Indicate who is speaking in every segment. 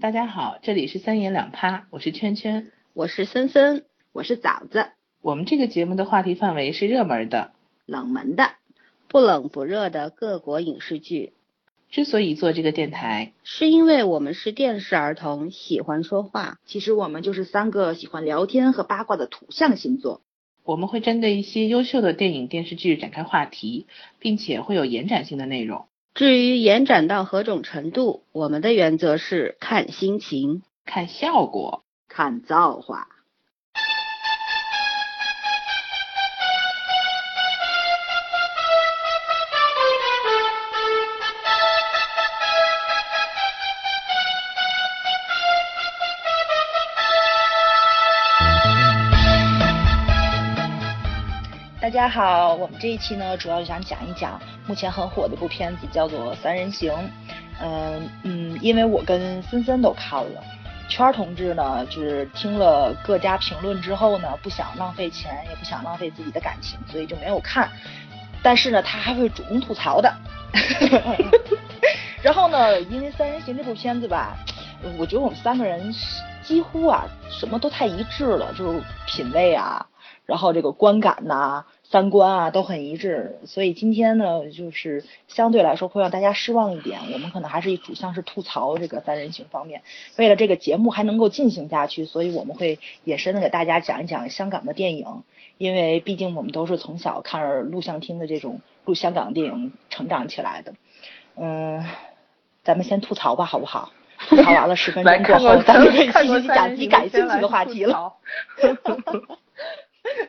Speaker 1: 大家好，这里是三言两趴，我是圈圈。
Speaker 2: 我是森森，我是枣子，
Speaker 1: 我们这个节目的话题范围是热门的。
Speaker 2: 冷门的，不冷不热的各国影视剧，
Speaker 1: 之所以做这个电台，
Speaker 2: 是因为我们是电视儿童，喜欢说话，
Speaker 3: 其实我们就是三个喜欢聊天和八卦的土象星座。
Speaker 1: 我们会针对一些优秀的电影、电视剧展开话题，并且会有延展性的内容。
Speaker 2: 至于延展到何种程度，我们的原则是看心情。
Speaker 1: 看效果，
Speaker 3: 看造化，
Speaker 4: 大家好，我们这一期呢，主要想讲一讲目前很火的一部片子，叫做《三人行》。嗯嗯，因为我跟森森都看了，圈儿同志呢，就是听了各家评论之后呢，不想浪费钱，也不想浪费自己的感情，所以就没有看。但是呢，他还会主动吐槽的。 然后呢，因为《三人行》这部片子吧，呃我觉得我们三个人是几乎啊什么都太一致了，就是品味啊，然后这个观感呐、三观啊都很一致，所以今天呢，就是相对来说会让大家失望一点。我们可能还是主向是吐槽这个三人行方面。为了这个节目还能够进行下去，所以我们会延伸的给大家讲一讲香港的电影，因为毕竟我们都是从小看着录像厅的这种录香港电影成长起来的。嗯，咱们先吐槽吧，好不好？吐槽完了十分钟过
Speaker 1: 看过
Speaker 4: 后，咱们可以
Speaker 1: 看过
Speaker 4: 继续
Speaker 1: 三
Speaker 4: 讲
Speaker 1: 人
Speaker 4: 自己
Speaker 1: 行
Speaker 4: 感
Speaker 1: 先
Speaker 4: 兴
Speaker 1: 来
Speaker 4: 趣的话
Speaker 1: 吐
Speaker 4: 题了。
Speaker 1: 槽。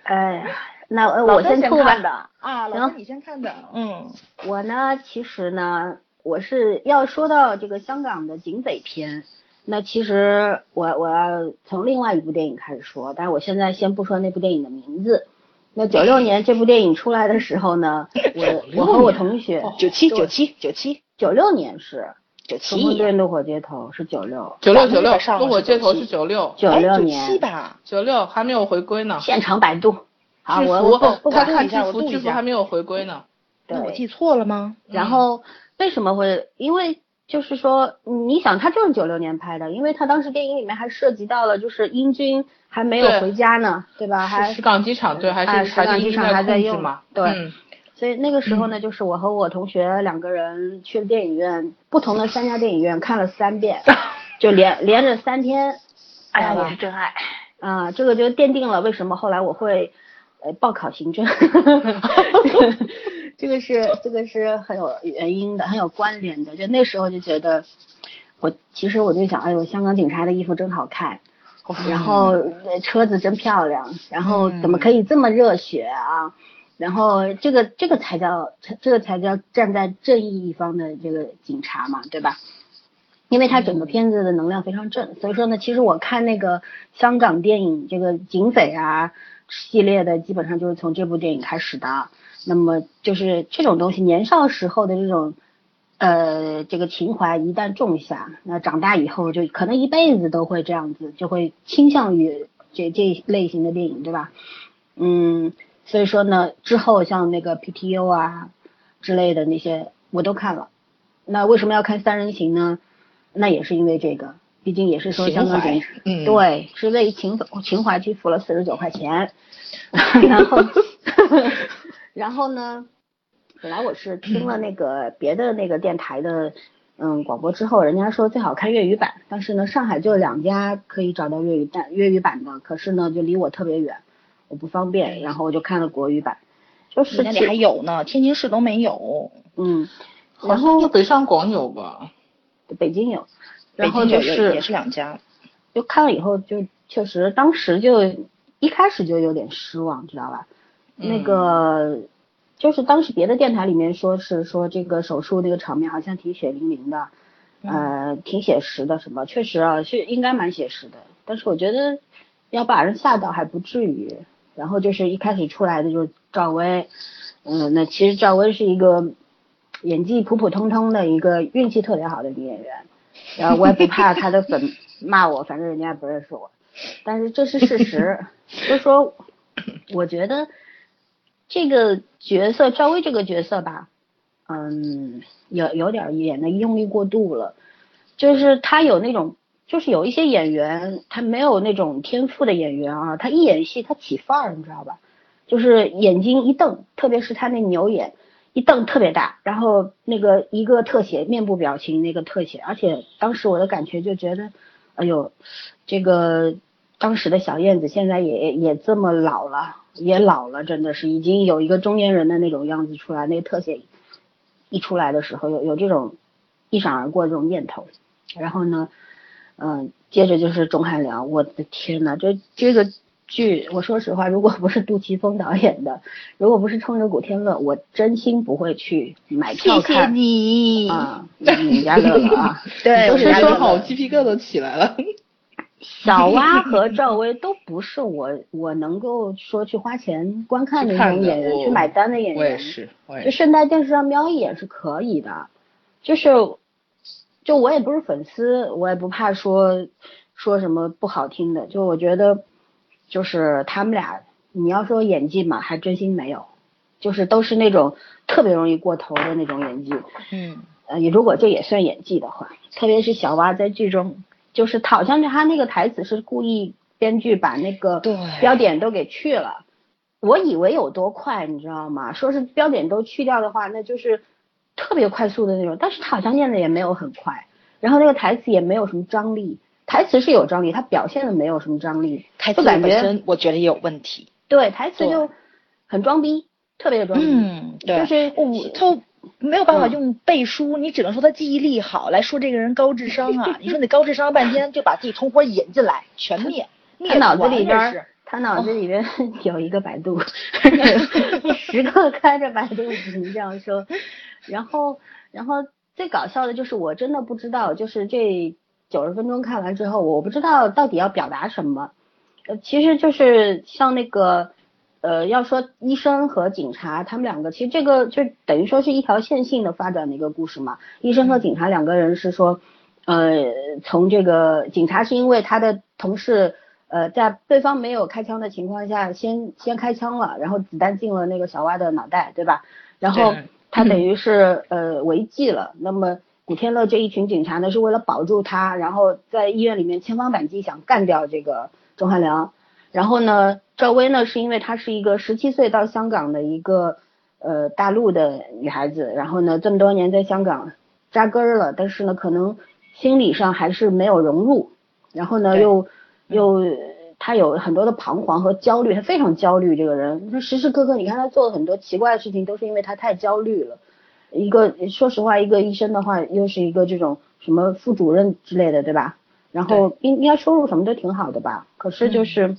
Speaker 3: 哎呀，
Speaker 2: 那呃
Speaker 4: 老
Speaker 2: 我
Speaker 4: 三
Speaker 2: 先吐
Speaker 4: 看
Speaker 2: 吧。
Speaker 4: 的啊，老
Speaker 2: 行
Speaker 4: 三你先看的，嗯，
Speaker 2: 我呢，其实呢，我是要说到这个香港的警匪片。那其实我我要从另外一部电影开始说，但是我现在先不说那部电影的名字。那九六年这部电影出来的时候 呢，我我和我同学
Speaker 4: 九七九七九七
Speaker 2: 九六年是
Speaker 4: 九
Speaker 2: 《
Speaker 4: 七，
Speaker 2: 冲锋队怒火街头》是九六
Speaker 1: 九
Speaker 4: 咱们
Speaker 1: 六九
Speaker 4: 这
Speaker 1: 六
Speaker 4: 边，上了
Speaker 1: 中国
Speaker 4: 是
Speaker 1: 街头
Speaker 4: 97
Speaker 1: 是九六
Speaker 2: 九六
Speaker 4: 哎九七
Speaker 2: 年
Speaker 4: 吧，
Speaker 1: 九六，还没有回归呢。
Speaker 2: 现场百度。好，
Speaker 1: 制
Speaker 2: 啊我
Speaker 3: 哦
Speaker 2: 不
Speaker 1: 服，
Speaker 2: 不管
Speaker 4: 管
Speaker 1: 他看
Speaker 4: 一
Speaker 1: 制
Speaker 4: 下我
Speaker 1: 服，
Speaker 4: 录
Speaker 1: 制
Speaker 4: 一
Speaker 1: 服
Speaker 4: 下
Speaker 1: 还没有回归呢。
Speaker 4: 那我
Speaker 2: 对
Speaker 4: 记错了吗？
Speaker 2: 然后为什么会？因为就是说，嗯你想，他就是九六年拍的，因为他当时电影里面还涉及到了，就是英军还没有
Speaker 1: 对
Speaker 2: 回家呢，对吧？
Speaker 1: 是
Speaker 2: 啊还
Speaker 1: 石港机场对，还
Speaker 2: 哎
Speaker 1: 是
Speaker 2: 石港
Speaker 1: 还是
Speaker 2: 机
Speaker 1: 英
Speaker 2: 场
Speaker 1: 军
Speaker 2: 还在
Speaker 1: 控制
Speaker 2: 用
Speaker 1: 嘛？
Speaker 2: 对
Speaker 1: 嗯
Speaker 2: 所以那个时候
Speaker 4: 嗯
Speaker 2: 呢，就是我和我同学两个人去了电影院，不同的三家电影院看了三 遍，就连连着三天，
Speaker 4: 哎呀，
Speaker 2: 知道吧
Speaker 4: 也是真爱，
Speaker 2: 啊、这个就奠定了为什么后来我会呃报考行 政，这个是这个是很有原因的，很有关联的。就那时候就觉得，我其实我就想，哎呦，香港警察的衣服真好看，然后呃车子真漂亮，然后怎么可以这么热血啊？然后这个这个才叫这个才叫站在正义一方的这个警察嘛，对吧？因为它整个片子的能量非常正，所以说呢，其实我看那个香港电影这个警匪啊系列的，基本上就是从这部电影开始的。那么就是这种东西，年少时候的这种呃这个情怀一旦种下，那长大以后就可能一辈子都会这样子，就会倾向于这这类型的电影，对吧？嗯，所以说呢，之后像那个 PTU 啊之类的那些我都看了。那为什么要看三人行呢？那也是因为这个，毕竟也是说香港
Speaker 4: 情怀
Speaker 2: 警
Speaker 4: 嗯，
Speaker 2: 对，是为情情怀去付了四十九块 钱，然后 然后呢，本来我是听了那个别的那个电台的嗯广播之后，人家说最好看粤语版，但是呢上海就两家可以找到粤语版粤语版的，可是呢就离我特别远，我不方便，然后我就看了国语版，就是
Speaker 4: 你那里
Speaker 2: 其
Speaker 4: 还有呢，天津市都没有。
Speaker 2: 嗯，
Speaker 1: 好
Speaker 2: 然
Speaker 1: 像就
Speaker 2: 后
Speaker 1: 北上广有吧？
Speaker 2: 北京有，
Speaker 4: 北
Speaker 2: 然后
Speaker 4: 京
Speaker 2: 就
Speaker 4: 也
Speaker 2: 是
Speaker 4: 也是两家，
Speaker 2: 就看了以后就确实当时就一开始就有点失望，知道吧？那个就是当时别的电台里面说是说这个手术那个场面好像挺血淋淋的，呃，挺写实的什么，确实啊是应该蛮写实的，但是我觉得要把人吓到还不至于。然后就是一开始出来的就是赵薇，嗯，那其实赵薇是一个演技普普通通的一个运气特别好的女演员，然后我也不怕她的粉骂我，反正人家也不认识我，但是这是事实，就说我觉得这个角色赵薇这个角色吧，嗯，有有点儿演的用力过度了，就是她有那种就是有一些演员他没有那种天赋的演员啊，他一演戏他起范儿，你知道吧？就是眼睛一瞪，特别是他那牛眼一瞪特别大，然后那个一个特写面部表情那个特写，而且当时我的感觉就觉得，哎呦，这个当时的小燕子现在也也这么老了，也老了，真的是已经有一个中年人的那种样子出来，那个特写一出来的时候有有这种一闪而过这种念头，然后呢，嗯、接着就是钟汉良，我的天呐，这这个剧，我说实话，如果不是杜琪峰导演的，如果不是冲着古天乐，我真心不会去买
Speaker 3: 谢
Speaker 2: 票
Speaker 3: 谢
Speaker 2: 看。
Speaker 3: 你。
Speaker 2: 啊，你家乐 乐啊，
Speaker 3: 对，
Speaker 2: 都
Speaker 3: 我
Speaker 1: 都
Speaker 2: 是
Speaker 3: 觉
Speaker 1: 是
Speaker 2: 来
Speaker 1: 说
Speaker 2: 了
Speaker 3: 得
Speaker 1: 好，我鸡皮疙瘩都起来了。
Speaker 2: 小蛙和赵薇都不是我我能够说去花钱观看的那种演员，
Speaker 1: 我
Speaker 2: 去买单的演员。
Speaker 1: 我也是，我也。
Speaker 2: 就是顺带电视上瞄一眼是可以的，就是就我也不是粉丝，我也不怕说说什么不好听的，就我觉得就是他们俩，你要说演技嘛，还真心没有，就是都是那种特别容易过头的那种演技，
Speaker 4: 嗯，
Speaker 2: 呃，你如果这也算演技的话，特别是小蛙在剧中，就是好像是他那个台词是故意编剧把那个
Speaker 4: 对
Speaker 2: 标点都给去了。我以为有多快，你知道吗？说是标点都去掉的话，那就是特别快速的那种。但是他好像念的也没有很快，然后那个台词也没有什么张力。台词是有张力，他表现的没有什么张力，
Speaker 4: 台
Speaker 2: 就
Speaker 4: 词
Speaker 2: 感
Speaker 4: 本
Speaker 2: 觉
Speaker 4: 身我觉得也有问题。
Speaker 2: 对台词
Speaker 4: 对
Speaker 2: 就很装逼，特别装逼。
Speaker 4: 嗯，对，
Speaker 2: 就是
Speaker 4: 我他没有办法
Speaker 2: 嗯
Speaker 4: 用背书，你只能说他记忆力好来说这个人高智商啊。你说你高智商半天就把自己同伙引进来，全灭，灭
Speaker 2: 他脑子
Speaker 4: 团
Speaker 2: 里
Speaker 4: 这
Speaker 2: 边
Speaker 4: 是
Speaker 2: 儿， 他脑子里边有一个百度， 时刻开着百度屏这样说。然后，然后最搞笑的就是我真的不知道，就是这九十分钟看完之后，我不知道到底要表达什么。呃，其实就是像那个，呃，要说医生和警察他们两个，其实这个就等于说是一条线性的发展的一个故事嘛。医生和警察两个人是说，呃，从这个警察是因为他的同事，呃，在对方没有开枪的情况下，先先开枪了，然后子弹进了那个小蛙的脑袋，对吧？然后
Speaker 1: 对
Speaker 2: 他等于是呃违纪了。那么古天乐这一群警察呢，是为了保住他，然后在医院里面千方百计想干掉这个钟汉良。然后呢，赵薇呢，是因为她是一个十七岁到香港的一个呃大陆的女孩子，然后呢，这么多年在香港扎根儿了，但是呢，可能心理上还是没有融入，然后呢，
Speaker 4: 对
Speaker 2: 又又他有很多的彷徨和焦虑，他非常焦虑这个人，他时时刻刻你看他做了很多奇怪的事情，都是因为他太焦虑了。一个说实话，一个医生的话，又是一个这种什么副主任之类的，对吧？然后应应该收入什么都挺好的吧？可是就是、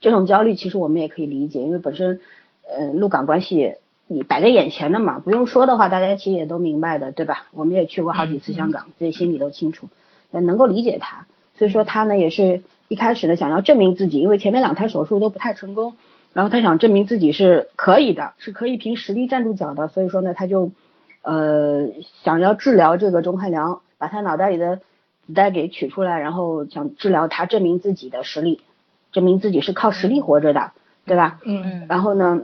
Speaker 2: 这种焦虑，其实我们也可以理解，因为本身呃陆港关系你摆在眼前的嘛，不用说的话，大家其实也都明白的，对吧？我们也去过好几次香港，所以心里都清楚，呃能够理解他。所以说他呢也是一开始呢想要证明自己，因为前面两台手术都不太成功，然后他想证明自己是可以的，是可以凭实力站住脚的，所以说呢他就呃想要治疗这个钟汉良，把他脑袋里的子弹给取出来，然后想治疗他，证明自己的实力，证明自己是靠实力活着的，对吧？
Speaker 1: 嗯，
Speaker 2: 然后呢，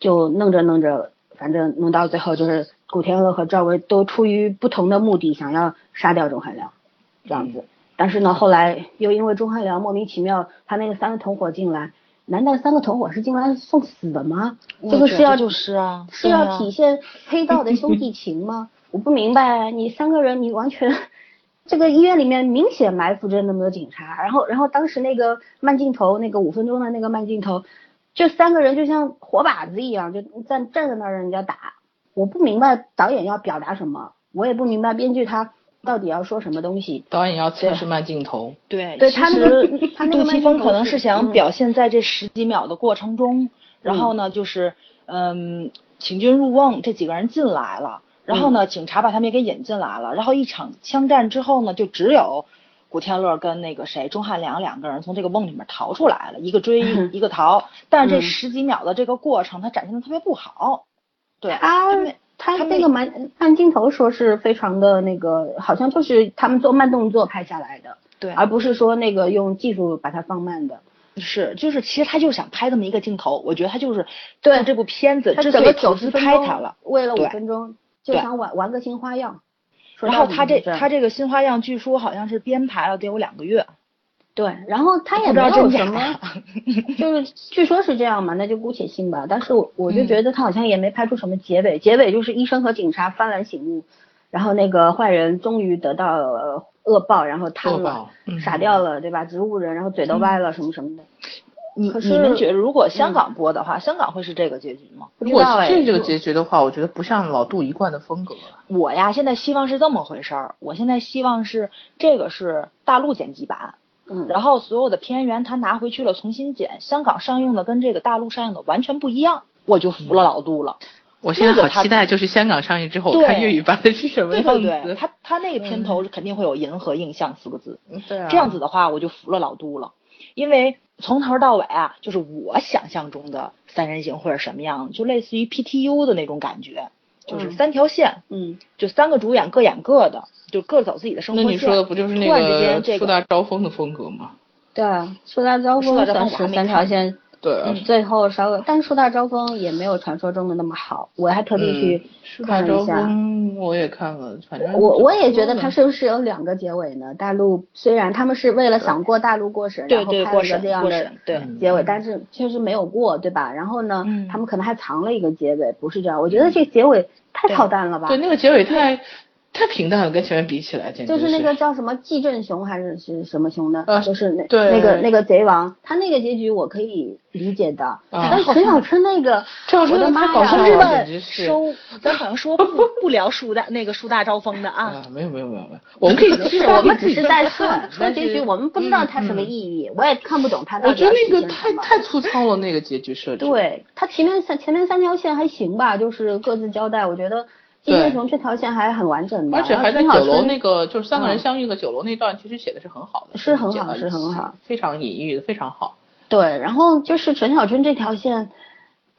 Speaker 2: 就弄着弄着，反正弄到最后就是古天乐和赵薇都出于不同的目的想要杀掉钟汉良，这样子。但是呢，后来又因为钟汉良莫名其妙，他那个三个同伙进来，难道三个同伙是进来送死的吗？这个是要
Speaker 4: 就是啊，
Speaker 2: 是要体现黑道的兄弟情吗？ 我不明白，你三个人你完全，这个医院里面明显埋伏着那么多警察，然后然后当时那个慢镜头，那个五分钟的那个慢镜头，这三个人就像活靶子一样，就站站在那儿让人家打。我不明白导演要表达什么，我也不明白编剧他到底要说什么东西。
Speaker 1: 导演要测试慢镜头，
Speaker 4: 对
Speaker 2: 对
Speaker 4: 其
Speaker 2: 他那个
Speaker 4: 实
Speaker 2: 他那个慢
Speaker 4: 杜琪
Speaker 2: 镜
Speaker 4: 峰
Speaker 2: 头
Speaker 4: 可能
Speaker 2: 是
Speaker 4: 是想
Speaker 2: 嗯
Speaker 4: 表现在这十几秒的过程中，然后呢，就是嗯，请君入瓮，这几个人进来了，然后
Speaker 2: 嗯
Speaker 4: 呢，警察把他们也给引进来了，然后一场枪战之后呢，就只有古天乐跟那个谁钟汉良两个人从这个瓮里面逃出来了，一个追一个逃，但是这
Speaker 2: 嗯
Speaker 4: 十几秒的这个过程，他展现的特别不好，对，
Speaker 2: 他
Speaker 4: 们
Speaker 2: 啊他
Speaker 4: 他们
Speaker 2: 那个慢慢镜头说是非常的那个，好像就是他们做慢动作拍下来的。
Speaker 4: 对，
Speaker 2: 而不是说那个用技术把它放慢的。
Speaker 4: 是，就是其实他就想拍这么一个镜头，我觉得他就是
Speaker 2: 对
Speaker 4: 做这部片子
Speaker 2: 他
Speaker 4: 之
Speaker 2: 整
Speaker 4: 所以
Speaker 2: 个
Speaker 4: 投
Speaker 2: 九
Speaker 4: 资
Speaker 2: 十分
Speaker 4: 拍
Speaker 2: 钟
Speaker 4: 他了，
Speaker 2: 为了五
Speaker 4: 对
Speaker 2: 分钟就
Speaker 4: 对
Speaker 2: 想玩玩个新花样，说
Speaker 4: 然
Speaker 2: 到
Speaker 4: 后
Speaker 2: 底
Speaker 4: 他这
Speaker 2: 就是
Speaker 4: 他这个新花样，据说好像是编排了得有两个月，
Speaker 2: 对，然后他也
Speaker 4: 不知
Speaker 2: 没
Speaker 4: 道
Speaker 2: 有
Speaker 4: 真假
Speaker 2: 什么， 就是据说是这样嘛，那就姑且信吧。但是我我就
Speaker 4: 嗯
Speaker 2: 觉得他好像也没拍出什么结尾，结尾就是医生和警察幡然醒悟，然后那个坏人终于得到呃恶报，然后
Speaker 3: 恶
Speaker 2: 瘫了
Speaker 3: 报，嗯
Speaker 2: 傻掉了，对吧？植物人，然后嘴
Speaker 4: 嗯
Speaker 2: 都歪了，什么什么的。
Speaker 4: 你
Speaker 2: 可
Speaker 4: 你们
Speaker 2: 是嗯
Speaker 4: 觉得如果香港播的话，香港会是这个结局吗？
Speaker 2: 不
Speaker 3: 如
Speaker 2: 知
Speaker 3: 果
Speaker 2: 道
Speaker 3: 是
Speaker 2: 哎，
Speaker 3: 这个结局的话，我觉得不像老杜一贯的风格。
Speaker 4: 我呀，现在希望是这么回事儿，我现在希望是这个是大陆剪辑版，
Speaker 2: 嗯，
Speaker 4: 然后所有的片源他拿回去了重新剪，香港上映的跟这个大陆上映的完全不一样，我就服了老杜了。
Speaker 3: 我现在
Speaker 4: 这个
Speaker 3: 好期
Speaker 4: 他
Speaker 3: 待，就是香港上映之后，
Speaker 4: 对
Speaker 3: 我看粤语版的是
Speaker 2: 嗯
Speaker 3: 什么
Speaker 4: 对
Speaker 3: 样
Speaker 4: 对
Speaker 3: 子。
Speaker 4: 对，他他那个片头是肯定会有“银河映像”四个字，
Speaker 3: 嗯对啊，
Speaker 4: 这样子的话我就服了老杜了，因为从头到尾啊，就是我想象中的三人行会是什么样，就类似于 PTU 的那种感觉，就是
Speaker 2: 嗯
Speaker 4: 三条线，
Speaker 2: 嗯，
Speaker 4: 就三个主演各演各的，就各走自己的生活
Speaker 3: 那
Speaker 4: 线。
Speaker 3: 你说的不就是那
Speaker 4: 突然之间
Speaker 3: 个
Speaker 4: 这
Speaker 3: 树
Speaker 4: 个
Speaker 3: 大招风的风格吗？
Speaker 2: 对啊，树大招
Speaker 4: 树大
Speaker 2: 风
Speaker 4: 招风
Speaker 2: 算
Speaker 4: 我还
Speaker 2: 是
Speaker 4: 没
Speaker 2: 三条
Speaker 4: 看
Speaker 2: 线。
Speaker 3: 对啊，
Speaker 4: 嗯
Speaker 2: 最后稍微，但是树大招风也没有传说中的那么好，我还特
Speaker 4: 嗯
Speaker 2: 地去
Speaker 3: 树嗯大
Speaker 2: 看了
Speaker 3: 招
Speaker 2: 一下。
Speaker 3: 风我也看了，反正
Speaker 2: 我我也觉
Speaker 3: 差不
Speaker 2: 得
Speaker 3: 多嗯
Speaker 2: 它
Speaker 3: 呢
Speaker 2: 是不是有两个结尾呢？大陆虽然他们是为了想过大陆过审，嗯
Speaker 4: 对对
Speaker 2: 然后
Speaker 4: 过
Speaker 2: 拍了
Speaker 4: 审
Speaker 2: 个这样
Speaker 4: 过
Speaker 2: 的
Speaker 4: 审对
Speaker 2: 结尾，但是确实没有过，对吧？然后呢，
Speaker 4: 嗯
Speaker 2: 他们可能还藏了一个结尾，不是这样。我觉得这结尾太
Speaker 4: 对
Speaker 2: 操蛋了吧？
Speaker 3: 对那个结尾太太平淡了，跟前面比起来简直
Speaker 2: 就是那个叫什么纪正雄还是是什么雄的，
Speaker 3: 呃
Speaker 2: 就是那
Speaker 3: 对
Speaker 2: 那个那个贼王，他那个结局我可以理解的，但是陈小春那个，
Speaker 3: 陈小
Speaker 2: 我
Speaker 3: 春
Speaker 2: 的
Speaker 3: 太
Speaker 2: 妈
Speaker 3: 搞
Speaker 2: 呀，
Speaker 3: 笑
Speaker 4: 日
Speaker 3: 了简
Speaker 4: 本
Speaker 3: 直是
Speaker 4: 收，咱好像说不不聊树大那个树大招风的啊，
Speaker 3: 啊，没有没有没有没有，我们可以
Speaker 2: 是我们只是在说说结局，我们不知道它什么意义，我也看不懂它到
Speaker 3: 我
Speaker 2: 底
Speaker 3: 觉
Speaker 2: 要
Speaker 3: 得
Speaker 2: 实
Speaker 3: 那个
Speaker 2: 现什么。
Speaker 3: 太太粗糙了，那个结局设置。，
Speaker 2: 对它前面三前面三条线还行吧，就是各自交代，我觉得金
Speaker 3: 对
Speaker 2: 正雄这条线还很完整的，
Speaker 3: 而且还在
Speaker 2: 然后
Speaker 3: 酒
Speaker 2: 陈小
Speaker 3: 楼
Speaker 2: 春
Speaker 3: 那个，就是三个人
Speaker 2: 嗯
Speaker 3: 相遇的酒楼那段，其实写的是很好的，
Speaker 2: 是很好
Speaker 3: 剪到一
Speaker 2: 是很
Speaker 3: 起
Speaker 2: 好，
Speaker 3: 非常隐喻的，非常好。
Speaker 2: 对，然后就是陈小春这条线。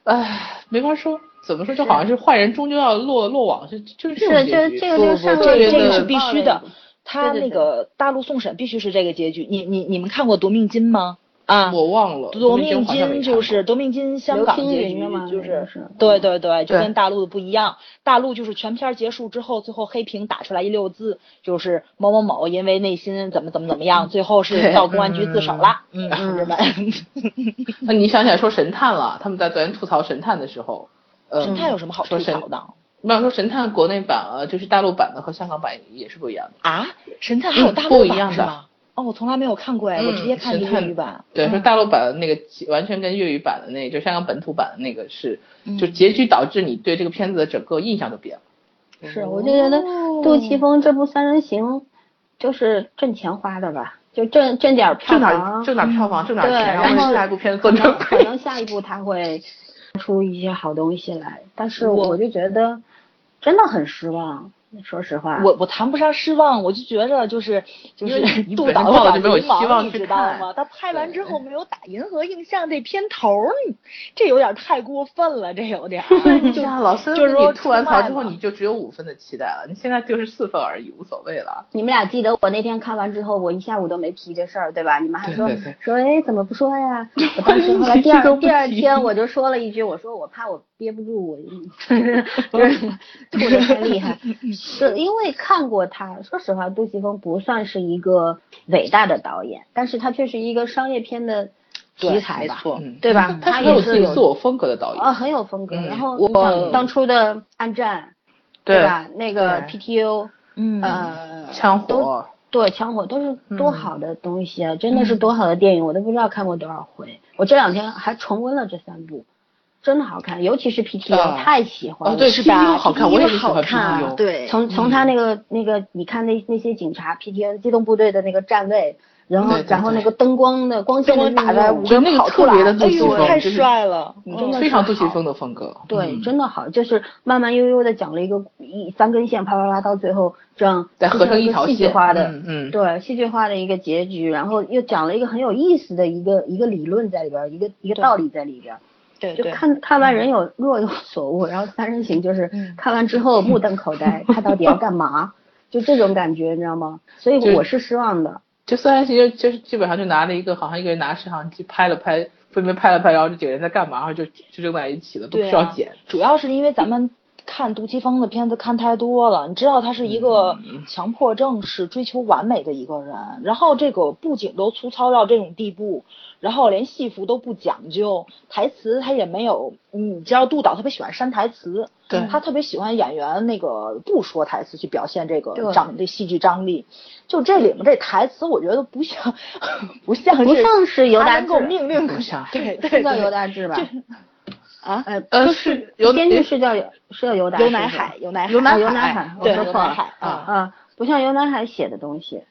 Speaker 3: 唉，没法说，怎么说，就好像是坏人终究要落落网，是就是这种
Speaker 2: 是，
Speaker 3: 结
Speaker 2: 这
Speaker 3: 局。
Speaker 2: 这个
Speaker 4: 不
Speaker 2: 就
Speaker 4: 不
Speaker 2: 是上
Speaker 4: 不
Speaker 3: 这
Speaker 2: 位
Speaker 3: 个
Speaker 2: 的
Speaker 3: 是
Speaker 4: 必
Speaker 2: 报了
Speaker 4: 须的
Speaker 2: 一个
Speaker 4: 他
Speaker 2: 对
Speaker 4: 那
Speaker 2: 对
Speaker 4: 个大陆送审必须是这个结局。你你你们看过《夺命金》吗？啊，
Speaker 3: 我忘了，
Speaker 4: 《夺命
Speaker 3: 好像没
Speaker 4: 金》
Speaker 3: 看
Speaker 4: 就
Speaker 3: 过
Speaker 4: 是《夺命金》，香
Speaker 2: 刘
Speaker 4: 港
Speaker 2: 青
Speaker 4: 结
Speaker 2: 云
Speaker 4: 局
Speaker 2: 的吗
Speaker 4: 就
Speaker 2: 那个
Speaker 4: 是
Speaker 2: 是嗯
Speaker 4: 对对对，就
Speaker 3: 对
Speaker 4: 跟大陆的不一样。大陆就是全片结束之后，最后黑屏打出来一六字，就是某某某因为内心怎么怎么怎么样，最后是
Speaker 3: 对
Speaker 4: 到公安局自首啦。
Speaker 3: 嗯
Speaker 4: 同志们，
Speaker 3: 那 你想起来说神探了，他们在昨天吐槽神探的时候，呃，
Speaker 4: 神探有什么好吐
Speaker 3: 说神
Speaker 4: 槽的
Speaker 3: 没有说神探国内版呃，就是大陆版的和香港版也是不一样的。
Speaker 4: 啊？神探还有
Speaker 3: 嗯
Speaker 4: 大
Speaker 3: 不
Speaker 4: 陆
Speaker 3: 一
Speaker 4: 版
Speaker 3: 样
Speaker 4: 是
Speaker 3: 的
Speaker 4: 吗？哦，我从来没有看过哎，我直接看
Speaker 3: 嗯
Speaker 4: 的
Speaker 3: 神
Speaker 4: 粤
Speaker 3: 探
Speaker 4: 语版。
Speaker 3: 对，说
Speaker 4: 嗯
Speaker 3: 大陆版的那个完全跟粤语版的那，就香港本土版的那个是
Speaker 4: 嗯，
Speaker 3: 就结局导致你对这个片子的整个印象都变了。
Speaker 2: 是，我就觉得杜琪峰这部《三人行》就是挣钱花的吧，就挣挣点儿票
Speaker 3: 挣点儿
Speaker 2: 房，
Speaker 3: 挣点儿票房，挣点儿
Speaker 2: 对
Speaker 3: 钱，
Speaker 2: 然
Speaker 3: 为
Speaker 2: 后
Speaker 3: 下一部片子做
Speaker 2: 可 能
Speaker 3: 准
Speaker 2: 可
Speaker 3: 备。
Speaker 2: 能下一步他会出一些好东西来，但是
Speaker 4: 我
Speaker 2: 我就觉得真的很失望，说实话。
Speaker 4: 我我谈不上失望，我就觉着就是就
Speaker 3: 因
Speaker 4: 是
Speaker 3: 为你
Speaker 4: 杜
Speaker 3: 本身
Speaker 4: 导
Speaker 3: 抱着
Speaker 4: 耍
Speaker 3: 没有
Speaker 4: 流氓
Speaker 3: 希望
Speaker 4: 你
Speaker 3: 去
Speaker 4: 知道
Speaker 3: 看
Speaker 4: 吗？他拍完之
Speaker 3: 对
Speaker 4: 后没有打《银河映像》这片头儿，你这有点太过分了，这有点儿
Speaker 3: 对啊，老师，
Speaker 4: 就是说
Speaker 3: 你吐完
Speaker 4: 出卖
Speaker 3: 槽之后，
Speaker 4: 嘛
Speaker 3: 你就只有五分的期待了，你现在就是四分而已，无所谓了。
Speaker 2: 你们俩记得我那天看完之后，我一下午都没提这事儿，对吧？你们还说
Speaker 3: 对对对
Speaker 2: 说，哎，怎么不说 呀？我当时后来第
Speaker 3: 一句都
Speaker 2: 二
Speaker 3: 不提
Speaker 2: 第二天我就说了一句，我说我怕我憋不住，我 就是吐的太厉害，是因为看过他。说实话，杜琪峰不算是一个伟大的导演，但是他却是一个商业片的题材吧，
Speaker 4: 错
Speaker 3: 嗯
Speaker 2: 对吧？
Speaker 3: 他
Speaker 2: 他
Speaker 3: 是很有
Speaker 2: 也
Speaker 3: 自
Speaker 2: 是
Speaker 3: 己
Speaker 2: 有
Speaker 3: 自我风格的导演。
Speaker 2: 啊，很有风格。
Speaker 3: 嗯
Speaker 2: 然后
Speaker 4: 我
Speaker 2: 你想当初的《暗战》，
Speaker 3: 对
Speaker 2: 吧？那个
Speaker 3: 对
Speaker 2: PTU，
Speaker 4: 嗯
Speaker 2: 呃，
Speaker 3: 枪
Speaker 2: 都
Speaker 3: 火，
Speaker 2: 对，枪火都
Speaker 3: 嗯
Speaker 2: 是多好的东西啊！真的是多好的电影，我都不知道看过多少回。我这两天还重温了这三部，真的好看，尤其是 PTU，、
Speaker 3: 啊
Speaker 2: 太喜欢了。
Speaker 3: 哦对
Speaker 4: 是
Speaker 3: 是 PTU
Speaker 4: 吧？
Speaker 3: 好看
Speaker 4: PTU
Speaker 3: 我也是喜
Speaker 4: 好
Speaker 3: 欢
Speaker 4: 看
Speaker 3: PTU
Speaker 4: 对，
Speaker 2: 啊从从他那个那个，你看那那些警察 PTU 机动部队的那个站位，然后
Speaker 3: 对对
Speaker 2: 然后
Speaker 3: 对
Speaker 2: 那个灯光的光线
Speaker 4: 灯
Speaker 2: 的
Speaker 4: 光
Speaker 2: 运
Speaker 4: 打在
Speaker 2: 用
Speaker 4: 五
Speaker 3: 就
Speaker 4: 个
Speaker 3: 那
Speaker 4: 人
Speaker 3: 个
Speaker 4: 跑出
Speaker 3: 特
Speaker 4: 来，
Speaker 3: 别的
Speaker 4: 哎
Speaker 3: 杜琪
Speaker 4: 呦，
Speaker 3: 峰，
Speaker 4: 太
Speaker 3: 就是
Speaker 4: 帅了，
Speaker 2: 真的
Speaker 4: 嗯
Speaker 2: 是
Speaker 3: 非常杜
Speaker 2: 好
Speaker 3: 琪峰的风格。
Speaker 2: 对，
Speaker 3: 嗯
Speaker 2: 真的好，就是慢慢悠悠的讲了一个一三根线，啪啪啪，到最后这样
Speaker 3: 再合成一
Speaker 2: 就
Speaker 3: 条
Speaker 2: 像
Speaker 3: 线，
Speaker 2: 戏剧化的，
Speaker 3: 嗯嗯，
Speaker 2: 对戏剧化的一个结局，然后又讲了一个很有意思的一个一个理论在里边儿，一个一个道理在里边儿，
Speaker 4: 对
Speaker 2: 就
Speaker 4: 对。
Speaker 2: 看看完人有若有所悟，然后三人行就是
Speaker 4: 嗯
Speaker 2: 看完之后目瞪口 呆，他到底要干嘛？就这种感觉，你知道吗？所
Speaker 3: 就
Speaker 2: 以我是失望的。
Speaker 3: 就虽然其实就是基本上就拿了一个，好像一个人拿摄像机拍了拍，分别拍了拍，然后这几个人在干嘛，然后就就扔在一起了，都不
Speaker 4: 对
Speaker 3: 需要
Speaker 4: 啊
Speaker 3: 剪。
Speaker 4: 主要是因为咱们看杜琪峰的片子看太多了，你知道他是一个
Speaker 3: 嗯
Speaker 4: 强迫症是追求完美的一个人，然后这个布景都粗糙到这种地步，然后连戏服都不讲究，台词他也没有，你知道杜导特别喜欢删台词，
Speaker 3: 对
Speaker 4: 他特别喜欢演员那个不说台词去表现这个
Speaker 2: 对
Speaker 4: 张这戏剧张力，就这里面这台词我觉得不像 不像
Speaker 2: 不
Speaker 4: 是
Speaker 2: 像是尤
Speaker 4: 他
Speaker 2: 达
Speaker 4: 能够
Speaker 2: 志，
Speaker 4: 命令
Speaker 3: 不像
Speaker 4: 对 对
Speaker 2: 是叫尤
Speaker 4: 对
Speaker 2: 达志吧？
Speaker 4: 啊，
Speaker 2: 呃，
Speaker 3: 呃
Speaker 2: 就是
Speaker 3: 尤
Speaker 2: 编剧是叫是叫尤达志
Speaker 4: 尤
Speaker 2: 吧，
Speaker 4: 乃海尤乃海
Speaker 2: 尤乃
Speaker 4: 啊
Speaker 2: 尤乃
Speaker 3: 海
Speaker 2: 海，我
Speaker 4: 对
Speaker 2: 说
Speaker 4: 尤
Speaker 2: 错
Speaker 4: 乃
Speaker 2: 了
Speaker 4: 海啊
Speaker 2: 啊，不像尤乃海写的东西，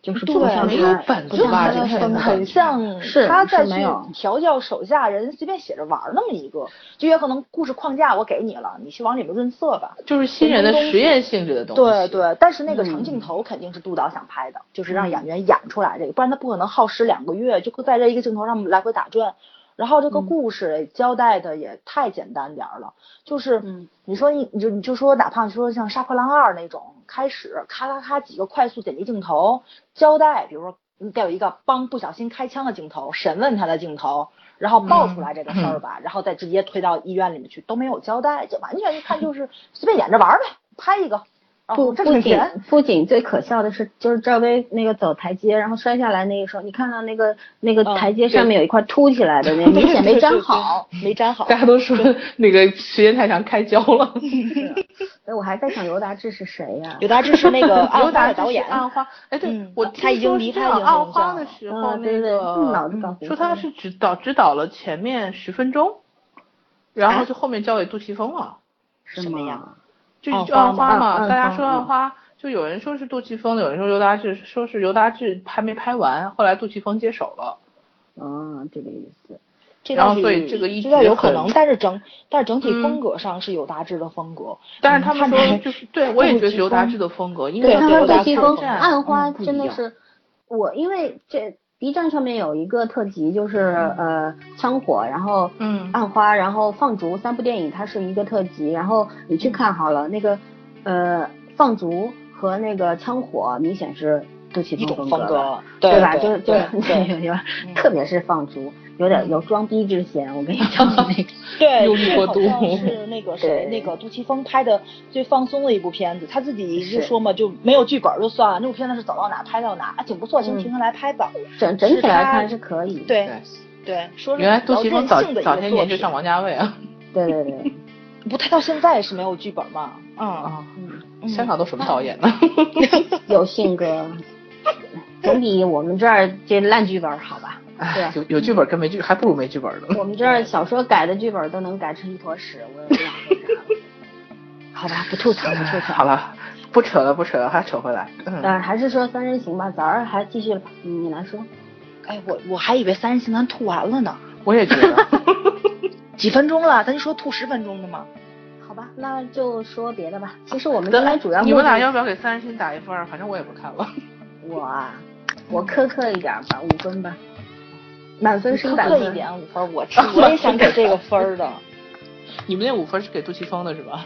Speaker 2: 就是不
Speaker 4: 对
Speaker 2: 像
Speaker 3: 没
Speaker 2: 他
Speaker 3: 有本
Speaker 2: 不
Speaker 3: 子
Speaker 2: 像
Speaker 3: 吧
Speaker 2: 他
Speaker 3: 这
Speaker 2: 的
Speaker 3: 片
Speaker 2: 风
Speaker 3: 子
Speaker 2: 格嗯
Speaker 4: 很像
Speaker 2: 是
Speaker 4: 他再
Speaker 2: 是没
Speaker 4: 去
Speaker 2: 有
Speaker 4: 调教手下人，随便写着玩儿那么一个，就也可能故事框架我给你了，你去往里面润色吧。
Speaker 3: 就是新人的实验性质的东西。
Speaker 4: 对对，但是那个长
Speaker 2: 嗯
Speaker 4: 镜头肯定是督导想拍的，就是
Speaker 2: 嗯
Speaker 4: 让演员演出来这个，不然他不可能耗时两个月就会在这一个镜头上来回打转。然后这个
Speaker 2: 嗯
Speaker 4: 故事交代的也太简单点儿了，就是
Speaker 2: 嗯
Speaker 4: 你说你你就你就说哪怕你说像《杀破狼二》那种，开始咔咔咔几个快速剪辑镜头交代，比如说你得有一个帮不小心开枪的镜头，审问他的镜头，然后爆出来这个事
Speaker 3: 嗯
Speaker 4: 儿吧，然后再直接推到医院里面去，都没有交代，就完全一看就是随便演着玩儿呗，拍一个，然
Speaker 2: 不
Speaker 4: 后挣
Speaker 2: 不
Speaker 4: 挣
Speaker 2: 仅
Speaker 4: 钱，
Speaker 2: 不仅最可笑的是，就是赵薇那个走台阶，然后摔下来那一时候，你看到那个那个
Speaker 4: 嗯
Speaker 2: 台阶
Speaker 4: 对
Speaker 2: 上面有一块凸起来的，那明显没粘好。
Speaker 4: 对，对对没 粘好，
Speaker 3: 大家都说那个时间太长开胶了。
Speaker 2: 哎，我还在想尤达志是谁呀？
Speaker 4: 有大志啊是那个
Speaker 3: 尤
Speaker 4: 暗
Speaker 3: 达
Speaker 4: 花
Speaker 3: 志
Speaker 4: 的导演
Speaker 3: 是，暗花，哎，对
Speaker 4: 嗯，
Speaker 3: 我
Speaker 4: 他已经
Speaker 3: 听说
Speaker 4: 离
Speaker 3: 是
Speaker 4: 开
Speaker 3: 讲
Speaker 4: 人
Speaker 3: 暗
Speaker 4: 形
Speaker 3: 花
Speaker 4: 象
Speaker 3: 的
Speaker 4: 了
Speaker 3: 时候，
Speaker 2: 嗯
Speaker 3: 那
Speaker 2: 对对
Speaker 3: 个嗯
Speaker 2: 脑子搞糊涂
Speaker 3: 说他是指导指导了前面十分钟，然
Speaker 4: 啊
Speaker 3: 后就后面交给杜琪峰了。
Speaker 2: 是
Speaker 4: 什么呀
Speaker 2: 吗？
Speaker 3: 就
Speaker 4: 暗
Speaker 3: 就
Speaker 4: 花
Speaker 3: 暗花
Speaker 2: 吗
Speaker 3: 嘛，
Speaker 2: 暗
Speaker 3: 大
Speaker 2: 暗
Speaker 3: 家
Speaker 2: 哦花
Speaker 3: 说暗
Speaker 2: 嗯
Speaker 3: 花，就有人说是杜琪峰，有人说尤达志，说是尤达志还没拍完，后来杜琪峰接手了。
Speaker 2: 哦，这个意思。
Speaker 4: 这
Speaker 3: 然
Speaker 4: 倒
Speaker 3: 后
Speaker 4: 是
Speaker 3: 所以这个一
Speaker 4: 这倒
Speaker 3: 直
Speaker 4: 有可
Speaker 3: 很
Speaker 4: 能，但是整但是整体
Speaker 3: 嗯
Speaker 4: 风格上是有大志的风格，
Speaker 3: 但是他们
Speaker 4: 嗯看起
Speaker 3: 说
Speaker 4: 来
Speaker 3: 就是对我也觉得是尤达
Speaker 4: 杜琪峰
Speaker 3: 志的风格，因为
Speaker 2: 对，
Speaker 4: 对
Speaker 3: 他
Speaker 2: 他
Speaker 4: 对
Speaker 3: 们
Speaker 4: 我
Speaker 2: 和
Speaker 4: 打
Speaker 3: 在
Speaker 2: 杜琪
Speaker 3: 看
Speaker 2: 峰啊
Speaker 4: 算
Speaker 3: 战
Speaker 2: 暗花
Speaker 3: 嗯不
Speaker 2: 真
Speaker 3: 一
Speaker 2: 的
Speaker 3: 样
Speaker 2: 是，我因为这 B 站上面有一个特辑，就是
Speaker 4: 嗯
Speaker 2: 呃枪火，然后
Speaker 3: 嗯
Speaker 2: 暗花，然后放逐三部电影，它是一个特辑，然后你
Speaker 4: 嗯
Speaker 2: 去看好了，那个呃放逐和那个枪火明显是杜琪
Speaker 4: 一
Speaker 2: 峰格
Speaker 4: 种风
Speaker 2: 的，
Speaker 4: 格，
Speaker 2: 对吧？
Speaker 4: 吧？
Speaker 2: 就是就
Speaker 4: 对
Speaker 2: 是
Speaker 4: 对
Speaker 2: 有点，
Speaker 4: 嗯
Speaker 2: 特别是放逐，有点有装逼之嫌，我跟你讲那 个。
Speaker 4: 对，
Speaker 3: 用力
Speaker 4: 这
Speaker 3: 过
Speaker 4: 好
Speaker 3: 度
Speaker 4: 像是那个谁，
Speaker 2: 对
Speaker 4: 那个杜琪峰拍的最放松的一部片子，他自己就是说嘛，就没有剧本就算了，那部片子是走到哪拍到哪，啊，挺不错，行，
Speaker 2: 嗯
Speaker 4: 停下来拍吧。
Speaker 2: 整整体来看是可以，
Speaker 4: 对
Speaker 3: 对
Speaker 4: 对，说是
Speaker 3: 原来杜琪峰早
Speaker 4: 比较任性的一个
Speaker 3: 早些年就
Speaker 4: 作品
Speaker 3: 上王家卫啊，
Speaker 2: 对对对，
Speaker 4: 不，他到现在是没有剧本嘛？
Speaker 2: 哦
Speaker 4: 嗯，
Speaker 3: 啊，
Speaker 4: 嗯
Speaker 3: 香港都什么导演呢？
Speaker 2: 有性格，总比我们这儿这烂剧本好吧？
Speaker 3: 哎有有剧本跟没剧还不如没剧本呢。
Speaker 2: 我们这儿小说改的剧本都能改成一坨屎，我也不想说啥了。好吧，不吐槽，不吐槽。
Speaker 3: 好了，不扯了，不扯了，还扯回来。嗯，
Speaker 2: 呃，还是说三人行吧，咱儿还继续吧，嗯你来说。
Speaker 4: 哎，我我还以为《三人行》咱吐完了呢，
Speaker 3: 我也觉 得，
Speaker 4: 几分钟了，咱就说吐十分钟的嘛。
Speaker 2: 好吧，那就说别的吧。其实我们今天主要
Speaker 3: 你们俩
Speaker 2: 目的
Speaker 3: 要不要给三人行打一分儿？反正我也不看了。
Speaker 2: 我啊，我苛刻一点儿吧，五分吧，满分是
Speaker 4: 苛
Speaker 2: 百
Speaker 4: 刻一
Speaker 2: 分。
Speaker 4: 点五分，我我也想给这个分儿的。
Speaker 3: 你们那五分是给杜琪峰的是吧？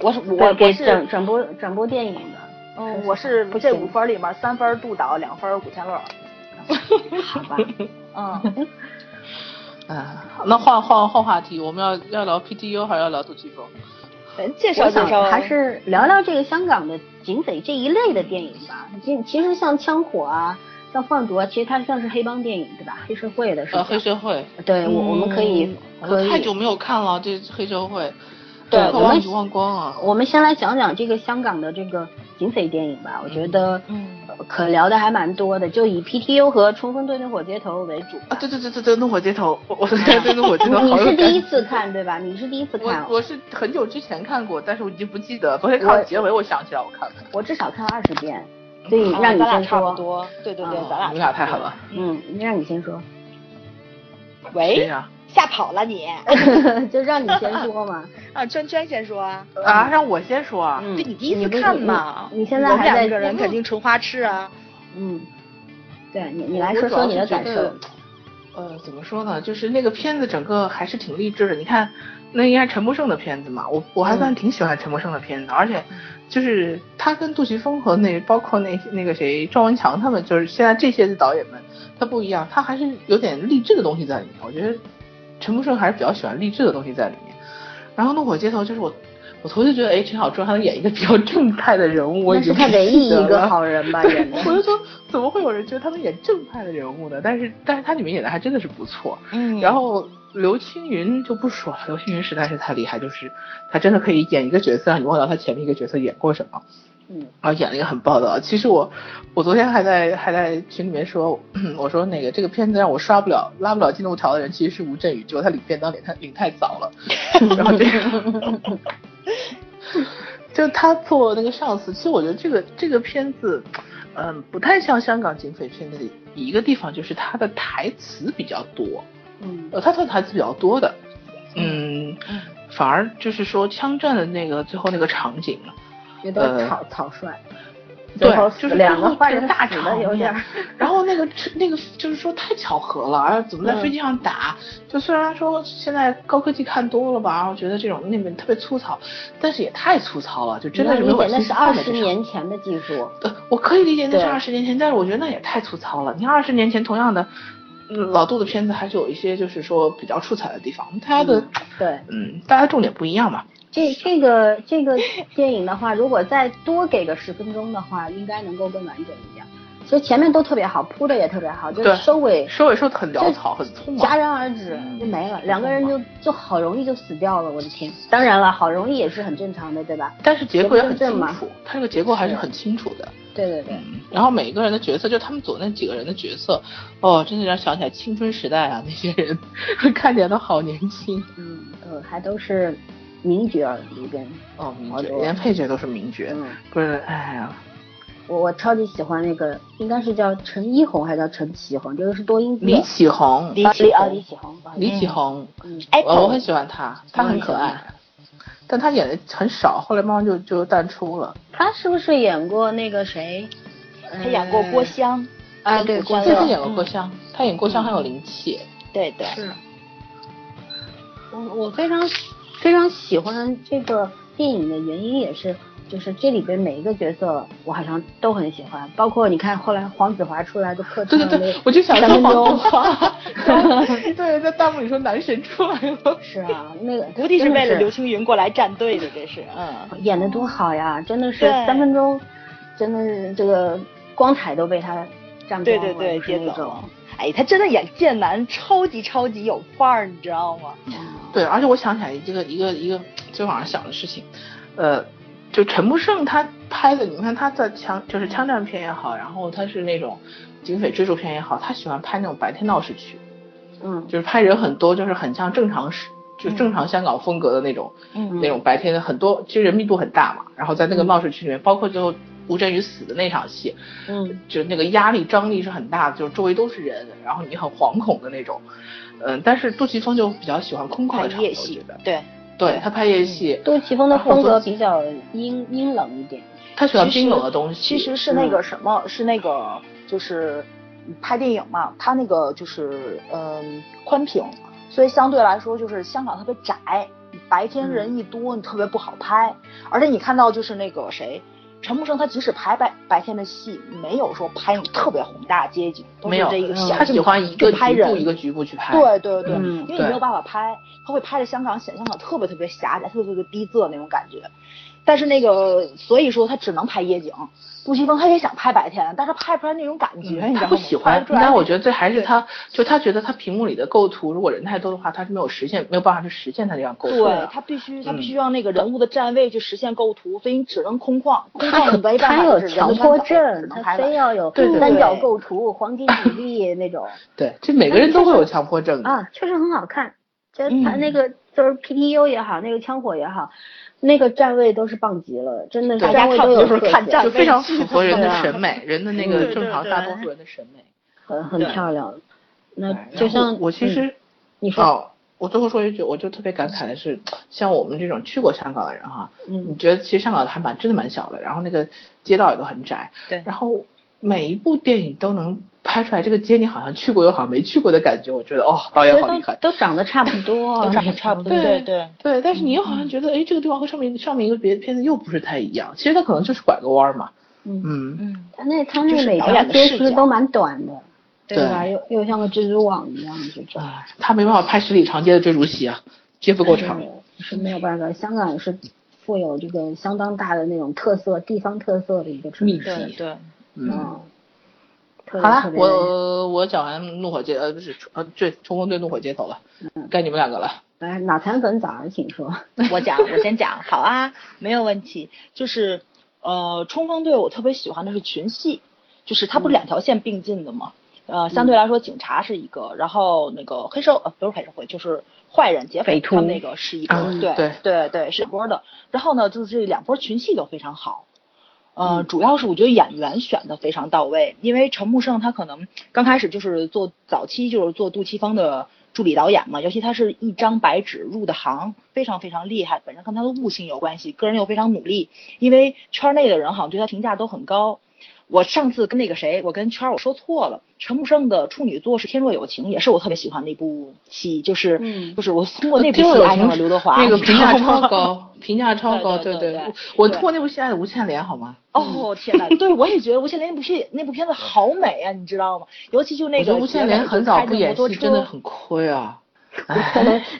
Speaker 4: 我是我
Speaker 2: 对
Speaker 4: 我
Speaker 2: 给
Speaker 4: 是
Speaker 2: 整整部整部电影的，
Speaker 4: 嗯，我是
Speaker 2: 不
Speaker 4: 这
Speaker 2: 行
Speaker 4: 五分里面三分杜导，两分古天乐。
Speaker 2: 好吧？
Speaker 4: 嗯，
Speaker 3: 啊，那换换换话题，我们要要聊 PTU 还是要聊杜琪峰？
Speaker 4: 咱介
Speaker 2: 我
Speaker 4: 绍介
Speaker 2: 想
Speaker 4: 绍，
Speaker 2: 还是聊聊这个香港的警匪这一类的电影吧。其其实像《枪火》啊，像《放逐》啊，其实它算是黑帮电影，对吧？黑社会的是吧？
Speaker 3: 呃，黑社会，
Speaker 2: 对，我我们可以
Speaker 4: 嗯
Speaker 2: 可
Speaker 3: 嗯我
Speaker 2: 以
Speaker 3: 太久没有看了这黑社会，
Speaker 2: 对
Speaker 3: 我
Speaker 2: 我们
Speaker 3: 忘记忘光了。
Speaker 2: 我们先来讲讲这个香港的这个警匪电影吧，我觉得
Speaker 4: 嗯
Speaker 2: 呃可聊的还蛮多的，就以 PTU 和《冲锋队怒火街头》为主
Speaker 3: 啊，
Speaker 2: 吧。
Speaker 3: 对对对对对，怒火街头，我我对对怒火 街头
Speaker 2: 你
Speaker 3: 好有感
Speaker 2: 是第一
Speaker 3: 觉。
Speaker 2: 次看对吧？你是第一次看
Speaker 3: 我，我是很久之前看过，但是我已经不记得。昨天看到
Speaker 2: 我
Speaker 3: 结尾，我想起来我看了。
Speaker 2: 我至少看二十遍，所以
Speaker 3: 嗯
Speaker 4: 啊
Speaker 2: 嗯让你
Speaker 4: 咱俩
Speaker 2: 先
Speaker 4: 差不
Speaker 2: 说。
Speaker 4: 多，对对对，
Speaker 2: 嗯
Speaker 4: 咱俩
Speaker 3: 你们俩太
Speaker 4: 差不
Speaker 3: 狠
Speaker 4: 多
Speaker 3: 了。。
Speaker 2: 嗯，让你先说，
Speaker 3: 谁
Speaker 4: 喂，
Speaker 2: 哎
Speaker 3: 呀？
Speaker 4: 吓跑了你
Speaker 2: 就让你先说嘛。
Speaker 4: 啊！娟娟先说啊，
Speaker 3: 啊，让我先说啊。
Speaker 2: 嗯，
Speaker 4: 对你第一次
Speaker 2: 不是
Speaker 4: 看嘛，
Speaker 2: 你你现在
Speaker 4: 我们
Speaker 2: 还在
Speaker 4: 两个人肯定纯花痴啊。
Speaker 2: 嗯，对你你来
Speaker 3: 我
Speaker 2: 说
Speaker 3: 主要
Speaker 2: 说
Speaker 3: 是
Speaker 2: 你的
Speaker 3: 觉
Speaker 2: 感
Speaker 3: 得
Speaker 2: 受。
Speaker 3: 呃，怎么说呢？就是那个片子整个还是挺励志的。你看，那应该是陈木胜的片子嘛，我我还
Speaker 2: 嗯
Speaker 3: 算挺喜欢陈木胜的片子，而且就是他跟杜琪峰和那包括那那个谁赵文强他们，就是现在这些的导演们，他不一样，他还是有点励志的东西在里面。我觉得陈木胜还是比较喜欢励志的东西在里面。然后《怒火街头》就是我我头就觉得哎陈小春还能演一个比较正派的人物，我
Speaker 2: 那
Speaker 3: 已
Speaker 2: 是
Speaker 3: 经
Speaker 2: 他
Speaker 3: 不
Speaker 2: 唯一
Speaker 3: 记得
Speaker 2: 一个
Speaker 3: 了
Speaker 2: 好人 吧，
Speaker 3: 对
Speaker 2: 演，
Speaker 3: 我
Speaker 2: 的。
Speaker 3: 就说怎么会有人觉得他能演正派的人物呢？但是但是他里面演的还真的是不错。
Speaker 4: 嗯
Speaker 3: 然后刘青云就不说了，刘青云实在是太厉害，就是他真的可以演一个角色，让你忘掉他前面一个角色演过什么。
Speaker 2: 嗯，
Speaker 3: 然后演了一个很暴躁。其实我，我昨天还在还在群里面说， 我说那个这个片子让我刷不了拉不了进度条的人其实是吴镇宇，结果他领便当领太领太早了，然后这个，就他做那个上司，其实我觉得这个这个片子，嗯、不太像香港警匪片的一个地方就是他的台词比较多，
Speaker 2: 嗯
Speaker 3: 呃，他算台词比较多的，嗯，反而就是说枪战的那个最后那个场景，啊呃
Speaker 2: 觉得草草率，
Speaker 3: 对
Speaker 2: 最后，
Speaker 3: 就
Speaker 2: 死
Speaker 3: 是
Speaker 2: 两
Speaker 3: 最
Speaker 2: 个
Speaker 3: 后
Speaker 2: 坏
Speaker 3: 这
Speaker 2: 人
Speaker 3: 个大
Speaker 2: 死
Speaker 3: 场
Speaker 2: 的有
Speaker 3: 面
Speaker 2: 点儿，
Speaker 3: 然后那个吃那个就是说太巧合了，然后怎么在飞
Speaker 2: 嗯
Speaker 3: 机上打？就虽然说现在高科技看多了吧，然后觉得这种那边特别粗糙，但是也太粗糙了，就真的是没
Speaker 2: 理
Speaker 3: 有
Speaker 2: 解
Speaker 3: 往
Speaker 2: 那
Speaker 3: 心
Speaker 2: 是
Speaker 3: 放
Speaker 2: 二
Speaker 3: 在
Speaker 2: 十
Speaker 3: 这上
Speaker 2: 年前的技术，
Speaker 3: 呃，我可以理解那是
Speaker 2: 对
Speaker 3: 二十年前，但是我觉得那也太粗糙了。你看二十年前同样的，嗯老杜的片子还是有一些就是说比较出彩的地方，他的
Speaker 2: 嗯对。
Speaker 3: 嗯，大家重点不一样嘛。
Speaker 2: 这这个这个电影的话，如果再多给个十分钟的话，应该能够更完整一点。其实前面都特别好，铺的也特别好，就是
Speaker 3: 对
Speaker 2: 收尾
Speaker 3: 收尾收的很潦
Speaker 2: 就
Speaker 3: 草，很匆忙
Speaker 2: 戛。然而止
Speaker 3: 嗯
Speaker 2: 就没了，两个人就就好容易就死掉了，我的天！当然了，好容易也是很正常的，对吧？
Speaker 3: 但是结构也很
Speaker 2: 结
Speaker 3: 清
Speaker 2: 构正嘛
Speaker 3: 楚，它这个结构还是
Speaker 2: 是
Speaker 3: 很清楚的。
Speaker 2: 对对对，
Speaker 3: 嗯，然后每个人的角色，就他们组那几个人的角色，哦，真的让想起来青春时代啊，那些人 看起来都好年轻。
Speaker 2: 嗯呃，还都是名角儿里边，
Speaker 3: 哦，名
Speaker 2: 好
Speaker 3: 角，
Speaker 2: 多
Speaker 3: 连配角都是名角，
Speaker 2: 嗯，
Speaker 3: 不是，哎呀，
Speaker 2: 我我超级喜欢那个，应该是叫陈一红还是叫陈启红，这个是多音字，
Speaker 3: 李启宏，
Speaker 4: 李
Speaker 2: 啊
Speaker 4: 启
Speaker 2: 李啊
Speaker 4: 宏
Speaker 2: 李启宏，不好意思
Speaker 3: 李启宏，
Speaker 2: 嗯，
Speaker 3: 我我
Speaker 4: Apple
Speaker 3: 很喜欢他，他很可
Speaker 2: 嗯
Speaker 3: 爱，但他演的很少，后来慢慢就就淡出了。
Speaker 2: 他是不是演过那个谁？呃
Speaker 4: 他演过郭襄，
Speaker 2: 啊，对，郭
Speaker 3: 对，他
Speaker 2: 襄
Speaker 3: 演过郭襄，他演郭襄很有灵气。
Speaker 4: 对对，
Speaker 2: 是。我我非常非常喜欢这个电影的原因也是，就是这里边每一个角色我好像都很喜欢，包括你看后来黄子华出来就客
Speaker 3: 对
Speaker 2: 串
Speaker 3: 对
Speaker 2: 了
Speaker 3: 对，我就想
Speaker 2: 三
Speaker 3: 说
Speaker 2: 分
Speaker 3: 黄
Speaker 2: 钟
Speaker 3: 子，华，对，在弹幕里说男神出来了。
Speaker 2: 是啊，那个
Speaker 4: 估计是
Speaker 2: 真的
Speaker 4: 为了刘青云过来站队的，这 是，嗯，
Speaker 2: 演的多好呀，真的是
Speaker 4: 对
Speaker 2: 三分钟，真的是这个光彩都被他占光
Speaker 4: 对
Speaker 2: 了，
Speaker 4: 对对，
Speaker 2: 就是
Speaker 4: 接
Speaker 2: 那
Speaker 4: 走
Speaker 2: 种
Speaker 4: 了。哎，他真的演剑南超级超级有范儿，你知道吗？
Speaker 3: 对，而且我想起来一个一个一个今晚上想的事情，呃，就陈木胜他拍的，你看他在枪就是枪战片也好，然后他是那种警匪追逐片也好，他喜欢拍那种白天闹市区，
Speaker 2: 嗯，
Speaker 3: 就是拍人很多，就是很像正常市，就正常香港风格的那种，
Speaker 4: 嗯
Speaker 3: 那种白天的很多，其实人密度很大嘛。然后在那个闹市区里面，包括最后吴镇宇死的那场戏，
Speaker 2: 嗯，
Speaker 3: 就是那个压力张力是很大的，就是周围都是人，然后你很惶恐的那种。嗯，但是杜琪峰就比较喜欢空旷
Speaker 4: 拍
Speaker 3: 的场
Speaker 4: 夜
Speaker 3: 合我
Speaker 4: 戏
Speaker 3: 觉得，
Speaker 4: 对，
Speaker 3: 对他拍夜戏，
Speaker 4: 嗯
Speaker 2: 杜琪峰的风格比较阴阴冷一点，
Speaker 3: 他喜欢冰冷的东西。
Speaker 4: 其实是那个什么，是那个就是拍电影嘛，他那个就是嗯宽屏，所以相对来说就是香港特别窄，白天
Speaker 3: 嗯
Speaker 4: 人一多，你特别不好拍。而且你看到就是那个谁，陈木胜他即使拍白白天的戏，没有说拍那种特别宏大街景，都
Speaker 3: 没
Speaker 4: 是
Speaker 3: 有嗯
Speaker 4: 这一个，小
Speaker 3: 他喜欢一个
Speaker 4: 就拍
Speaker 3: 局部
Speaker 4: 人
Speaker 3: 一个局部去拍。
Speaker 4: 对对对，
Speaker 2: 嗯
Speaker 4: 因为你
Speaker 3: 对
Speaker 4: 没有办法拍，他会拍的香港显香港特别特别狭窄，特别特别逼仄那种感觉。但是那个，所以说他只能拍夜景。杜琪峰他也想拍白天，但是他拍不出来那种感觉，
Speaker 3: 嗯
Speaker 4: 你
Speaker 3: 他
Speaker 4: 知道吗？
Speaker 3: 不喜
Speaker 4: 拍
Speaker 3: 欢
Speaker 4: 不，出来
Speaker 3: 但我觉得这还是
Speaker 4: 对
Speaker 3: 他，就他觉得他屏幕里的构图，如果人太多的话，他是没有实现，没有办法去实现他这样构图
Speaker 4: 对
Speaker 3: 的。
Speaker 4: 他必须，他
Speaker 3: 嗯
Speaker 4: 必须让那个人物的站位去实现构图，所以你只能空旷，空旷你没办
Speaker 2: 他
Speaker 4: 法，
Speaker 2: 有
Speaker 4: 就是人
Speaker 2: 强
Speaker 4: 都
Speaker 2: 迫
Speaker 4: 搬走只
Speaker 2: 症，
Speaker 4: 能
Speaker 2: 他
Speaker 4: 拍白
Speaker 2: 非要有
Speaker 3: 对对
Speaker 2: 三
Speaker 4: 对
Speaker 2: 角构图、黄金比例那种
Speaker 3: 对，这每个人都会有强迫症的。
Speaker 2: 啊，确实很好看。就
Speaker 4: 嗯
Speaker 2: 是他那个就是 PTU 也好，那个枪火也好，那个站位都是棒极了，真的
Speaker 4: 大
Speaker 2: 站
Speaker 4: 家
Speaker 2: 位
Speaker 4: 看
Speaker 2: 都
Speaker 4: 不
Speaker 2: 有
Speaker 4: 就是
Speaker 2: 特
Speaker 4: 看
Speaker 2: 色
Speaker 4: 站
Speaker 3: 就非常符合人
Speaker 2: 对
Speaker 3: 的
Speaker 2: 啊
Speaker 3: 审美，人的那个
Speaker 4: 嗯
Speaker 3: 正常
Speaker 4: 对对对
Speaker 3: 大多数人的审美。
Speaker 2: 很很
Speaker 4: 对
Speaker 2: 漂亮。那
Speaker 3: 哎然
Speaker 2: 就
Speaker 3: 后
Speaker 2: 像
Speaker 3: 我其
Speaker 2: 嗯
Speaker 3: 实，
Speaker 2: 你说
Speaker 3: 哦，我最后说一句，我就特别感慨的是，像我们这种去过香港的人哈，你
Speaker 2: 嗯
Speaker 3: 觉得其实香港还蛮真的蛮小的，然后那个街道也都很窄，
Speaker 4: 对
Speaker 3: 然后每一部电影都能拍出来这个街你好像去过又好像没去过的感觉，我觉得哦，导演好厉害。
Speaker 2: 都都长得差不多，
Speaker 4: 都长得哦差不多，
Speaker 3: 对
Speaker 4: 对对，
Speaker 3: 对，但是你又好像觉得，哎，这个地方和上面上面一个别的片子又不是太一样。其实它可能就是拐个弯儿嘛。
Speaker 2: 嗯，
Speaker 3: 嗯，
Speaker 4: 嗯，
Speaker 2: 他那他
Speaker 4: 就
Speaker 2: 那
Speaker 4: 是
Speaker 2: 每
Speaker 4: 导
Speaker 2: 条
Speaker 4: 演的视
Speaker 2: 街区
Speaker 4: 角
Speaker 2: 都蛮短的，
Speaker 3: 对
Speaker 2: 吧？又又像个蜘蛛网一样，这种。
Speaker 3: 啊，嗯他没办法拍十里长街的追逐戏啊，街不够长。
Speaker 2: 是没有办法，香港是富有这个相当大的那种特色、地方特色的一个城
Speaker 3: 密
Speaker 2: 市。
Speaker 3: 集
Speaker 4: 对。对，
Speaker 3: 嗯，
Speaker 2: 特别
Speaker 3: 好啦
Speaker 2: 特，别
Speaker 3: 我我讲完怒火街呃不是呃对冲锋队怒火街头了，该你们两个了。
Speaker 2: 来哎脑残粉早上请说。
Speaker 4: 我讲，我先讲，好啊，没有问题。就是呃，冲锋队我特别喜欢的是群戏，就是它不是
Speaker 2: 嗯
Speaker 4: 两条线并进的嘛。呃，相对来说，警察是一个，然后那个黑社呃不是黑社会，就是坏人劫
Speaker 2: 匪
Speaker 4: 匪
Speaker 2: 徒啊
Speaker 4: 他们那个是一
Speaker 3: 嗯
Speaker 4: 个，啊对
Speaker 3: 对
Speaker 4: 对对是一波的。然后呢，就是这两波群戏都非常好。呃，主要是我觉得演员选的非常到位，因为陈木胜他可能刚开始就是做早期就是做杜琪峰的助理导演嘛，尤其他是一张白纸入的行，非常非常厉害，本身跟他的悟性有关系，个人又非常努力，因为圈内的人好像对他评价都很高。我上次跟那个谁，我跟圈儿我说错了，陈木胜的处女作是《天若有情》，也是我特别喜欢的一部戏，就是、
Speaker 2: 嗯
Speaker 4: 就是我通过那部
Speaker 3: 听
Speaker 4: 戏
Speaker 3: 了
Speaker 4: 爱上了刘德华，
Speaker 3: 哎
Speaker 4: 哦
Speaker 3: 那个
Speaker 4: 你知
Speaker 3: 评价
Speaker 4: 道吗
Speaker 3: 超高，评价超高，
Speaker 4: 对
Speaker 3: 对
Speaker 4: 对对对
Speaker 3: 我
Speaker 4: 对
Speaker 3: 通过那部戏爱的吴倩莲，好吗？
Speaker 4: 哦天哪，对我也觉得吴倩莲那部戏那部片子好美啊，你知道吗？尤其就那
Speaker 3: 我觉
Speaker 4: 个
Speaker 3: 得吴倩
Speaker 4: 结尾
Speaker 3: 莲很
Speaker 4: 就
Speaker 3: 早
Speaker 4: 开
Speaker 3: 不
Speaker 4: 着
Speaker 3: 演
Speaker 4: 摩托
Speaker 3: 戏
Speaker 4: 车
Speaker 3: 真的很亏啊。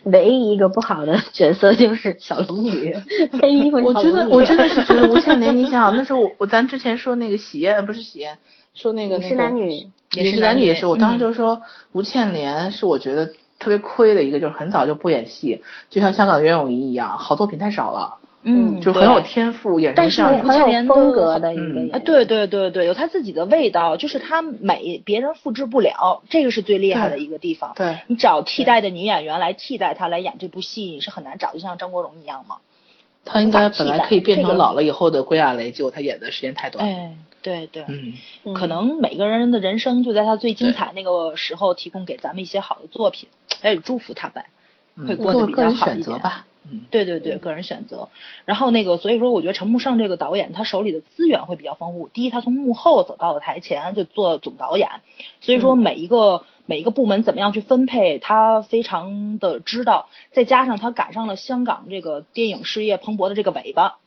Speaker 2: 唯一一个不好的角色就是小龙女， 黑衣服。
Speaker 3: 我觉得我真的是觉得吴倩莲，你想想那时候我我咱之前说那个喜宴不是喜宴，说那个
Speaker 2: 你
Speaker 3: 那
Speaker 2: 是
Speaker 3: 个
Speaker 2: 男女，
Speaker 3: 也是男女也是，我当时就
Speaker 4: 嗯
Speaker 3: 说吴倩莲是我觉得特别亏的一个，就是很早就不演戏，就像香港袁咏仪一样，好作品太少了，
Speaker 4: 嗯，
Speaker 3: 就很有
Speaker 4: 对
Speaker 3: 天赋，演
Speaker 4: 但
Speaker 3: 成这
Speaker 4: 是
Speaker 3: 样
Speaker 4: 我
Speaker 3: 的
Speaker 4: 不吴倩
Speaker 2: 很
Speaker 4: 莲
Speaker 2: 有
Speaker 4: 的
Speaker 2: 风格的一个
Speaker 3: 嗯
Speaker 2: 演
Speaker 4: 啊，
Speaker 2: 员。
Speaker 4: 对对对对，有他自己的味道，就是他美，别人复制不了，这个是最厉害的
Speaker 3: 对
Speaker 4: 一个地方。
Speaker 3: 对
Speaker 4: 你找替代的女演员来替代她来演这部戏，你是很难找，就像张国荣一样嘛。
Speaker 3: 她应该本来可以变成老了以后的归亚蕾，结果她演的时间太短。
Speaker 4: 哎，对对，
Speaker 3: 嗯，
Speaker 2: 嗯
Speaker 4: 可能每个人的人生就在他最精彩那个时候提供给咱们一些好的作品，哎，祝福他吧，会
Speaker 3: 嗯
Speaker 4: 过得
Speaker 3: 做
Speaker 4: 比
Speaker 3: 个
Speaker 4: 较
Speaker 3: 人
Speaker 4: 好
Speaker 3: 选
Speaker 4: 一
Speaker 3: 择
Speaker 4: 点。
Speaker 3: 吧。嗯，
Speaker 4: 对对对，个人选择。然后那个，所以说我觉得陈木胜这个导演，他手里的资源会比较丰富。第一，他从幕后走到了台前，就做总导演，所以说每一个、每一个部门怎么样去分配，他非常的知道。再加上他赶上了香港这个电影事业蓬勃的这个尾巴，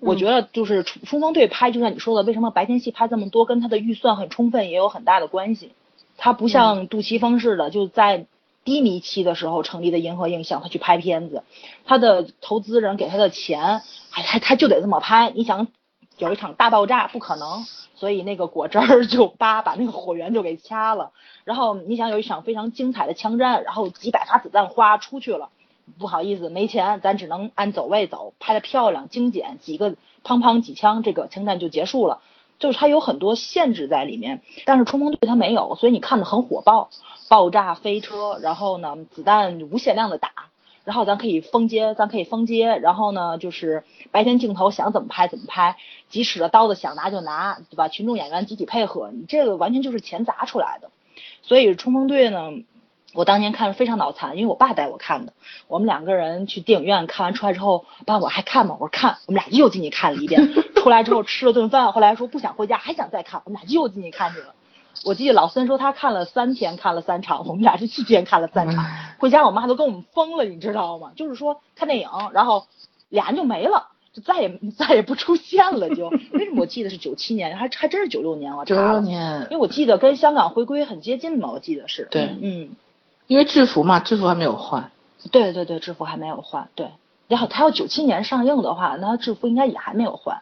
Speaker 4: 我觉得就是冲冲锋队拍，就像你说的，为什么白天戏拍这么多，跟他的预算很充分也有很大的关系。他不像杜琪峰似的，就在低迷期的时候成立的银河映像，他去拍片子，他的投资人给他的钱，还还他就得这么拍。你想有一场大爆炸，不可能，所以那个果汁儿 就叭把那个火源就给掐了。然后你想有一场非常精彩的枪战，然后几百发子弹花出去了。不好意思，没钱，咱只能按走位走，拍的漂亮精简，几个砰砰几枪，这个枪战就结束了。就是它有很多限制在里面，但是冲锋队它没有，所以你看的很火爆，爆炸、飞车，然后呢，子弹无限量的打，然后咱可以封街，咱可以封街，然后呢，就是白天镜头想怎么拍怎么拍，即使的刀子想拿就拿，对吧？群众演员集体配合，你这个完全就是钱砸出来的。所以冲锋队呢，我当年看非常脑残，因为我爸带我看的，我们两个人去电影院看完出来之后，爸我还看吗？我说看，我们俩又进去看了一遍，出来之后吃了顿饭，后来说不想回家，还想再看，我们俩又进去看去了。我记得老孙说他看了三天，看了三场，我们俩是七天看了三场。回家我妈都跟我们疯了，你知道吗？就是说看电影，然后俩人就没了，就再也 再也不出现了就。为什么我记得是九七年，还还真是九六年我查
Speaker 3: 九六
Speaker 4: 了，
Speaker 3: 年
Speaker 4: 因为，我记得跟香港回归很接近嘛，我记得是。
Speaker 3: 对
Speaker 4: 嗯，
Speaker 3: 因为制服嘛，制服还没有换。
Speaker 4: 对对对，制服还没有换，对。然后他要九七年上映的话，那制服应该也还没有换。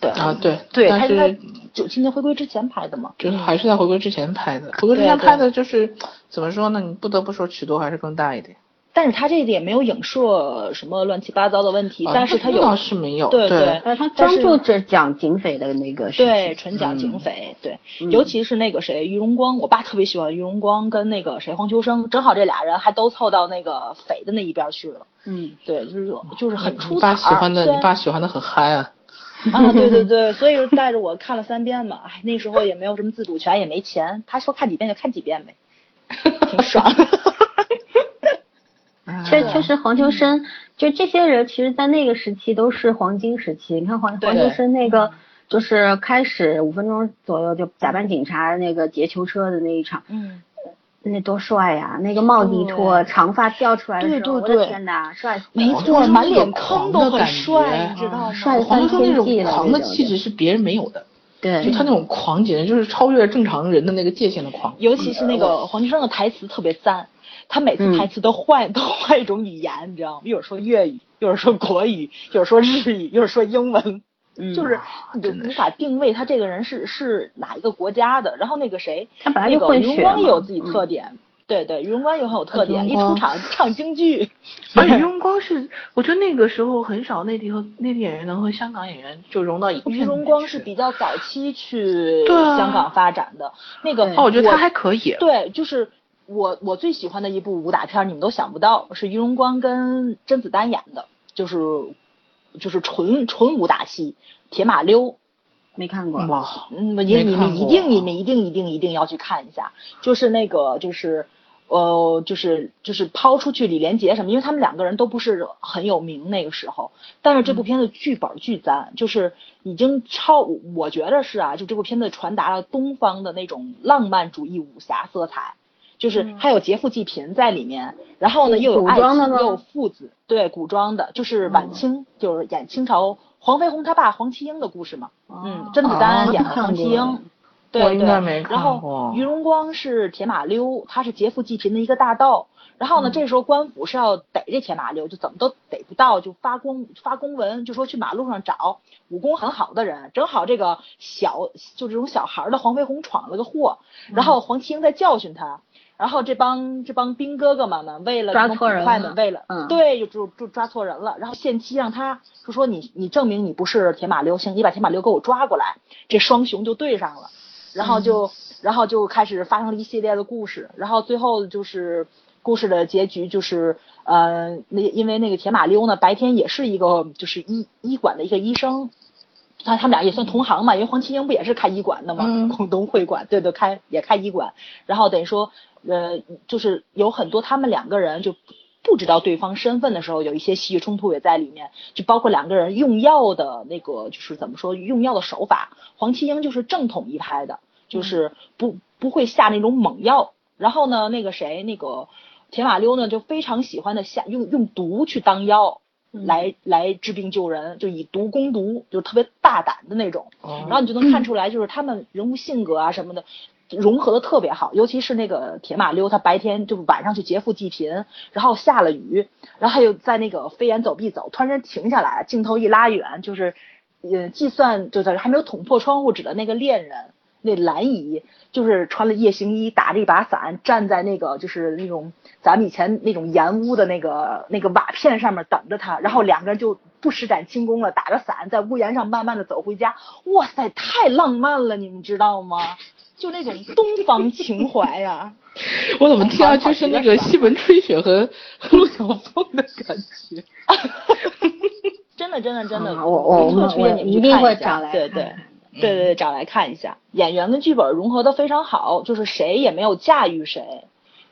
Speaker 4: 对
Speaker 3: 啊，对，
Speaker 4: 嗯对，
Speaker 3: 但
Speaker 4: 他应该嗯
Speaker 3: 是
Speaker 4: 九七年回归之前拍的嘛。
Speaker 3: 就是还是在回归之前拍的，回归之前拍的就是怎么说呢？你不得不说尺度还是更大一点。
Speaker 4: 但是他这里也没有影射什么乱七八糟的问题，
Speaker 3: 啊
Speaker 4: 但是他
Speaker 3: 那
Speaker 4: 有
Speaker 3: 倒是没有，
Speaker 4: 对
Speaker 3: 对，
Speaker 2: 但是他
Speaker 4: 但
Speaker 2: 专
Speaker 4: 是
Speaker 2: 注只讲警匪的那个事
Speaker 4: 对，
Speaker 3: 嗯
Speaker 2: 情。
Speaker 4: 纯讲警匪，对，
Speaker 2: 嗯
Speaker 4: 尤其是那个谁，于荣光，我爸特别喜欢于荣光跟那个谁黄秋生，正好这俩人还都凑到那个匪的那一边去了，
Speaker 2: 嗯，
Speaker 4: 对，就是就是很出
Speaker 3: 嗯你
Speaker 4: 彩
Speaker 3: 爸
Speaker 4: 儿。
Speaker 3: 喜欢的，
Speaker 4: 虽
Speaker 3: 你
Speaker 4: 然
Speaker 3: 爸喜欢的很嗨啊。
Speaker 4: 啊，对对对，所以就带着我看了三遍嘛，哎，那时候也没有什么自主权，也没钱，他说看几遍就看几遍呗，挺爽。嗯
Speaker 2: 确
Speaker 3: 啊
Speaker 2: 确实黄秋生就这些人，其实，在那个时期都是黄金时期。你看黄
Speaker 4: 对
Speaker 2: 黄秋生那个，就是开始五分钟左右就假扮警察那个劫囚车的那一场，
Speaker 4: 嗯，
Speaker 2: 那多帅呀！那个帽子一脱，
Speaker 4: 对
Speaker 2: 长发掉出来的时候，
Speaker 4: 对对对
Speaker 2: 我的天哪，帅死了！
Speaker 4: 没
Speaker 3: 黄
Speaker 4: 错，
Speaker 3: 秋生
Speaker 4: 满
Speaker 3: 那
Speaker 4: 脸
Speaker 3: 种狂
Speaker 4: 坑都
Speaker 3: 的
Speaker 4: 很
Speaker 3: 感
Speaker 4: 帅，
Speaker 3: 觉啊
Speaker 4: 你知道吗？
Speaker 2: 帅
Speaker 3: 黄
Speaker 2: 三
Speaker 3: 秋生那
Speaker 2: 千记
Speaker 3: 种
Speaker 2: 了
Speaker 3: 狂的
Speaker 2: 那种
Speaker 3: 气质是别人没有的，就
Speaker 2: 对，
Speaker 3: 他那种狂，简直就是超越正常人的那个界限的狂。
Speaker 1: 嗯
Speaker 4: 尤其是那个黄秋生的台词特别赞，他每次台词都换、 都换一种语言，你知道吗？一会儿说粤语，一会儿说国语，一会儿说日语，一会儿说英文，
Speaker 2: 嗯
Speaker 4: 就是
Speaker 1: 啊
Speaker 4: 你就无法定位他这个人是是哪一个国家的。然后那个谁，
Speaker 2: 他本来
Speaker 4: 那
Speaker 2: 就
Speaker 4: 个
Speaker 2: 混
Speaker 4: 于
Speaker 2: 血
Speaker 4: 荣光也
Speaker 2: 嘛嗯
Speaker 4: 有自
Speaker 1: 嗯
Speaker 4: 己特点，对对，于荣光也很有特点，一出场唱京 剧，
Speaker 1: 而且荣光是，我觉得那个时候很少内地和内地演员能和香港演员就融到一片里
Speaker 4: 于
Speaker 1: 面
Speaker 4: 荣光
Speaker 1: 去
Speaker 4: 是比较早期去
Speaker 1: 对啊
Speaker 4: 香港发展的、那个。
Speaker 1: 哦，我觉得他还可以。
Speaker 4: 对，就是我我最喜欢的一部武打片儿，你们都想不到，是于荣光跟甄子丹演的，就是就是纯纯武打戏，《铁马溜》。
Speaker 2: 没看过，
Speaker 1: 哇，
Speaker 4: 嗯，你
Speaker 1: 没
Speaker 4: 你
Speaker 1: 看
Speaker 4: 们一
Speaker 1: 过
Speaker 4: 定你们一定一定一定要去看一下，就是那个就是。呃，就是就是抛出去李连杰什么，因为他们两个人都不是很有名那个时候，但是这部片子剧本巨赞，就是已经超，我觉得是啊，就这部片子传达了东方的那种浪漫主义武侠色彩，就是还有劫富济贫在里面，然后呢
Speaker 2: 是
Speaker 4: 又
Speaker 2: 嗯
Speaker 4: 有
Speaker 2: 古
Speaker 4: 爱
Speaker 2: 装的嗯
Speaker 4: 情，又
Speaker 2: 吗
Speaker 4: 有父子，对，古装的，就是晚清，就是演清朝黄飞鸿他爸黄七英的故事嘛，嗯，甄子丹
Speaker 2: 哦
Speaker 4: 演
Speaker 2: 那
Speaker 4: 的
Speaker 2: 看
Speaker 4: 黄七
Speaker 2: 过
Speaker 4: 英，对
Speaker 1: 我
Speaker 4: 对，
Speaker 1: 应该没看
Speaker 4: 然后
Speaker 1: 过
Speaker 4: 于荣光是铁马溜，他是劫富济贫的一个大盗。然后呢，这时候官府是要逮这铁马溜，就怎么都逮不到，就发公发公文，就说去马路上找武功很好的人。正好这个小就这种小孩儿的黄飞鸿闯了个祸，然后黄七英在教训他。然后这帮这帮兵哥哥们们为了
Speaker 2: 抓
Speaker 4: 这帮
Speaker 2: 错
Speaker 4: 捕
Speaker 2: 人
Speaker 4: 快
Speaker 2: 了
Speaker 4: 们为了
Speaker 2: 嗯
Speaker 4: 对，就就就抓错人了。然后限期让他就说你你证明你不是铁马溜，行，你把铁马溜给我抓过来。这双雄就对上了，然后就、然后就开始发生了一系列的故事，然后最后就是故事的结局就是呃那因为那个铁马溜呢白天也是一个就是医医馆的一个医生。他他们俩也算同行嘛，因为黄麒英不也是开医馆的嘛，
Speaker 1: 嗯
Speaker 4: 广东会馆，对对，开也开医馆，然后等于说，呃，就是有很多他们两个人就不知道对方身份的时候，有一些戏剧冲突也在里面，就包括两个人用药的那个，就是怎么说用药的手法。黄七英就是正统一派的，就是不不会下那种猛药。然后呢，那个谁，那个铁马溜呢，就非常喜欢的下用用毒去当药。来来治病救人，就以毒攻毒，就特别大胆的那种。然后
Speaker 1: 哦，
Speaker 4: 你就能看出来，就是他们人物性格啊什么的融合的特别好，尤其是那个铁马溜，他白天就晚上去劫富济贫，然后下了雨，然后他又在那个飞檐走壁走，突然间停下来，镜头一拉远，就是呃计算就在还没有捅破窗户纸的那个恋人。那蓝姨就是穿了夜行衣，打着一把伞，站在那个就是那种咱们以前那种盐屋的那个那个瓦片上面等着他，然后两个人就不施展轻功了，打着伞在屋檐上慢慢的走回家。哇塞，太浪漫了，你们知道吗？就那种东方情怀啊呀、
Speaker 1: 我怎么听到就是那个西门吹雪和 和陆小凤的感觉？
Speaker 4: 真的真的真的，
Speaker 2: 啊我我
Speaker 4: 不
Speaker 2: 我
Speaker 4: 错推荐
Speaker 2: 我
Speaker 4: 你们去
Speaker 2: 一定
Speaker 4: 看
Speaker 2: 会
Speaker 4: 下
Speaker 2: 找来
Speaker 4: 对
Speaker 2: 看
Speaker 4: 对
Speaker 2: 看
Speaker 4: 对对对，找来看一下，演员跟剧本融合的非常好，就是谁也没有驾驭谁，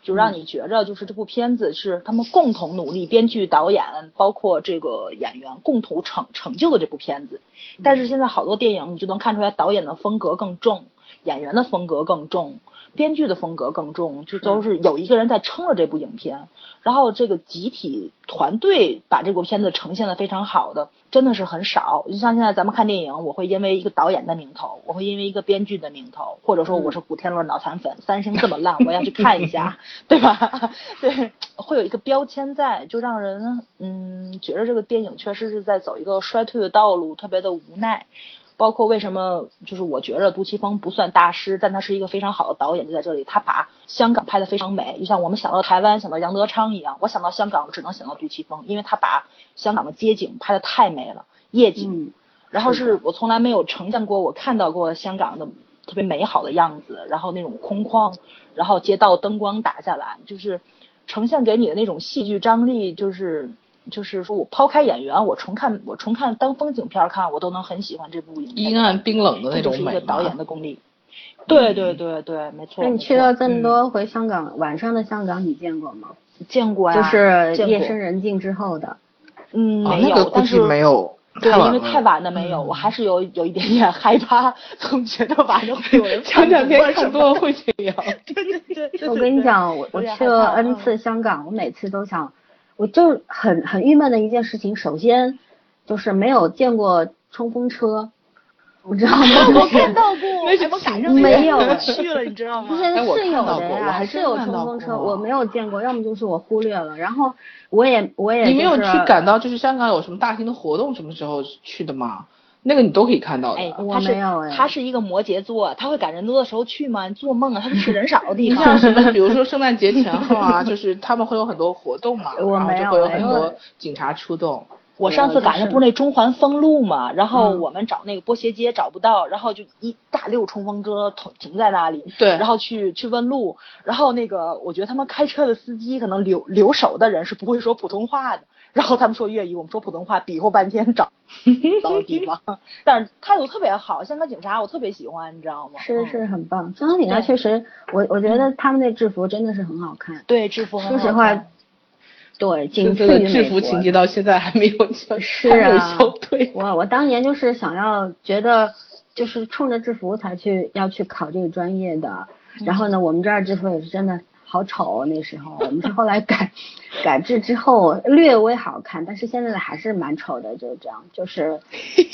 Speaker 4: 就让你觉着就是这部片子是他们共同努力，编剧、导演包括这个演员共同成成就的这部片子。但是现在好多电影你就能看出来，导演的风格更重，演员的风格更重，编剧的风格更重，就都是有一个人在撑着这部影片。然后这个集体团队把这部片子呈现的非常好的，真的是很少。就像现在咱们看电影，我会因为一个导演的名头，我会因为一个编剧的名头，或者说我是古天乐脑残粉，三星这么烂，我要去看一下，对吧？ 对，会有一个标签在，就让人嗯觉得这个电影确实是在走一个衰退的道路，特别的无奈。包括为什么，就是我觉着杜琪峰不算大师，但他是一个非常好的导演，就在这里，他把香港拍得非常美，就像我们想到台湾想到杨德昌一样，我想到香港我只能想到杜琪峰，因为他把香港的街景拍得太美了，夜景，
Speaker 2: 嗯，
Speaker 4: 然后是我从来没有呈现过我看到过香港的特别美好的样子，然后那种空旷，然后街道灯光打下来，就是呈现给你的那种戏剧张力，就是就是说我抛开演员，我纯看我纯看当风景片儿看，我都能很喜欢这部影片。
Speaker 1: 阴暗冰冷的
Speaker 4: 这
Speaker 1: 那
Speaker 4: 就是
Speaker 1: 种
Speaker 4: 一
Speaker 1: 美嗯
Speaker 4: 个
Speaker 1: 吧。
Speaker 4: 导演的功力。对对对对，没错。
Speaker 2: 那你
Speaker 4: 没
Speaker 2: 去
Speaker 4: 错嗯
Speaker 2: 了这么多回香港，晚上的香港你见过吗？
Speaker 4: 见过呀？
Speaker 2: 就是
Speaker 4: 见
Speaker 2: 夜
Speaker 4: 过
Speaker 2: 深人静之后的，
Speaker 4: 嗯，
Speaker 1: 哦，
Speaker 4: 没
Speaker 1: 那
Speaker 4: 有，
Speaker 1: 个估
Speaker 4: 但
Speaker 1: 计
Speaker 4: 是
Speaker 1: 没。有，
Speaker 4: 对，因
Speaker 1: 晚
Speaker 4: 为
Speaker 1: 了。
Speaker 4: 太晚了没有，我还是有有一点点害怕，总觉得晚上会有人
Speaker 1: 枪战片看多
Speaker 4: 了。
Speaker 1: 了会这样。
Speaker 4: 对对对对，
Speaker 2: 我跟你讲，我我
Speaker 4: 有点
Speaker 2: 去
Speaker 4: 害
Speaker 2: 了
Speaker 4: 怕
Speaker 2: n
Speaker 4: 嗯
Speaker 2: 次香港，我每次都想，我就很很郁闷的一件事情，首先就是没有见过冲锋车，我知道吗？
Speaker 4: 我看到过，
Speaker 1: 那是
Speaker 4: 哎我赶上
Speaker 2: 情
Speaker 4: 那个
Speaker 2: 没有
Speaker 4: 人
Speaker 2: 哎
Speaker 4: 去了，你知道
Speaker 2: 不
Speaker 4: 吗
Speaker 2: 是？
Speaker 1: 哎我
Speaker 2: 是
Speaker 1: 看
Speaker 2: 有
Speaker 1: 到
Speaker 2: 的
Speaker 1: 过我还
Speaker 2: 呀，是
Speaker 1: 真
Speaker 2: 有
Speaker 1: 看
Speaker 2: 冲
Speaker 1: 到
Speaker 2: 锋车，
Speaker 1: 过啊
Speaker 2: 我没有见过，要么就是我忽略了，然后我也我也
Speaker 1: 你没有
Speaker 2: 就是
Speaker 1: 去感到就是香港有什么大型的活动什么时候去的吗？那个你都可以看到的。
Speaker 4: 哎，
Speaker 2: 我
Speaker 4: 他是
Speaker 2: 没有哎
Speaker 4: 他是一个摩羯座，他会赶人多的时候去吗？你做梦啊！他们去人少的地
Speaker 1: 你
Speaker 4: 方
Speaker 1: 像。什么，比如说圣诞节前后 啊，就是他们会有很多活动嘛，
Speaker 2: 我
Speaker 1: 然后
Speaker 2: 没
Speaker 1: 就
Speaker 2: 有
Speaker 1: 会有
Speaker 2: 哎
Speaker 1: 很
Speaker 2: 因
Speaker 1: 多
Speaker 2: 为
Speaker 1: 警察出动。
Speaker 4: 我上次赶上不是那中环封路嘛，然后
Speaker 2: 嗯
Speaker 4: 我们找那个波鞋街找不到，然后就一大溜冲锋车停停在那里，
Speaker 1: 对，
Speaker 4: 然后去去问路，然后那个我觉得他们开车的司机可能留留守的人是不会说普通话的，然后他们说粤语，我们说普通话，比划半天 找到地方，但是态度特别好，香港警察我特别喜欢，你知道吗？
Speaker 2: 是
Speaker 4: 嗯，
Speaker 2: 是很棒，香港警察
Speaker 4: 对嗯
Speaker 2: 确实，我我觉得他们那制服真的是很好看。
Speaker 4: 对，制服很
Speaker 2: 说实
Speaker 4: 好
Speaker 2: 话
Speaker 4: 看，哎
Speaker 2: 对，
Speaker 1: 这
Speaker 2: 仅
Speaker 1: 次
Speaker 2: 次于
Speaker 1: 的制
Speaker 2: 美
Speaker 1: 服
Speaker 2: 国
Speaker 1: 情节到现在还没有 消，
Speaker 2: 是
Speaker 1: 还没有
Speaker 2: 啊
Speaker 1: 消退。
Speaker 2: 我我当年就是想要觉得就是冲着制服才去要去考这个专业的，然后呢，我们这儿制服也是真的好丑，哦那时候我们是后来改 改制之后略微好看，但是现在的还是蛮丑的，就是这样，就是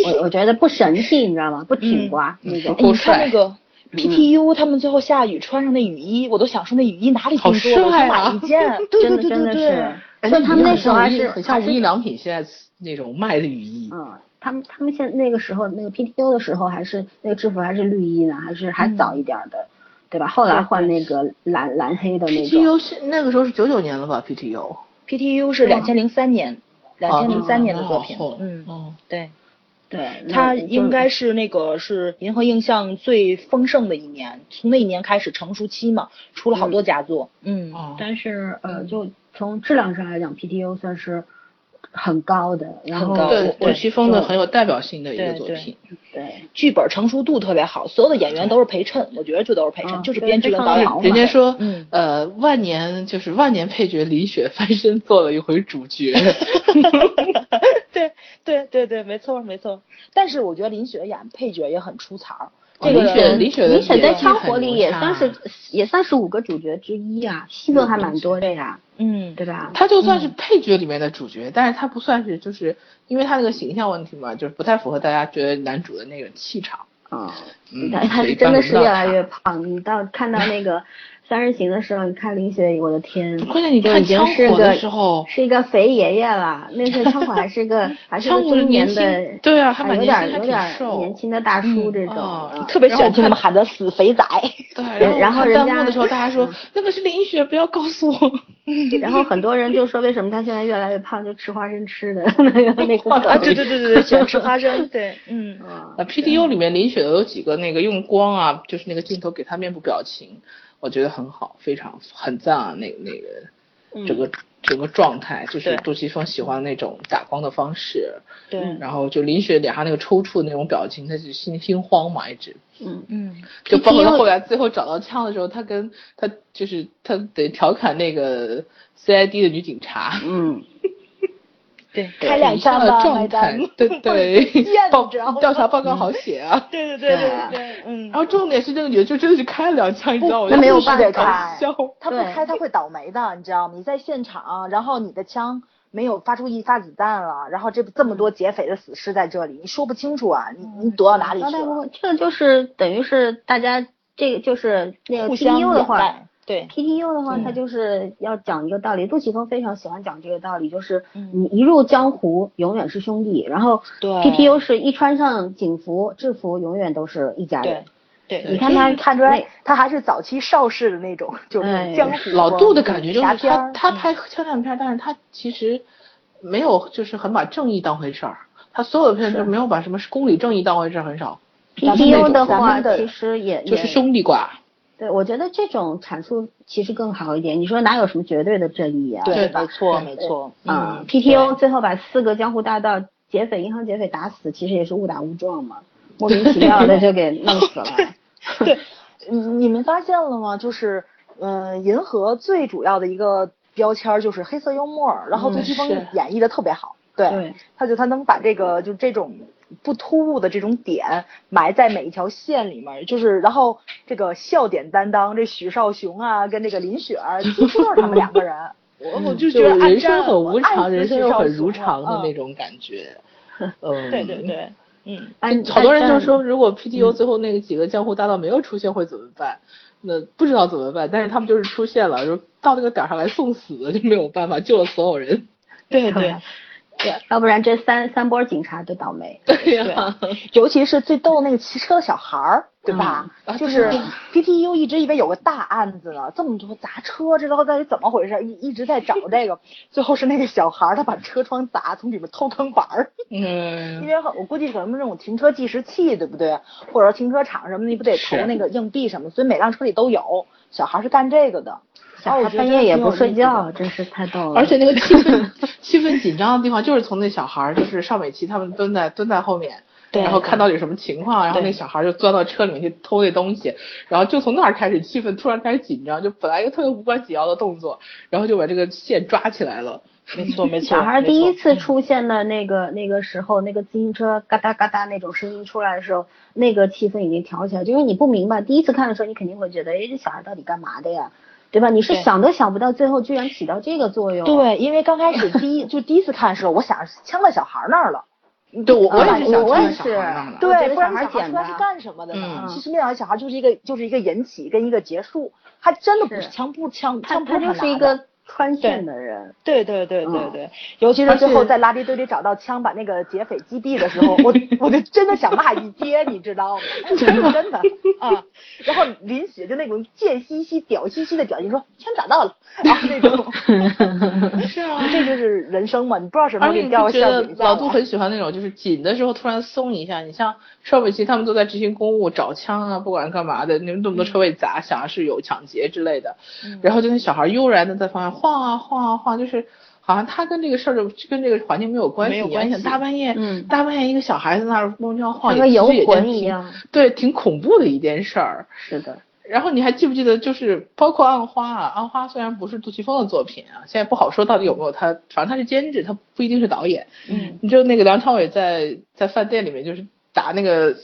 Speaker 2: 我我觉得不神气，你知道吗？不挺刮那种
Speaker 1: 嗯。
Speaker 4: 哎，你
Speaker 1: 够帅
Speaker 4: 看那个 PTU 他们最后下雨穿上那雨衣，我都想说那雨衣哪里
Speaker 1: 好
Speaker 4: 定做的，我
Speaker 1: 帅
Speaker 4: 就
Speaker 1: 啊
Speaker 4: 买一 件。对
Speaker 2: 真的
Speaker 4: 对对
Speaker 2: 真
Speaker 4: 对
Speaker 2: 的
Speaker 4: 对
Speaker 2: 是。，就他们那时候还是
Speaker 1: 很像无
Speaker 2: 还是
Speaker 1: 印良品现在那种卖的雨衣，
Speaker 2: 嗯，他们他们现那个时候那个 PTO 的时候还是那个制服还是绿衣呢，还是还早一点儿的，嗯对吧？后来换那个蓝蓝黑的那种。
Speaker 1: PTU 是那个时候是九九年了吧？PTU，
Speaker 4: PTU 是两千零三年，两千零三年的作
Speaker 2: 啊
Speaker 4: 品。
Speaker 1: 嗯
Speaker 4: 嗯，
Speaker 1: 嗯，
Speaker 4: 对，
Speaker 2: 对，
Speaker 4: 它
Speaker 2: 那就
Speaker 4: 应该是那个是银河映像最丰盛的一年，从那一年开始成熟期嘛，出了好多佳作。嗯，
Speaker 1: 哦，
Speaker 2: 但是呃，
Speaker 4: 嗯
Speaker 2: 就从质量上来讲，PTO 算是很高的，然后
Speaker 4: 很高
Speaker 2: 我
Speaker 1: 对，
Speaker 4: 对
Speaker 1: 我
Speaker 2: 我
Speaker 1: 区风的很有代表性的一个
Speaker 4: 对
Speaker 1: 作
Speaker 4: 对
Speaker 1: 品。
Speaker 2: 对
Speaker 4: 剧本成熟度特别好，所有的演员都是哦陪衬，我觉得就都是陪衬，
Speaker 2: 嗯
Speaker 4: 就是编剧跟导
Speaker 2: 对非
Speaker 4: 演
Speaker 2: 常好。
Speaker 1: 人家说
Speaker 4: 嗯，
Speaker 1: 呃，万年就是万年配角李雪翻身做了一回主角，
Speaker 4: 对 对对对，没错没错。但是我觉得林雪演配角也很出彩儿。这
Speaker 1: 李
Speaker 4: 个
Speaker 1: 雪李雪的
Speaker 2: 李雪在
Speaker 1: 演
Speaker 2: 《
Speaker 1: 技
Speaker 2: 枪
Speaker 1: 很
Speaker 2: 火》里
Speaker 1: 牛
Speaker 2: 也
Speaker 1: 叉啊
Speaker 2: 算是也算是五个主角之一啊，戏份还蛮多的呀，
Speaker 4: 嗯，
Speaker 2: 对吧？
Speaker 1: 他就算是配角里面的主角，但是他不算是就是因为他那个形象问题嘛，就是不太符合大家觉得男主的那种气场。
Speaker 2: 嗯，
Speaker 1: 嗯，
Speaker 2: 但他
Speaker 1: 所
Speaker 2: 是
Speaker 1: 以
Speaker 2: 真的
Speaker 1: 办不
Speaker 2: 是
Speaker 1: 到
Speaker 2: 越来
Speaker 1: 他
Speaker 2: 越胖。你到看到那 个《三人行》的时候，你看林雪，我的天，
Speaker 1: 关键你
Speaker 2: 就
Speaker 1: 看
Speaker 2: 已经
Speaker 1: 枪
Speaker 2: 是
Speaker 1: 火的
Speaker 2: 个
Speaker 1: 时候
Speaker 2: 是一个肥爷爷了。那时候枪火还是 个还是个
Speaker 1: 枪火是
Speaker 2: 中年
Speaker 1: 年轻
Speaker 2: 的，
Speaker 1: 对啊还蛮
Speaker 2: 有
Speaker 1: 年
Speaker 2: 点有
Speaker 1: 轻还挺
Speaker 2: 点
Speaker 1: 瘦
Speaker 2: 年轻的大叔这种啊
Speaker 1: 哦
Speaker 2: 的。
Speaker 4: 特别喜欢听他们喊的“死肥仔
Speaker 1: 对，
Speaker 2: 对
Speaker 1: 然
Speaker 2: 然
Speaker 1: 后
Speaker 2: 后
Speaker 1: 看
Speaker 2: 人
Speaker 1: 弹幕
Speaker 2: 家嗯
Speaker 1: 的时候，大家说那个是林雪，不要告诉我。
Speaker 2: 然后很多人就说，为什么他现在越来越胖，就吃花生吃的那个 那个”。梗。
Speaker 4: 啊，对对对对对，喜欢吃花生。对，嗯，
Speaker 2: 嗯
Speaker 1: 啊，PDU 里面林雪有几个那个用光啊，就是那个镜头给她面部表情，我觉得很好，非常很赞啊，那那
Speaker 4: 嗯
Speaker 1: 个
Speaker 2: 嗯
Speaker 1: 整个、整个状态，就是
Speaker 4: 对
Speaker 1: 杜琪峰喜欢那种打光的方式，
Speaker 4: 对，
Speaker 1: 然后就林雪脸上那个抽搐的那种表情，她就心心慌嘛，一直
Speaker 2: 嗯，
Speaker 4: 嗯，
Speaker 1: 就包括她
Speaker 2: PTO
Speaker 1: 后来最后找到枪的时候，她跟她就是她得调侃那个 CID 的女警察。
Speaker 2: 嗯，
Speaker 4: 对，开两
Speaker 1: 这
Speaker 4: 枪
Speaker 1: 样的
Speaker 4: 吧，
Speaker 1: 状
Speaker 4: 麦
Speaker 1: 态
Speaker 4: 当。，
Speaker 1: 对对，报
Speaker 4: 知道吗
Speaker 1: 调查报告好写啊。
Speaker 4: 对对对对对，嗯
Speaker 1: 然。后重点是这个女的就真的是开了两枪，你知道吗？
Speaker 2: 那没有办法
Speaker 1: 得笑。
Speaker 4: 他不
Speaker 2: 对
Speaker 4: 开他会倒霉的，你知道吗？你在现场，然后你的枪没有发出一发子弹了，然后这这么多劫匪的死尸在这里，你说不清楚啊，你
Speaker 1: 嗯
Speaker 4: 你躲到哪里去
Speaker 2: 高大
Speaker 4: 了？
Speaker 2: 哥这嗯个就是等于是大家这个就是那个
Speaker 4: 互相
Speaker 2: PU 的
Speaker 4: 掩
Speaker 2: 话，
Speaker 4: 盖，对
Speaker 2: PTU 的话，
Speaker 4: 嗯
Speaker 2: 它就是要讲一个道理。杜琪峰非常喜欢讲这个道理，就是
Speaker 4: 嗯
Speaker 2: 你一入江湖永远是兄弟，然后
Speaker 4: 对
Speaker 2: PTU 是一穿上警服制服永远都是一家人
Speaker 4: 对。对，
Speaker 2: 你看他
Speaker 4: 看出
Speaker 2: 那
Speaker 4: 来他还是早期邵氏的那 种，就是江湖
Speaker 1: 哎老
Speaker 4: 风
Speaker 1: 杜的感觉就是
Speaker 4: 侠片
Speaker 1: 他
Speaker 4: 儿
Speaker 1: 他
Speaker 4: 嗯
Speaker 1: 拍枪战片，但是他其实没有就是很把正义当回事儿，他所有的片就没有把什么公理正义当回事儿，很少，咱们那
Speaker 2: PTU
Speaker 1: 种
Speaker 2: 的
Speaker 4: 咱
Speaker 2: 话，
Speaker 4: 们的
Speaker 2: 其实也
Speaker 1: 就是
Speaker 2: 也
Speaker 1: 兄弟挂。
Speaker 2: 对，我觉得这种阐述其实更好一点。你说哪有什么绝对的正义啊？
Speaker 1: 对
Speaker 4: 嗯对，
Speaker 1: 吧
Speaker 4: 没错没错，
Speaker 2: 啊
Speaker 4: 嗯
Speaker 2: ，PTO 最后把四个江湖大盗劫匪、银行劫匪打死，其实也是误打误撞嘛，莫名其妙的就给弄死 了。
Speaker 4: 对，你你们发现了吗？就是，呃，银河最主要的一个标签儿就是黑色幽默，然后
Speaker 1: 嗯
Speaker 4: 杜琪峰
Speaker 1: 是
Speaker 4: 演绎的特别好，对，
Speaker 2: 对
Speaker 4: 他就他能把这个就这种不突兀的这种点埋在每一条线里面，就是然后这个笑点担当这许绍雄啊，跟这个林雪儿，几乎都是他们两个人。我我嗯就觉得
Speaker 1: 人
Speaker 4: 按
Speaker 1: 生
Speaker 4: 照
Speaker 1: 很无
Speaker 4: 我爱
Speaker 1: 常，
Speaker 4: 死
Speaker 1: 人生
Speaker 4: 许
Speaker 1: 又
Speaker 4: 绍
Speaker 1: 很
Speaker 4: 雄
Speaker 1: 如
Speaker 4: 了
Speaker 1: 常的
Speaker 4: 嗯
Speaker 1: 那种感觉。嗯，
Speaker 4: 对对对，嗯
Speaker 3: 嗯，
Speaker 2: 按
Speaker 1: 好多人就
Speaker 2: 按
Speaker 1: 说，如果 PTO 最后那个几个江湖大盗没有出现会怎么办？那不知道怎么办，但是他们就是出现了，就到那个点儿上来送死就没有办法，救了所有人。
Speaker 3: 对对
Speaker 2: 对，要不然这三三波警察都倒霉。
Speaker 1: 对
Speaker 3: 对
Speaker 1: 呀、，
Speaker 4: 尤其是最逗那个骑车的小孩儿，对吧？
Speaker 1: 啊
Speaker 4: 就
Speaker 1: 对
Speaker 4: 是
Speaker 1: 啊
Speaker 4: PTU 一直以为有个大案子呢，这么多砸车，这到底怎么回事？一一直在找这个，最后是那个小孩儿他把车窗砸，从里面掏钢板儿，因
Speaker 1: 嗯，
Speaker 4: 为我估计可能是那种停车计时器，对不对？或者说停车场什么的，你不得投
Speaker 1: 是
Speaker 4: 那个硬币什么，所以每辆车里都有。小孩儿是干这个的，然后我
Speaker 2: 他
Speaker 4: 觉得
Speaker 2: 半夜也
Speaker 4: 挺有
Speaker 2: 不睡
Speaker 4: 意思的
Speaker 2: 觉，真是太
Speaker 3: 嗯
Speaker 2: 逗了。
Speaker 1: 而且那个气 氛气氛紧张的地方，就是从那小孩儿，就是邵美琪他们蹲在蹲在后面，
Speaker 3: 对
Speaker 1: 然后看到底什么情况，然后那小孩就钻到车里面去偷那东西，然后就从那儿开始气氛突然开始紧张，就本来一个特别无关紧要的动作，然后就把这个线抓起来了。
Speaker 3: 没错没错。
Speaker 2: 小孩
Speaker 3: 没
Speaker 2: 第一
Speaker 3: 错
Speaker 2: 次出现的那个那个时候，那个自行车嘎哒嘎哒那种声音出来的时候，那个气氛已经挑起来，就因为你不明白，第一次看的时候你肯定会觉得，哎，这小孩到底干嘛的呀？对吧？你是
Speaker 3: 对
Speaker 2: 想都想不到，最后居然起到这个作用。，
Speaker 4: 对，因为刚开始第一就第一次看的时候，我想是呛到小孩儿那儿了。
Speaker 1: 对，我我也
Speaker 3: 嗯
Speaker 1: 是
Speaker 2: 啊
Speaker 1: 想
Speaker 2: 我
Speaker 1: 看
Speaker 2: 也
Speaker 1: 小
Speaker 2: 是
Speaker 1: 孩儿那儿的。
Speaker 2: 我觉
Speaker 4: 对，
Speaker 2: 得
Speaker 4: 不然
Speaker 2: 小孩
Speaker 4: 小
Speaker 2: 儿
Speaker 4: 孩
Speaker 2: 捡
Speaker 4: 出来
Speaker 2: 的
Speaker 4: 是干什么的呢？
Speaker 1: 嗯
Speaker 4: 其实没想到小孩就是一个就是一个引起跟一个结束，他真的不
Speaker 2: 是
Speaker 4: 是枪不枪
Speaker 2: 他
Speaker 4: 枪不
Speaker 2: 他就是一
Speaker 4: 拿的。
Speaker 2: 个穿线的人。
Speaker 3: 对对对
Speaker 2: 嗯
Speaker 3: 对对，
Speaker 4: 尤其
Speaker 1: 而
Speaker 4: 是最后
Speaker 1: 且
Speaker 4: 在垃圾堆里找到枪，把那个劫匪击毙的时候，我我就真的想骂一街，你知道吗？哎真的真的啊！然后林雪就那种贱兮兮、屌兮兮的表情，说枪找到了，然后那种，
Speaker 1: 是啊。
Speaker 4: 这就是人生嘛，你不知道什么时
Speaker 1: 而
Speaker 4: 候
Speaker 1: 且
Speaker 4: 给
Speaker 1: 你
Speaker 4: 掉
Speaker 1: 不
Speaker 4: 个
Speaker 1: 觉
Speaker 4: 馅
Speaker 1: 得
Speaker 4: 儿饼下
Speaker 1: 老杜
Speaker 4: 来
Speaker 1: 很喜欢那种，就是紧的时候突然松一下。你像邵美琪他们都在执行公务、找枪啊，不管干嘛的，你们那么多车被砸，想要是有抢劫之类的，然后就那小孩悠然的在旁边晃啊晃啊晃，就是好像他跟这个事儿就跟这个环境没有关系
Speaker 3: 没有
Speaker 1: 一样。
Speaker 3: 关
Speaker 1: 你想
Speaker 3: 系
Speaker 1: 大半夜，
Speaker 2: 嗯
Speaker 1: 大半夜一个小孩子在那儿蹦蹦跳晃，
Speaker 2: 像
Speaker 1: 也
Speaker 2: 个游
Speaker 1: 其实也
Speaker 2: 魂
Speaker 1: 就
Speaker 2: 一
Speaker 1: 挺
Speaker 2: 样，
Speaker 1: 对，挺恐怖的一件事儿。
Speaker 2: 是的，
Speaker 1: 然后你还记不记得，就是包括《暗花》啊，《暗花》虽然不是杜琪峰的作品啊，现在不好说到底有没有他，反正他是监制，他不一定是导演。
Speaker 3: 嗯，
Speaker 1: 你就那个梁朝伟在在饭店里面就是打那个，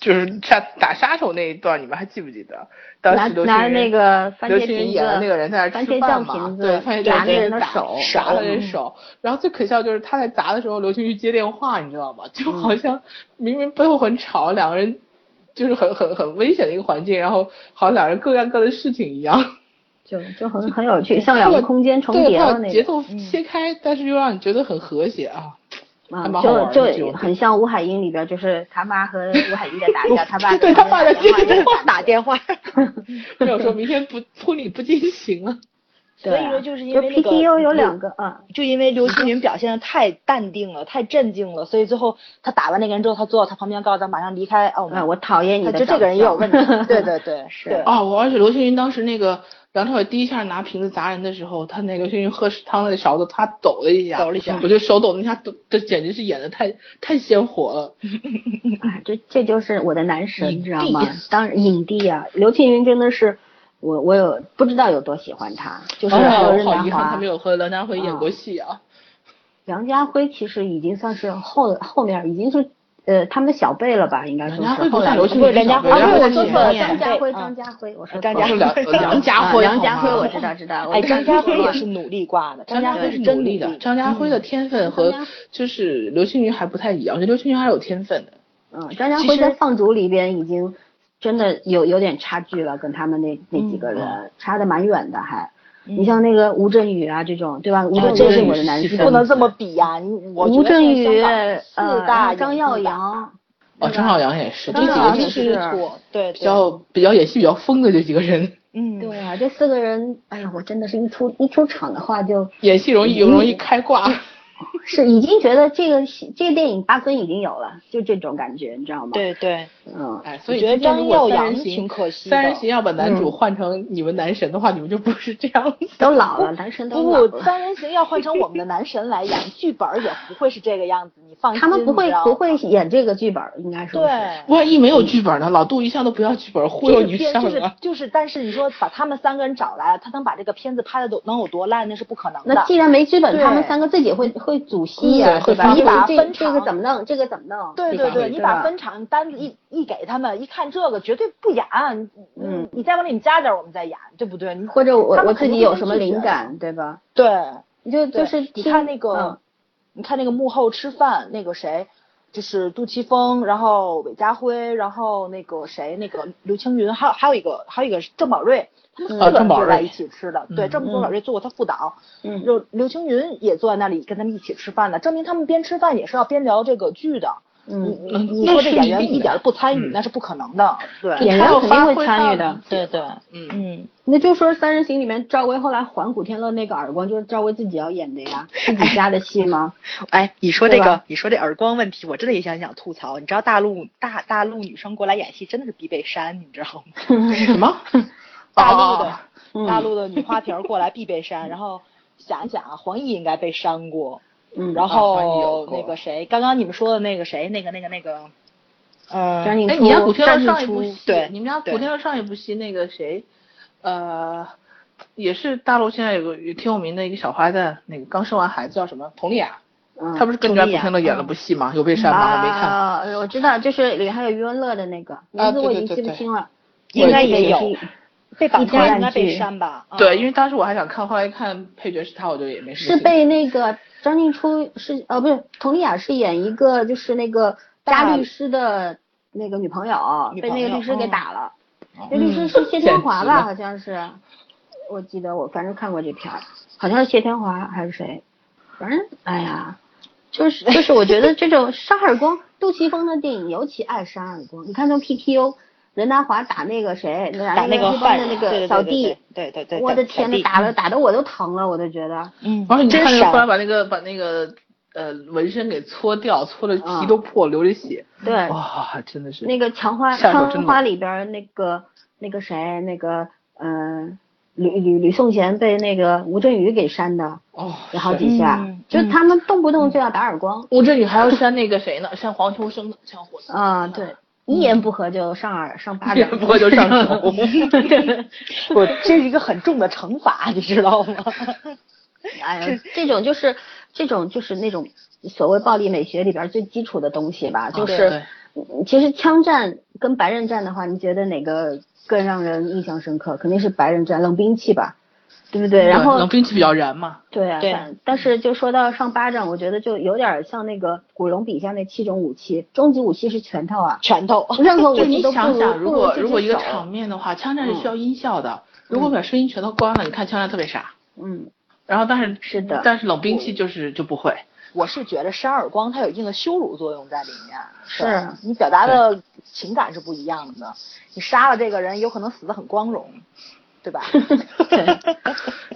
Speaker 1: 就是杀打杀手那一段，你们还记不记得？当
Speaker 2: 拿
Speaker 1: 时刘青
Speaker 2: 拿
Speaker 1: 云
Speaker 2: 那个番
Speaker 1: 刘
Speaker 2: 茄
Speaker 1: 青云
Speaker 2: 瓶
Speaker 1: 演的
Speaker 2: 子
Speaker 1: 那个人在那
Speaker 2: 番
Speaker 1: 儿吃
Speaker 2: 茄
Speaker 1: 饭
Speaker 2: 酱
Speaker 1: 嘛
Speaker 2: 瓶，子
Speaker 1: 对，番茄
Speaker 2: 砸
Speaker 1: 酱瓶
Speaker 2: 那
Speaker 1: 子
Speaker 2: 人的
Speaker 1: 打
Speaker 2: 手
Speaker 1: 砸了人
Speaker 2: 嗯
Speaker 1: 手。然后最可笑就是他在砸的时候，刘青云接电话，你知道吗？就好像明明背后很吵，两个人就是很很很危险的一个环境，然后好像两人各干各的事情一样。
Speaker 2: 就就很很有趣，像两个空间重
Speaker 1: 对，
Speaker 2: 叠
Speaker 1: 他
Speaker 2: 了
Speaker 1: 把
Speaker 2: 那
Speaker 1: 节
Speaker 2: 种。嗯
Speaker 1: 奏切开，但是又让你觉得很和谐啊。
Speaker 2: 啊
Speaker 1: 还，蛮好玩
Speaker 2: 就
Speaker 1: 的这
Speaker 2: 就
Speaker 1: 种
Speaker 2: 很像吴海英里边，就是他妈和吴海英在打架，他爸
Speaker 1: 对他爸在接
Speaker 2: 电
Speaker 1: 电
Speaker 2: 话
Speaker 1: 话
Speaker 4: 打电话，
Speaker 1: 没有说明天不婚礼不进行了。
Speaker 2: 对
Speaker 3: 所以
Speaker 2: 啊
Speaker 3: 说就是因
Speaker 2: 就
Speaker 3: 为那个
Speaker 2: PTU 有
Speaker 3: 有
Speaker 2: 两个啊，
Speaker 3: 就因为刘青云表现的太淡定了，太镇静了，所以最后
Speaker 4: 他打完那个人之后，他坐到他旁边，告诉他马上离开啊，我们
Speaker 2: 啊，我讨厌你
Speaker 4: 他
Speaker 2: 的
Speaker 4: 就
Speaker 2: 长相。
Speaker 4: 这个人也 有问题。对对对，
Speaker 2: 是
Speaker 4: 对
Speaker 1: 哦，我而且刘青云当时那个梁朝伟第一下拿瓶子砸人的时候，他那个刘青云喝汤的勺子，他抖了一下，
Speaker 3: 抖了一下
Speaker 1: 我觉得手抖那下抖，这简直是演的太太鲜活了。
Speaker 2: 哎，这这就是我的男神，
Speaker 1: 影
Speaker 2: 知道
Speaker 1: 帝
Speaker 2: 吗？当然影帝啊，刘青云真的是我我有不知道有多喜欢他，就是
Speaker 1: 哎呀
Speaker 2: 还有
Speaker 1: 我
Speaker 2: 任达
Speaker 1: 好遗憾他
Speaker 2: 华
Speaker 1: 没、有和梁家辉演过戏啊。
Speaker 2: 梁家辉，其实已经算是后后面已经是呃他们的小辈了吧，应该
Speaker 1: 梁
Speaker 2: 说
Speaker 1: 家
Speaker 2: 是
Speaker 1: 辉
Speaker 2: 后
Speaker 1: 不
Speaker 2: 来
Speaker 1: 像。刘青
Speaker 3: 不是
Speaker 1: 云小辈，
Speaker 3: 梁家辉
Speaker 2: 啊，
Speaker 3: 不
Speaker 1: 梁家
Speaker 3: 是
Speaker 2: 我
Speaker 1: 辉
Speaker 2: 说错
Speaker 1: 是
Speaker 2: 了，
Speaker 1: 小
Speaker 3: 啊
Speaker 2: 张家辉，张家哦辉，我说
Speaker 1: 辈。
Speaker 3: 张
Speaker 2: 错
Speaker 3: 家
Speaker 1: 不
Speaker 2: 了
Speaker 1: 是
Speaker 3: 辉
Speaker 1: 哦梁啊梁家辉，
Speaker 2: 梁啊家辉，我知
Speaker 1: 好吗
Speaker 2: 道知道，
Speaker 3: 哎，
Speaker 2: 我
Speaker 3: 张
Speaker 2: 张
Speaker 3: 家
Speaker 2: 家
Speaker 3: 辉
Speaker 2: 辉
Speaker 3: 也是努力挂的，
Speaker 1: 张
Speaker 3: 家辉
Speaker 1: 家辉
Speaker 3: 是
Speaker 1: 是
Speaker 3: 真
Speaker 1: 努
Speaker 3: 努
Speaker 1: 力的，张家辉的天分和
Speaker 2: 张家
Speaker 1: 就是刘青云还不太一样，我觉得刘青云还是有天分的。
Speaker 2: 嗯，张家辉在放逐里边已经真的有有点差距了，跟他们那那几个人、差的蛮远的还。
Speaker 4: 嗯
Speaker 2: 你像那个吴镇宇啊这种，对吧？吴镇
Speaker 4: 哦
Speaker 2: 宇
Speaker 1: 这
Speaker 2: 是
Speaker 1: 是
Speaker 2: 我的男嗯
Speaker 1: 戏
Speaker 2: 神，
Speaker 1: 份
Speaker 4: 不能这么比呀、你我
Speaker 2: 吴
Speaker 4: 觉得
Speaker 2: 镇
Speaker 4: 现在
Speaker 2: 宇，
Speaker 4: 香港四大
Speaker 2: 呃，张耀
Speaker 4: 影帝吧，
Speaker 2: 扬，
Speaker 1: 哦，张耀扬也是，
Speaker 2: 张
Speaker 1: 这几
Speaker 2: 耀
Speaker 1: 个
Speaker 2: 扬
Speaker 1: 就
Speaker 2: 也是
Speaker 1: 是
Speaker 3: 错，对，
Speaker 1: 比较比较演戏比较疯的这几个人，
Speaker 3: 嗯，
Speaker 2: 对啊，这四个人，哎呀，我真的是一出一出场的话就，
Speaker 1: 演戏容易容易开挂。
Speaker 2: 是已经觉得这个戏这个电影八分已经有了，就这种感觉，你知道吗？，
Speaker 3: 对对，
Speaker 2: 嗯，
Speaker 1: 哎，所以
Speaker 3: 我觉得
Speaker 1: 今天如果
Speaker 3: 张耀
Speaker 1: 三人
Speaker 3: 扬
Speaker 1: 行
Speaker 3: 挺可惜的
Speaker 1: 三人行要把男主换成你们男神的话，你们就不是这样子。
Speaker 2: 都老了，男神都老
Speaker 4: 不不，
Speaker 2: 了，
Speaker 4: 三人行要换成我们的男神来演，剧本也不会是这个样子，你放心。
Speaker 2: 他们不
Speaker 4: 你
Speaker 2: 会
Speaker 4: 知道吗
Speaker 2: 不会演这个剧本，应该 说是。
Speaker 3: 对，
Speaker 1: 万一没有剧本呢？老杜一向都不要剧本，忽悠
Speaker 4: 就是
Speaker 1: 你
Speaker 4: 片
Speaker 1: 上
Speaker 4: 就是
Speaker 1: 啊。
Speaker 4: 就是，但是你说把他们三个人找来，他能把这个片子拍的都能有多烂，那是不可能
Speaker 2: 那
Speaker 4: 的
Speaker 2: 既。然没剧本，
Speaker 4: 对
Speaker 2: 他们三个自己会会组戏
Speaker 1: 嗯
Speaker 2: 呀、对
Speaker 1: 对
Speaker 2: 吧？
Speaker 1: 会
Speaker 2: 你
Speaker 4: 发
Speaker 2: 把
Speaker 4: 挥
Speaker 2: 这
Speaker 4: 分
Speaker 2: 这个
Speaker 4: 场
Speaker 2: 怎么弄，这个怎么弄？
Speaker 4: 对对对，你
Speaker 2: 吧
Speaker 4: 把分场单子一一给他们，一看这个绝对不演，
Speaker 2: 嗯，
Speaker 4: 你再往里面加点，我们再演，对不对？你
Speaker 2: 或者我
Speaker 4: 他
Speaker 2: 我
Speaker 4: 们
Speaker 2: 自
Speaker 4: 肯定
Speaker 2: 己
Speaker 4: 不
Speaker 2: 有
Speaker 4: 能
Speaker 2: 什么
Speaker 4: 拒绝
Speaker 2: 灵
Speaker 4: 的
Speaker 2: 感，对吧？
Speaker 4: 对，
Speaker 2: 就就
Speaker 4: 对
Speaker 2: 是
Speaker 4: 你
Speaker 2: 听
Speaker 4: 看那个，
Speaker 2: 嗯
Speaker 4: 你看那个幕后吃饭那个谁，就是杜琪峰，然后韦家辉，然后那个谁，那个刘青云，还有还有一个还有一个是郑宝瑞，他们四个
Speaker 1: 啊
Speaker 4: 人
Speaker 1: 郑宝
Speaker 4: 坐在
Speaker 1: 瑞
Speaker 4: 一起吃的，
Speaker 1: 嗯
Speaker 4: 对，郑郑宝瑞做过他副导，
Speaker 2: 嗯
Speaker 4: 就刘青云也坐在那里跟他们一起吃饭的，证明他们边吃饭也是要边聊这个剧的。
Speaker 2: 嗯，
Speaker 4: 你
Speaker 1: 嗯
Speaker 4: 你你
Speaker 1: 那
Speaker 4: 说
Speaker 1: 是
Speaker 4: 这演
Speaker 1: 一
Speaker 4: 员
Speaker 1: 定
Speaker 4: 一点儿
Speaker 1: 的
Speaker 4: 不参与
Speaker 1: 嗯
Speaker 4: 那是不可能的，对
Speaker 2: 演
Speaker 1: 他
Speaker 2: 员
Speaker 1: 要
Speaker 2: 肯定
Speaker 1: 发
Speaker 2: 会
Speaker 1: 挥
Speaker 2: 参
Speaker 1: 他
Speaker 2: 与的，
Speaker 4: 对对，
Speaker 1: 嗯，
Speaker 4: 嗯，
Speaker 2: 那就说《三人行》里面赵薇后来还古天乐那个耳光，就是赵薇自己要演的呀，自己加的戏吗？
Speaker 5: 哎，你说这
Speaker 2: 对
Speaker 5: 个
Speaker 2: 吧，
Speaker 5: 你说这耳光问题，我真的也想想吐槽。你知道大陆大大陆女生过来演戏真的是必被删，你知道吗？
Speaker 1: 什么？
Speaker 4: 大陆的、
Speaker 2: 嗯
Speaker 4: 哦大陆的女花瓶儿过来必被删，然后想一想啊，黄奕应该被删过，
Speaker 2: 嗯，
Speaker 4: 然
Speaker 1: 黄奕有
Speaker 4: 后
Speaker 1: 过
Speaker 4: 那个谁，刚刚你们说的那个谁，那个那个那个，呃，
Speaker 2: 张静
Speaker 1: 哎，
Speaker 2: 初，
Speaker 1: 你家古天
Speaker 5: 张
Speaker 1: 乐
Speaker 5: 静
Speaker 1: 上一
Speaker 5: 初
Speaker 1: 部戏，
Speaker 5: 对
Speaker 1: 你们家
Speaker 5: 对
Speaker 1: 古天乐上一部戏那个谁，呃，也是大陆现在有个也挺有名的一个小花旦，那个刚生完孩子叫什么佟丽娅，
Speaker 2: 嗯
Speaker 1: 她不是跟着
Speaker 5: 佟丽
Speaker 1: 古
Speaker 5: 娅
Speaker 1: 天乐演了部戏吗？有被删吗？我没看。
Speaker 2: 啊，我知道，就是里面还有余文乐的那个名字，
Speaker 1: 对
Speaker 2: 我
Speaker 1: 对
Speaker 2: 已经
Speaker 1: 对
Speaker 2: 记不
Speaker 1: 对
Speaker 2: 清了。
Speaker 4: 应该
Speaker 2: 我记得
Speaker 4: 也有
Speaker 2: 是一
Speaker 4: 被绑
Speaker 2: 一
Speaker 4: 架应
Speaker 2: 家
Speaker 4: 该
Speaker 2: 人
Speaker 4: 被
Speaker 2: 剧
Speaker 4: 删吧？啊
Speaker 1: 对，因为当时我还想看，后来一看配角是他，我就也没什
Speaker 2: 是
Speaker 1: 么兴趣
Speaker 2: 被那个张静初是呃不是佟丽娅是演一个就是那个
Speaker 4: 大
Speaker 2: 大律师的那个女朋友，
Speaker 4: 女
Speaker 2: 被
Speaker 4: 朋
Speaker 2: 那个
Speaker 4: 友
Speaker 2: 律师给
Speaker 4: 嗯
Speaker 2: 打了。
Speaker 1: 哦
Speaker 2: 那律师是谢天华吧？
Speaker 1: 简
Speaker 2: 好像是，我记得我反正看过这片儿，好像是谢天华还是谁，反正哎呀，就是就是我觉得这 种杀耳光，杜琪峰的电影尤其爱杀耳光。你看从 PQ 任达华打那个谁，
Speaker 4: 打
Speaker 2: 打
Speaker 4: 那个
Speaker 2: 黑帮
Speaker 4: 犯
Speaker 2: 的那
Speaker 4: 人
Speaker 2: 个
Speaker 4: 对对对
Speaker 2: 小
Speaker 4: 对
Speaker 2: 弟，
Speaker 4: 对对对，嗯
Speaker 2: 我的天呐，
Speaker 4: 呐，
Speaker 2: 打了打的我都疼了，我都觉得。
Speaker 4: 嗯，
Speaker 1: 而且你
Speaker 4: 真
Speaker 1: 看那个，
Speaker 4: 闪
Speaker 1: 后来把那个把那个呃纹身给搓掉，搓的皮都破，流着血。
Speaker 2: 对，
Speaker 1: 哇，真的是
Speaker 2: 嗯那个墙花
Speaker 1: 下手
Speaker 2: 枪
Speaker 1: 真
Speaker 2: 花
Speaker 1: 猛
Speaker 2: 里边儿那个那个谁那个嗯、呃吕吕吕颂贤被那个吴镇宇给扇的
Speaker 1: 哦，
Speaker 2: 有好
Speaker 1: 是
Speaker 2: 几下，
Speaker 4: 嗯
Speaker 2: 就
Speaker 4: 嗯
Speaker 2: 他们动不动就要打耳光
Speaker 3: 嗯
Speaker 1: 吴镇宇还要扇那个谁呢？扇黄秋生呢，扇火 呢。
Speaker 2: 啊、对，一言不合就上耳上巴掌，
Speaker 1: 不过就 上头。
Speaker 4: 我这是一个很重的惩罚，你知道吗？
Speaker 2: 哎呀，这种就是这种就是那种所谓暴力美学里边儿最基础的东西吧，就
Speaker 1: 对
Speaker 2: 是、嗯其实枪战跟白刃战的话，你觉得哪个更让人印象深刻？肯定是白刃战，冷兵器吧，对不对？然后
Speaker 1: 嗯冷兵器比较燃嘛。
Speaker 2: 对啊，
Speaker 4: 对
Speaker 2: 反但是就说到上巴掌，我觉得就有点像那个古龙笔下那七种武器，终极武器是拳头啊，
Speaker 4: 拳头，
Speaker 2: 任何武
Speaker 1: 哦就
Speaker 2: 器
Speaker 1: 你
Speaker 2: 都不
Speaker 1: 想想，
Speaker 2: 如
Speaker 1: 如
Speaker 2: 不如
Speaker 1: 果
Speaker 2: 这
Speaker 1: 如果
Speaker 2: 只
Speaker 1: 一个
Speaker 2: 手嗯
Speaker 1: 场面的话，枪战是需要音效的。如果把声音全都关了，你看枪战特别傻。
Speaker 2: 嗯，
Speaker 1: 然后但是
Speaker 2: 是的
Speaker 1: 但是冷兵器就是就不会。
Speaker 4: 我是觉得扇耳光它有一定的羞辱作用在里面，
Speaker 2: 是
Speaker 4: 对你表达的情感是不一样的。你杀了这个人，有可能死得很光荣， 对吧？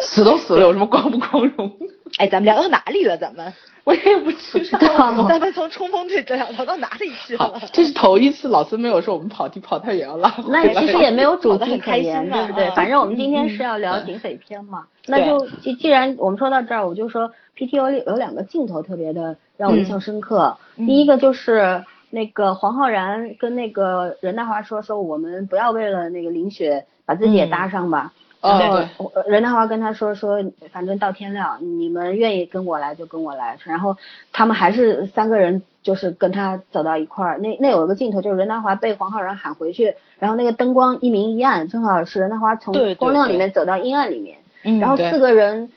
Speaker 1: 死都死了，有什么光不光荣？
Speaker 4: 哎，咱们聊到哪里了？咱 们
Speaker 1: 我也不知道。
Speaker 4: 咱们从冲锋队聊聊到哪里去
Speaker 1: 好
Speaker 4: 了？，
Speaker 1: 这是头一次老孙没有说我们跑题跑太远了，拉回
Speaker 2: 那
Speaker 1: 来
Speaker 2: 其实也没有主
Speaker 4: 跑得
Speaker 2: 题
Speaker 4: 很
Speaker 2: 可
Speaker 4: 开
Speaker 2: 言，
Speaker 4: 心啊
Speaker 2: 对不对？
Speaker 4: 嗯
Speaker 2: 反正我们今天是要
Speaker 1: 嗯
Speaker 2: 聊警匪片嘛，那
Speaker 4: 对
Speaker 2: 就既既然我们说到这儿，我就说 PTO 里有两个镜头特别的让我印
Speaker 1: 嗯
Speaker 2: 象深刻，第一个就是。那个黄浩然跟那个任达华说说，我们不要为了那个林雪把自己
Speaker 1: 嗯
Speaker 2: 也搭上吧，
Speaker 1: 哦
Speaker 2: 然
Speaker 1: 对
Speaker 2: 后呃任达华跟他说说，反正到天亮，你们愿意跟我来就跟我来。然后他们还是三个人，就是跟他走到一块儿。那那有一个镜头就是任达华被黄浩然喊回去，然后那个灯光一明一暗，正好是任达华
Speaker 4: 对
Speaker 2: 从
Speaker 4: 对
Speaker 2: 光亮里
Speaker 4: 对
Speaker 2: 面走到阴暗里面，
Speaker 4: 嗯
Speaker 2: 然后
Speaker 1: 对
Speaker 2: 四个人。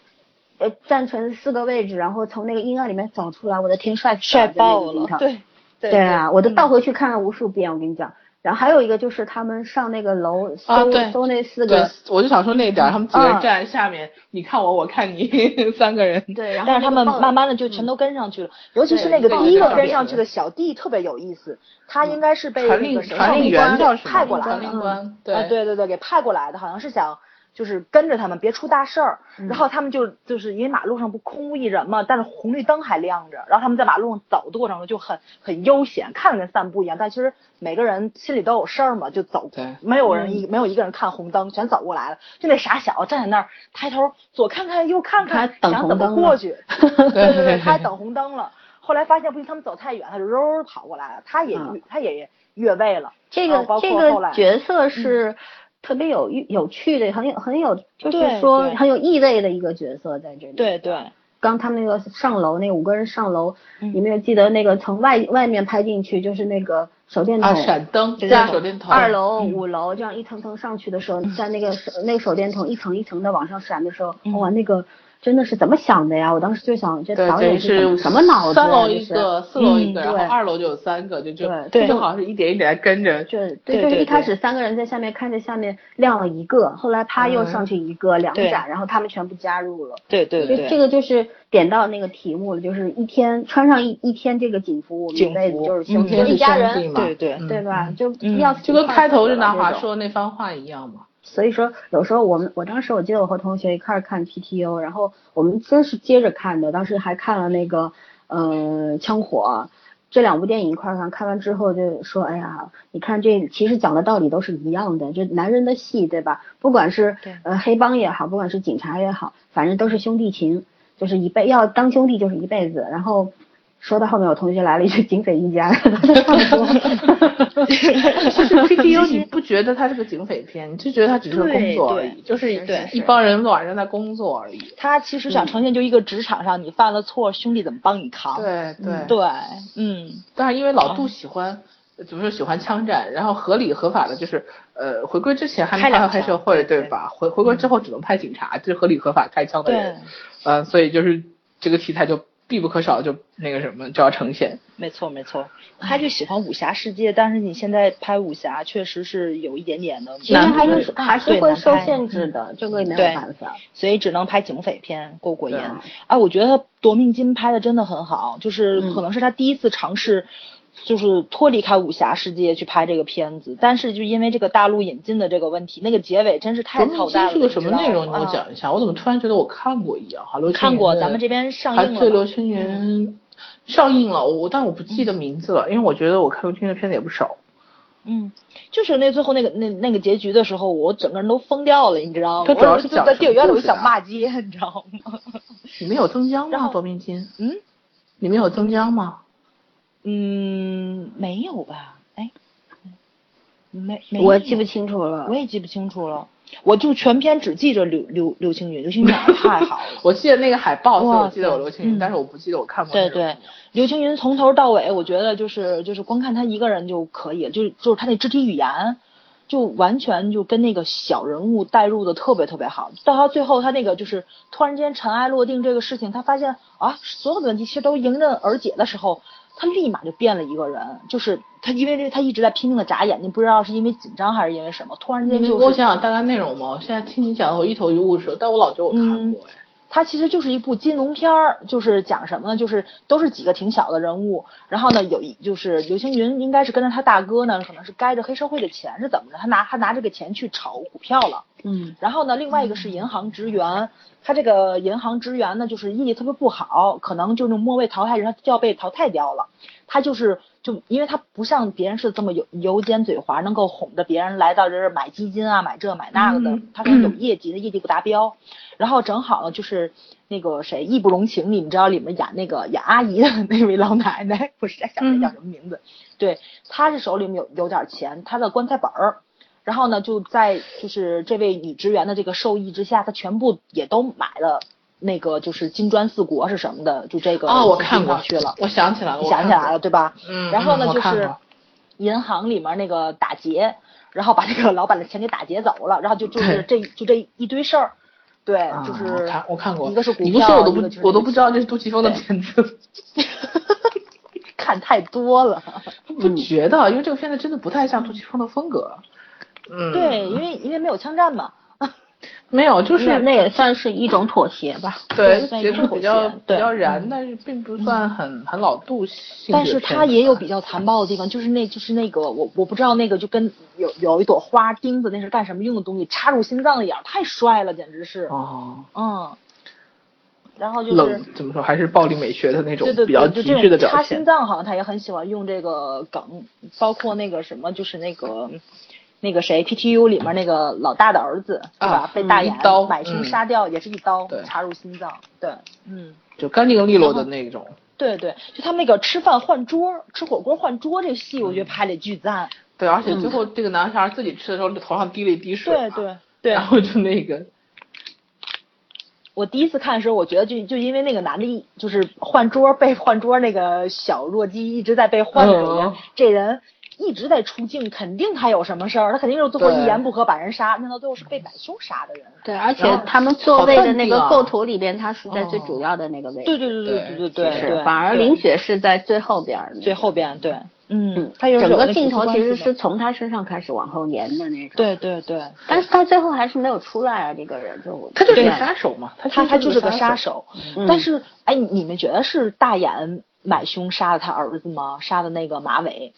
Speaker 2: 呃，站成四个位置，然后从那个阴暗里面走出来，我的天，帅死
Speaker 4: 帅
Speaker 2: 了！就那
Speaker 4: 爆
Speaker 2: 个镜
Speaker 4: 了
Speaker 2: 头，
Speaker 4: 对对
Speaker 2: 对啊，我都倒回去看了无数遍，我跟你讲。然后还有一个就是他们上那个楼搜、
Speaker 1: 啊对
Speaker 2: 搜那四
Speaker 1: 对
Speaker 2: 个，，
Speaker 1: 我就想说那一点儿，他们几个
Speaker 2: 嗯
Speaker 1: 人站在下面，你看我，我看你，三个人。
Speaker 2: 对，然后
Speaker 4: 但是他
Speaker 2: 那个
Speaker 4: 们
Speaker 2: 报
Speaker 4: 慢慢的就全都跟上去了，尤其是那
Speaker 1: 对
Speaker 4: 个
Speaker 1: 对
Speaker 4: 第一
Speaker 1: 对
Speaker 4: 个
Speaker 1: 对
Speaker 4: 跟
Speaker 1: 对
Speaker 4: 上去的小弟特别有意思，他应该是被
Speaker 1: 传
Speaker 4: 那
Speaker 1: 令
Speaker 4: 个谁
Speaker 1: 传令员叫什么？
Speaker 4: 派过来
Speaker 1: 传
Speaker 4: 的
Speaker 1: 令，
Speaker 2: 嗯
Speaker 1: 官。对
Speaker 4: 啊，对对对，给派过来的，好像是想就是跟着他们别出大事儿。然后他们就就是因为马路上不空无一人嘛，但是红绿灯还亮着，然后他们在马路上走的过程中就很很悠闲，看着跟散步一样，但其实每个人心里都有事儿嘛，就走
Speaker 2: 嗯
Speaker 1: 对，
Speaker 4: 没有人一、没有一个人看红灯，全走过来了。就那傻小子站在那儿，抬头左看看右看
Speaker 2: 还，
Speaker 4: 看
Speaker 2: 等
Speaker 4: 想
Speaker 2: 红
Speaker 4: 怎么
Speaker 2: 灯呢
Speaker 4: 过去，对对对，
Speaker 1: 对
Speaker 4: 他还等红灯了。后来发现不行，他们走太远，他就嗖嗖跑过来了，他也、
Speaker 2: 嗯
Speaker 4: 他也越位了。
Speaker 2: 这
Speaker 4: 然
Speaker 2: 个
Speaker 4: 后包
Speaker 2: 这
Speaker 4: 括后
Speaker 2: 个
Speaker 4: 来嗯
Speaker 2: 角色是特别有欲有趣的，很有很有就是
Speaker 4: 对
Speaker 2: 说
Speaker 4: 对
Speaker 2: 很有意味的一个角色在这里。，
Speaker 4: 对，
Speaker 2: 刚他们那个上楼那五个人上楼，
Speaker 4: 嗯
Speaker 2: 你们有记得那个从外外面拍进去就是那个手电筒
Speaker 1: 啊，。闪灯，
Speaker 4: 对
Speaker 1: 对，手电筒。
Speaker 2: 二楼、
Speaker 4: 嗯
Speaker 2: 五楼
Speaker 4: 嗯
Speaker 2: 这样一层层上去的时候，在那个手那个手电筒一层一层的往上闪的时候，哇，那个真的是怎么想的呀？我当时就想，这
Speaker 1: 对，
Speaker 2: 导
Speaker 1: 等于
Speaker 2: 演怎
Speaker 1: 是
Speaker 2: 么什么脑子呀？啊
Speaker 1: 三楼
Speaker 2: 这
Speaker 1: 一
Speaker 2: 是
Speaker 1: 个，四楼一个，
Speaker 2: 嗯
Speaker 1: 然后
Speaker 2: 对
Speaker 1: 二楼就有三个，就就
Speaker 2: 对
Speaker 1: 就好像是一点一点地跟着。
Speaker 2: 就
Speaker 4: 对
Speaker 2: 对，就是
Speaker 4: 对
Speaker 2: 一开
Speaker 4: 对
Speaker 2: 始三个人在下面看着下面亮了一个，后来啪又上去一个、两
Speaker 4: 嗯对
Speaker 2: 盏，然后他们全部加入了。
Speaker 4: 对对
Speaker 2: 这这
Speaker 4: 对，
Speaker 2: 个就是点到那个题目了，就是一天穿上一一天这个警服，我们
Speaker 4: 警
Speaker 2: 一辈子
Speaker 4: 服嗯
Speaker 2: 就是
Speaker 1: 我
Speaker 2: 兄
Speaker 1: 们
Speaker 2: 弟、
Speaker 1: 是
Speaker 2: 一家
Speaker 1: 兄弟
Speaker 2: 人，
Speaker 1: 嘛，
Speaker 4: 对对
Speaker 1: 嗯
Speaker 2: 对吧？
Speaker 1: 嗯
Speaker 2: 就
Speaker 4: 嗯
Speaker 2: 要
Speaker 1: 就跟开头
Speaker 2: 是
Speaker 1: 任达华说那番话一样嘛。
Speaker 2: 所以说，有时候我们，我当时我记得我和同学一块儿看 PTO，然后我们真是接着看的，当时还看了那个，呃，枪火这两部电影一块儿看，看完之后就说，哎呀，你看这其实讲的道理都是一样的，就男人的戏，对吧？不管是
Speaker 5: 对
Speaker 2: 呃黑帮也好，不管是警察也好，反正都是兄弟情，就是一辈要当兄弟就是一辈子。然后说到后面，我同学来了一句“警匪一家”，差不多。
Speaker 1: PTU 你不觉得他是个警匪片，你就觉得他只是个工作而已，就是
Speaker 4: 对
Speaker 1: 一帮人晚上在工作而已。
Speaker 4: 他其实想呈现就一个职场上你犯了错，兄弟怎么帮你扛。
Speaker 1: 对对
Speaker 4: 对，嗯，
Speaker 1: 啊但是因为老杜喜欢，呃怎么说喜欢枪战，然后合理合法的就是，呃，回归之前还能
Speaker 5: 开两枪
Speaker 1: 拍黑社会
Speaker 5: 对
Speaker 1: 对吧？回回归之后只能拍警察，就是合理合法开枪的人
Speaker 4: 对，
Speaker 1: 呃，所以就是这个题材就必不可少，就那个什么就要呈现。
Speaker 4: 没错没错，他就喜欢武侠世界，但是你现在拍武侠确实是有一点点的，
Speaker 2: 其实还
Speaker 1: 难
Speaker 2: 是还是
Speaker 4: 对
Speaker 2: 会
Speaker 4: 难
Speaker 2: 受
Speaker 4: 拍
Speaker 2: 限制的，这个也没有
Speaker 4: 对
Speaker 2: 办法。
Speaker 4: 所以只能拍警匪片过过瘾
Speaker 1: 对啊。
Speaker 4: 哎，我觉得《夺命金》拍的真的很好，就是
Speaker 1: 嗯
Speaker 4: 可能是他第一次尝试，就是脱离开武侠世界去拍这个片子，但是就因为这个大陆引进的这个问题，那个结尾真是太
Speaker 1: 咱们
Speaker 4: 操
Speaker 1: 今
Speaker 4: 蛋
Speaker 1: 天
Speaker 4: 了。
Speaker 1: 是个什么内容？你给
Speaker 4: 知道
Speaker 1: 我
Speaker 4: 吗啊
Speaker 1: 讲一下。我怎么突然觉得我看过一样？哈，刘青
Speaker 4: 看过
Speaker 1: 云的
Speaker 4: 咱们这边上
Speaker 1: 还
Speaker 4: 映了嗯
Speaker 1: 对
Speaker 4: 吧
Speaker 1: 刘青云上映了，我但我不记得名字了，因为我觉得我看刘青云的片子也不少。
Speaker 4: 嗯，就是那最后那个那那个结局的时候，我整个人都疯掉了，你知道吗？
Speaker 1: 它主要是
Speaker 4: 我就
Speaker 1: 讲
Speaker 4: 在
Speaker 1: 什么
Speaker 4: 电影院里我
Speaker 1: 故事
Speaker 4: 想
Speaker 1: 啊
Speaker 4: 骂街，你知道吗？
Speaker 1: 里面有曾江
Speaker 4: 然
Speaker 1: 吗？
Speaker 4: 后
Speaker 1: 夺命金？
Speaker 4: 嗯，
Speaker 1: 里面有曾江吗？。
Speaker 4: 嗯，没有吧？哎，没没有，
Speaker 2: 我记不清楚了
Speaker 4: 我。也记不清楚了，我就全篇只记着柳柳柳青云，柳青云长得太好了
Speaker 1: 我记得那个海报，所以我记得有
Speaker 4: 哇塞
Speaker 1: 刘青云，
Speaker 4: 嗯
Speaker 1: 但是我不记得我看 过。
Speaker 4: 对对，，刘青云从头到尾，我觉得就是就是光看他一个人就可以了，就是就是他那肢体语言，就完全就跟那个小人物带入的特别特别好。到他最后，他那个就是突然间尘埃落定这个事情，他发现啊，所有的问题其实都迎刃而解的时候，他立马就变了一个人，就是他因为这他一直在拼命的眨眼睛，不知道是因为紧张还是因为什么，突然间
Speaker 1: 你给
Speaker 4: 就
Speaker 1: 我
Speaker 4: 是
Speaker 1: 想想大概内容嘛。我现在听你讲的，我一头一雾是，但我老觉得我
Speaker 4: 嗯
Speaker 1: 看过哎。
Speaker 4: 它其实就是一部金融片儿，就是讲什么呢？就是都是几个挺小的人物，然后呢，有一就是刘青云应该是跟着他大哥呢，可能是该着黑社会的钱是怎么着？他拿他拿这个钱去炒股票了。
Speaker 2: 嗯，
Speaker 4: 然后呢，另外一个是银行职员，他这个银行职员呢，就是业绩特别不好，可能就是末位淘汰人，他就要被淘汰掉了。他就是就因为他不像别人是这么油油尖嘴滑，能够哄着别人来到这儿买基金啊，买这买那个的
Speaker 1: 嗯。
Speaker 4: 他说有业绩，他业绩不达标，然后正好呢就是。那个谁，义不容情里，你们知道里面演那个演阿姨的那位老奶奶，我实在想
Speaker 1: 嗯
Speaker 4: 不起来叫什么名字。对，她是手里面有有点钱，她的棺材本儿，然后呢，就在就是这位女职员的这个授意之下，她全部也都买了那个就是金砖四国是什么的，就这个
Speaker 1: 哦，我
Speaker 4: 基金
Speaker 1: 看过
Speaker 4: 上去了，
Speaker 1: 我想起来了，
Speaker 4: 你想起来了
Speaker 1: 了，
Speaker 4: 对吧？
Speaker 1: 嗯，
Speaker 4: 然后呢，
Speaker 1: 嗯
Speaker 4: 就。
Speaker 1: 我看
Speaker 4: 是
Speaker 1: 过
Speaker 4: 银行里面那个打劫，然后把这个老板的钱给打劫走了，然后就就是这就这一堆事儿，对，就
Speaker 1: 啊我
Speaker 4: 是
Speaker 1: 看我看过，
Speaker 4: 一个是股
Speaker 1: 你不
Speaker 4: 票
Speaker 1: 说我都
Speaker 4: 一个就是
Speaker 1: 不我都不知道这是杜琪峰的
Speaker 4: 对
Speaker 1: 片子，
Speaker 4: 看太多了。
Speaker 1: 不觉得，因为这个片子真的不太像杜琪峰的风格。嗯，
Speaker 4: 对，因为因为没有枪战嘛，
Speaker 1: 没有，就是
Speaker 2: 那那也算是一种妥协吧。
Speaker 1: 对
Speaker 4: 算一
Speaker 1: 节
Speaker 4: 种
Speaker 1: 奏
Speaker 4: 妥
Speaker 1: 比较
Speaker 4: 协
Speaker 1: 比
Speaker 4: 对
Speaker 1: 较燃，但是并不算很很老杜性质
Speaker 4: 嗯
Speaker 1: 的
Speaker 4: 但是它也有
Speaker 1: 片
Speaker 4: 比较残暴的地方，就是那就是那个我我不知道那个就跟有有一朵花钉子那是干什么用的东西插入心脏一样，太帅了，简直是
Speaker 1: 子，哦，
Speaker 4: 嗯。然后就是
Speaker 1: 冷怎么说还是暴力美学的那种
Speaker 4: 对对
Speaker 1: 比较
Speaker 4: 对，就
Speaker 1: 极
Speaker 4: 这
Speaker 1: 致的
Speaker 4: 种
Speaker 1: 表
Speaker 4: 插心
Speaker 1: 现。
Speaker 4: 脏好像他也很喜欢用这个梗，包括那个什么，就是那个那个谁 PTU 里面那个老大的儿子，对
Speaker 1: 啊
Speaker 4: 吧？被大
Speaker 1: 嗯一
Speaker 4: 眼
Speaker 1: 刀
Speaker 4: 买凶
Speaker 1: 嗯
Speaker 4: 杀掉，也是一刀
Speaker 1: 对
Speaker 4: 插入心脏，对，嗯。
Speaker 1: 就干净利落的那种，
Speaker 4: 对对，就他们那个吃饭换桌，吃火锅换桌这戏，我觉
Speaker 1: 嗯
Speaker 4: 得拍的巨赞。
Speaker 1: 对，而且最后这个男孩自己吃的时候，头上滴了一滴水嘛，
Speaker 4: 嗯对对对
Speaker 1: 然，后就那个，
Speaker 4: 我第一次看的时候，我觉得就就因为那个男的一，就是换桌被换桌那个小弱鸡一直在被换的时候，
Speaker 1: 嗯
Speaker 4: 这人一直在出镜，肯定他有什么事儿，他肯定是最后
Speaker 1: 对
Speaker 4: 一言不合把人杀，那到最后是被买凶杀的人。啊
Speaker 2: 对，而且
Speaker 1: 然后
Speaker 2: 他们座位的那
Speaker 1: 好
Speaker 2: 个
Speaker 1: 笨地啊
Speaker 2: 构图里边，他是在最主要的那个位置，
Speaker 4: 哦对对对对对对
Speaker 2: 是
Speaker 4: 对，
Speaker 2: 反而林雪是在最后边儿那个，
Speaker 4: 最后边对，嗯
Speaker 2: 嗯，，
Speaker 4: 他有时
Speaker 2: 整
Speaker 4: 候有
Speaker 2: 个
Speaker 4: 那
Speaker 2: 镜头
Speaker 4: 夫妻
Speaker 2: 其实
Speaker 4: 关系
Speaker 2: 是
Speaker 4: 嘛
Speaker 2: 从他身上开始往后延的那种，，
Speaker 4: 对对对，
Speaker 2: 但是他最后还是没有出来啊，这个人就
Speaker 1: 他就是
Speaker 2: 对
Speaker 1: 个杀手嘛，他
Speaker 4: 他他
Speaker 1: 他
Speaker 4: 就是个杀
Speaker 1: 杀。
Speaker 4: 手。
Speaker 2: 嗯
Speaker 4: 但是，哎，你你们觉得是大眼买凶杀了他儿子吗？杀的那个马尾，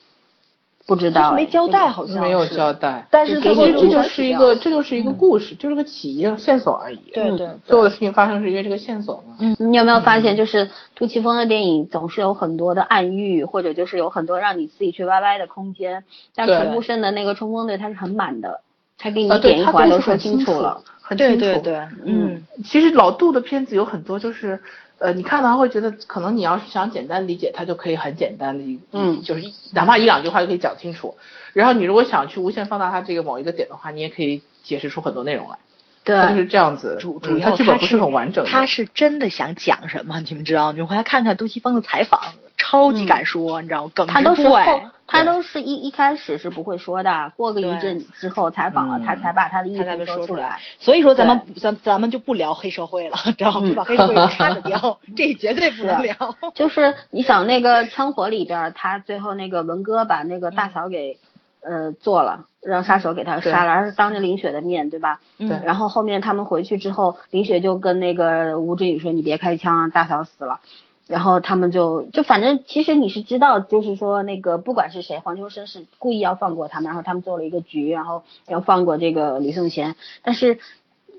Speaker 2: 不知
Speaker 4: 他
Speaker 2: 道哎嗯
Speaker 4: 是没交代，，好像
Speaker 1: 没有
Speaker 4: 是
Speaker 1: 交。代，
Speaker 4: 但是最
Speaker 1: 其实
Speaker 4: 后
Speaker 1: 这就
Speaker 4: 还
Speaker 1: 是一
Speaker 4: 掉
Speaker 1: 个，这就是一个故事，就是个起因线索而已。
Speaker 4: 嗯对
Speaker 2: 嗯
Speaker 4: 对
Speaker 1: 所有的事情发生是因为这个线索嘛。
Speaker 4: 嗯
Speaker 2: 这个你有没有发现，就是杜琪峰的电影总是有很多的暗喻，或者就是有很多让你自己去歪歪的空间，但
Speaker 1: 对
Speaker 2: 陈木胜的那个冲锋队他是很满的，他给你
Speaker 1: 啊，
Speaker 2: 一点
Speaker 1: 对，
Speaker 2: 一
Speaker 1: 他
Speaker 2: 划
Speaker 1: 都
Speaker 2: 都
Speaker 1: 是
Speaker 2: 说
Speaker 1: 很
Speaker 2: 清
Speaker 1: 楚
Speaker 2: 楚了，，
Speaker 1: 很清
Speaker 4: 对
Speaker 1: 楚。
Speaker 4: 对对，嗯，
Speaker 1: 其实老杜的片子有很多就是，呃，你看完会觉得，可能你要是想简单理解，它就可以很简单的一，
Speaker 2: 嗯
Speaker 1: 就是一哪怕一两句话就可以讲清楚。然后你如果想去无限放大它这个某一个点的话，你也可以解释出很多内容来。它就是
Speaker 2: 对，
Speaker 1: 这样子，
Speaker 5: 主主
Speaker 1: 嗯，
Speaker 5: 要
Speaker 1: 它剧本不是很完整的。
Speaker 5: 他是真的想讲什么，你们知道？你们回来看看杜琪峰的采访，超级敢说，你知道吗？梗
Speaker 2: 他
Speaker 5: 直哎
Speaker 2: 都是后
Speaker 5: 怪。，
Speaker 4: 哎
Speaker 2: 他都是一一开始是不会说的，过个一
Speaker 5: 对
Speaker 2: 阵之后采访了，
Speaker 1: 嗯
Speaker 2: 他才把他的意
Speaker 5: 他才
Speaker 2: 思
Speaker 5: 能说
Speaker 2: 出
Speaker 5: 出
Speaker 2: 来
Speaker 5: 来。，所以说咱们咱咱们就不聊黑社会了，知道吗？
Speaker 2: 嗯
Speaker 5: 就把黑社会掐着聊，这绝对不能聊。
Speaker 2: 就是你想那个《枪火》里边儿，他最后那个文哥把那个大嫂给、呃做了，让杀手给他杀了，而是当着林雪的面对吧？
Speaker 1: 对
Speaker 4: 嗯
Speaker 2: 然后后面他们回去之后，林雪就跟那个吴镇宇说：“你别开枪啊，大嫂死了。”然后他们就就反正其实你是知道，就是说那个不管是谁，黄秋生是故意要放过他们，然后他们做了一个局，然后要放过这个吕颂贤，但是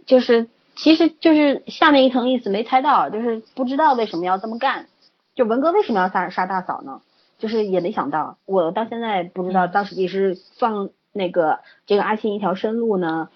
Speaker 2: 就是其实就是下面一层意思没猜到，就是不知道为什么要这么干，就文哥为什么要杀杀大嫂呢？就是也没想到，我到现在不知道当时你是放那个这个阿信一条生路呢，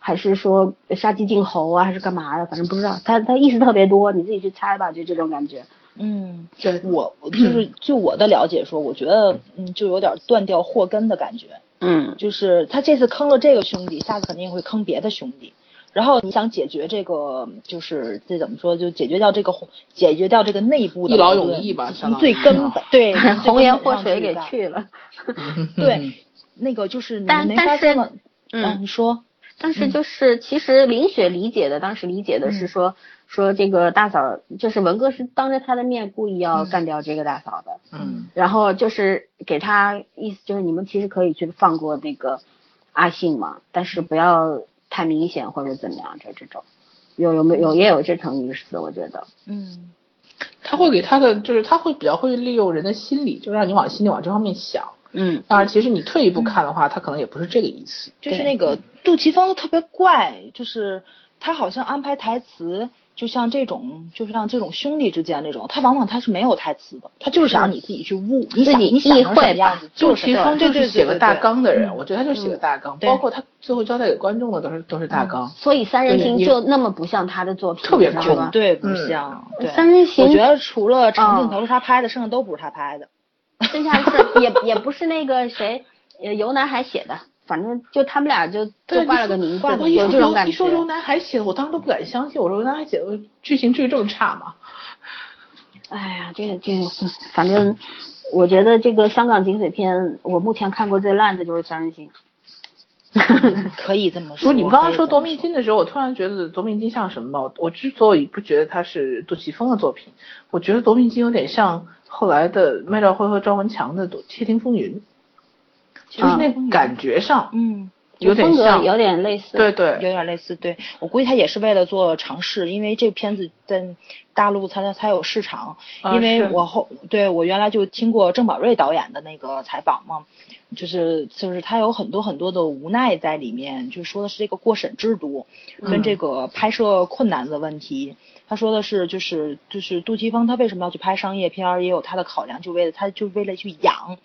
Speaker 2: 还是说杀鸡儆猴啊，还是干嘛的？反正不知道，他他意思特别多，你自己去猜吧，就这种感觉。
Speaker 4: 嗯，
Speaker 1: 对
Speaker 4: 我就是就我的了解说，我觉得嗯，就有点断掉祸根的感觉。
Speaker 2: 嗯，
Speaker 4: 就是他这次坑了这个兄弟，下次肯定会坑别的兄弟。然后你想解决这个，就是这怎么说，就解决掉这个红，解决掉这个内部的
Speaker 1: 一劳
Speaker 4: 矛盾
Speaker 1: 永逸吧相当于
Speaker 4: 最根本 对
Speaker 2: 红颜祸水给
Speaker 4: 去。
Speaker 2: 去了，
Speaker 1: 嗯
Speaker 4: 对，那个就是你
Speaker 2: 但
Speaker 4: 没
Speaker 2: 但
Speaker 4: 发现
Speaker 2: 是
Speaker 4: 了，啊
Speaker 2: 嗯嗯
Speaker 4: 你说，
Speaker 2: 但是就是其实林雪理解的，当时理解的是说、说这个大嫂，就是文哥是当着他的面故意要干掉这个大嫂的。
Speaker 1: 嗯，
Speaker 2: 然后就是给他意思就是你们其实可以去放过那个阿信嘛，但是不要太明显或者怎么样，就这种有有没有也有这层意思，我觉得
Speaker 4: 嗯，
Speaker 1: 他会给他的就是他会比较会利用人的心理，就让你往心里往这方面想。
Speaker 2: 嗯
Speaker 1: 当然，其实你退一步看的话，他可能也不是这个意思。
Speaker 4: 就是
Speaker 2: 对
Speaker 4: 那个杜琪峰特别怪，就是他好像安排台词，就像这种，就像这种兄弟之间这种，他往往他是没有台词的，他就是想让你自己去悟，
Speaker 2: 自
Speaker 4: 你想
Speaker 2: 己
Speaker 4: 你想
Speaker 2: 意
Speaker 4: 成
Speaker 2: 会
Speaker 4: 什么样
Speaker 2: 吧
Speaker 4: 子，
Speaker 1: 杜
Speaker 4: 就是
Speaker 1: 琪峰
Speaker 4: 对
Speaker 1: 就
Speaker 4: 对
Speaker 1: 是
Speaker 4: 对
Speaker 1: 写个
Speaker 4: 对
Speaker 1: 大
Speaker 4: 对
Speaker 1: 纲的人，我觉得他就是写个
Speaker 2: 嗯
Speaker 1: 大纲，
Speaker 4: 对
Speaker 1: 包括他最后交代给观众的都是都是大纲。
Speaker 2: 所以三人行
Speaker 1: 对
Speaker 2: 就那么不像他的作品，
Speaker 1: 特别
Speaker 2: 你知道
Speaker 1: 空
Speaker 2: 吗？
Speaker 4: 对不
Speaker 1: 嗯
Speaker 4: 像。对
Speaker 2: 三人行
Speaker 4: 我觉得除了长镜
Speaker 2: 嗯
Speaker 4: 头是他拍的，剩下都不是他拍的。
Speaker 2: 剩下是也也不是那个谁，呃，尤南海写的，反正就他们俩就就
Speaker 1: 对，
Speaker 2: 挂了个名字，
Speaker 1: 我一
Speaker 2: 有
Speaker 1: 说
Speaker 2: 这种
Speaker 1: 刘
Speaker 2: 感
Speaker 1: 一说刘
Speaker 2: 觉。
Speaker 1: 南海写的，我当时都不敢相信，我说刘南海写的剧情至于这么差吗？
Speaker 2: 哎呀，这个这个，反正我觉得这个香港警匪片，我目前看过最烂的就是三人行。
Speaker 4: 可以这么
Speaker 1: 嗯不
Speaker 4: 说。
Speaker 1: 是你们刚
Speaker 4: 可
Speaker 1: 刚
Speaker 4: 以
Speaker 1: 说
Speaker 4: 这
Speaker 1: 夺
Speaker 4: 么
Speaker 1: 命金的时候，我突然觉得夺命金像什么吧？我之所以不觉得它是杜琪峰的作品，我觉得夺命金有点像后来的麦兆辉和张文强的《窃听风云》，就是那感觉上
Speaker 4: 嗯，
Speaker 1: 有点
Speaker 2: 风格
Speaker 1: 像，
Speaker 2: 有点类似。
Speaker 1: 对
Speaker 4: 有
Speaker 1: 对
Speaker 4: 点类似，对我估计他也是为了做尝试，因为这片子在大陆才才有市场。
Speaker 1: 啊
Speaker 4: 因为
Speaker 1: 是
Speaker 4: 我后对我原来就听过郑宝瑞导演的那个采访嘛，就是就是他有很多很多的无奈在里面，就说的是这个过审制度
Speaker 1: 嗯
Speaker 4: 跟这个拍摄困难的问题。他说的是就是就是杜琪峰他为什么要去拍商业片儿，也有他的考量，就为了他就为了去养。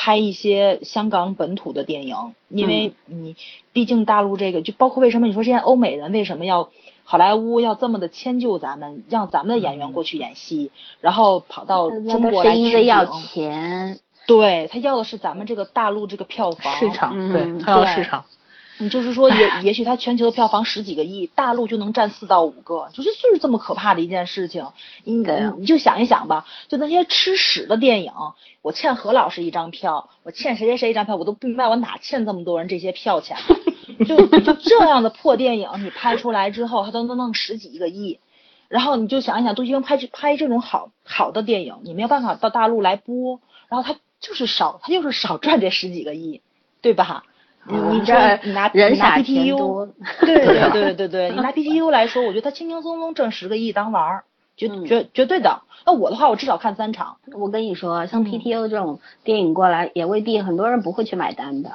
Speaker 4: 拍一些香港本土的电影，因为你毕竟大陆这个，就包括为什么你说现在欧美人为什么要好莱坞要这么的迁就咱们，让咱们的演员过去演戏，然后跑到
Speaker 2: 那
Speaker 4: 中
Speaker 2: 都
Speaker 4: 国
Speaker 2: 是
Speaker 4: 来
Speaker 2: 因
Speaker 4: 取
Speaker 2: 为要
Speaker 4: 景
Speaker 2: 钱，
Speaker 4: 对他要的是咱们这个大陆这个票房
Speaker 1: 市场，
Speaker 2: 嗯
Speaker 1: 对，它要
Speaker 4: 对
Speaker 1: 市场，
Speaker 4: 你就是说也，也许它全球的票房十几个亿，大陆就能占四到五个，就是就是这么可怕的一件事情。你
Speaker 2: 对啊
Speaker 4: 你就想一想吧，就那些吃屎的电影，我欠何老师一张票，我欠谁谁谁一张票，我都不明白我哪欠这么多人这些票 钱。就就这样的破电影，你拍出来之后，它都能弄十几个亿。然后你就想一想，杜琪峰拍这拍这种好好的电影，你没有办法到大陆来播，然后他就是少，他就是少赚这十几个亿，对吧？你你
Speaker 2: 啊这
Speaker 4: 说你拿
Speaker 2: 人
Speaker 4: 你拿
Speaker 2: 傻钱
Speaker 4: PTU，
Speaker 2: 多啊
Speaker 4: 对对对对对，你拿 PTU 来说，我觉得他轻轻松松挣十个亿当玩儿，绝
Speaker 2: 嗯
Speaker 4: 绝绝对的。那我的话，我至少看三场，
Speaker 2: 我跟你说，像
Speaker 4: 嗯
Speaker 2: PTO 这种电影过来，也未必很多人不会去买单的，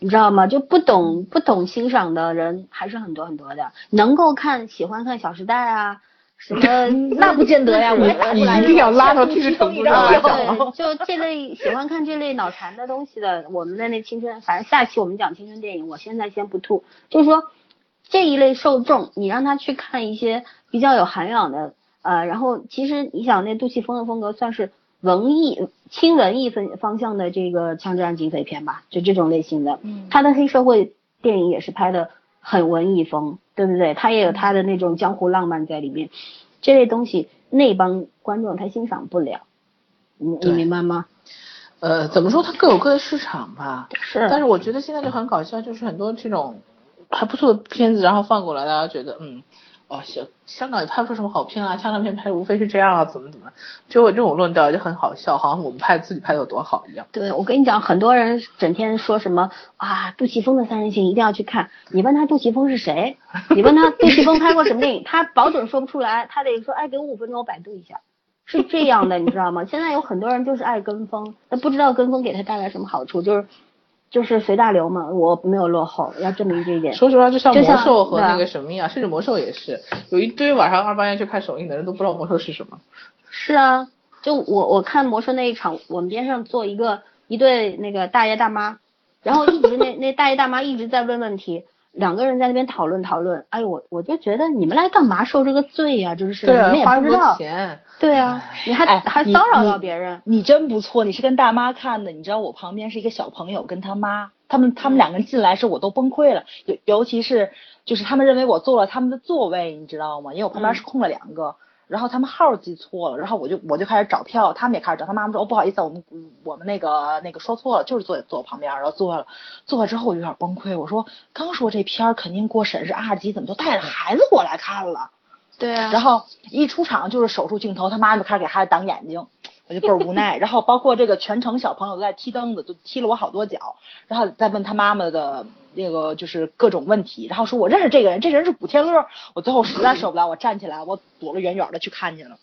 Speaker 2: 你知道吗？就不懂不懂欣赏的人还是很多很多的，能够看喜欢看《小时代》啊， 什么
Speaker 4: 那不见得呀，我还打
Speaker 1: 你
Speaker 4: 不 来
Speaker 1: 一
Speaker 4: 呢。
Speaker 1: 定要拉到历史程度上来
Speaker 4: 不
Speaker 1: 讲。
Speaker 4: 懂
Speaker 2: 对，就这类喜欢看这类脑残的东西的，我们的那青春，反正下期我们讲青春电影，我现在先不吐，就是说这一类受众，你让他去看一些比较有涵养的，呃，然后其实你想那杜琪峰的风格算是文艺轻文艺分方向的这个枪支案警匪片吧，就这种类型的，
Speaker 4: 嗯
Speaker 2: 他的黑社会电影也是拍的很文艺风，对不对？他也有他的那种江湖浪漫在里面，这类东西那帮观众他欣赏不了。你你
Speaker 1: 对
Speaker 2: 明白吗？
Speaker 1: 呃，怎么说，它各有各的市场吧。
Speaker 2: 是
Speaker 1: 但是我觉得现在就很搞笑，就是很多这种还不错的片子，然后放过来，大家觉得嗯，哦，香香港也拍不出什么好片啊，香港片拍的无非是这样啊，怎么怎么，就我这种论调就很好笑，好像我们拍自己拍的有多好一样。
Speaker 2: 对，我跟你讲，很多人整天说什么啊，杜琪峰的三人行一定要去看。你问他杜琪峰是谁，你问他杜琪峰拍过什么电影，他保准说不出来，他得说，哎，给我五分钟，我百度一下。是这样的，你知道吗？现在有很多人就是爱跟风，他不知道跟风给他带来什么好处，就是就是随大流嘛。我没有落后，要证明这一点。
Speaker 1: 说实话，就像
Speaker 2: 就
Speaker 1: 魔
Speaker 2: 像
Speaker 1: 兽和那
Speaker 2: 对
Speaker 1: 个什么一样，甚至魔兽也是，有一堆晚上二半夜去看首映的人都不知道魔兽是什么。
Speaker 2: 是啊，就我我看魔兽那一场，我们边上坐一个一对那个大爷大妈，然后一直那 那大爷大妈一直在问问题，两个人在那边讨论讨论，哎呦我我就觉得你们来干嘛受这个罪呀、真是
Speaker 1: 对啊
Speaker 2: 你们，也
Speaker 1: 花
Speaker 2: 不
Speaker 1: 这
Speaker 2: 知
Speaker 1: 么多
Speaker 2: 道，
Speaker 1: 钱，
Speaker 2: 对啊，你还、
Speaker 4: 哎
Speaker 2: 还
Speaker 4: 你
Speaker 2: 骚扰
Speaker 4: 你
Speaker 2: 到别人，
Speaker 4: 你真不错，你是跟大妈看的。你知道我旁边是一个小朋友跟他妈，他们他们两个人进来时候我都崩溃了，尤尤其是就是他们认为我坐了他们的座位，你知道吗？因为我旁边是空了两个，然后他们号记错了，然后我就我就开始找票，他们也开始找，他妈妈说哦不好意思啊，我们我们那个那个说错了，就是坐坐我旁边，然后坐下了，坐下之后我有点崩溃，我说刚说这片儿肯定过审是 R 级，怎么就带着孩子过来看了？
Speaker 2: 对啊，
Speaker 4: 然后一出场就是手术镜头，他妈就开始给孩子挡眼睛，我就倍儿无 奈。然后包括这个全程小朋友都在踢凳子，就踢了我好多脚，然后再问他妈妈的那个就是各种问题，然后说我认识这个人，这人是古天乐。我最后实在受不了，我站起来，我躲了远远的去看去了。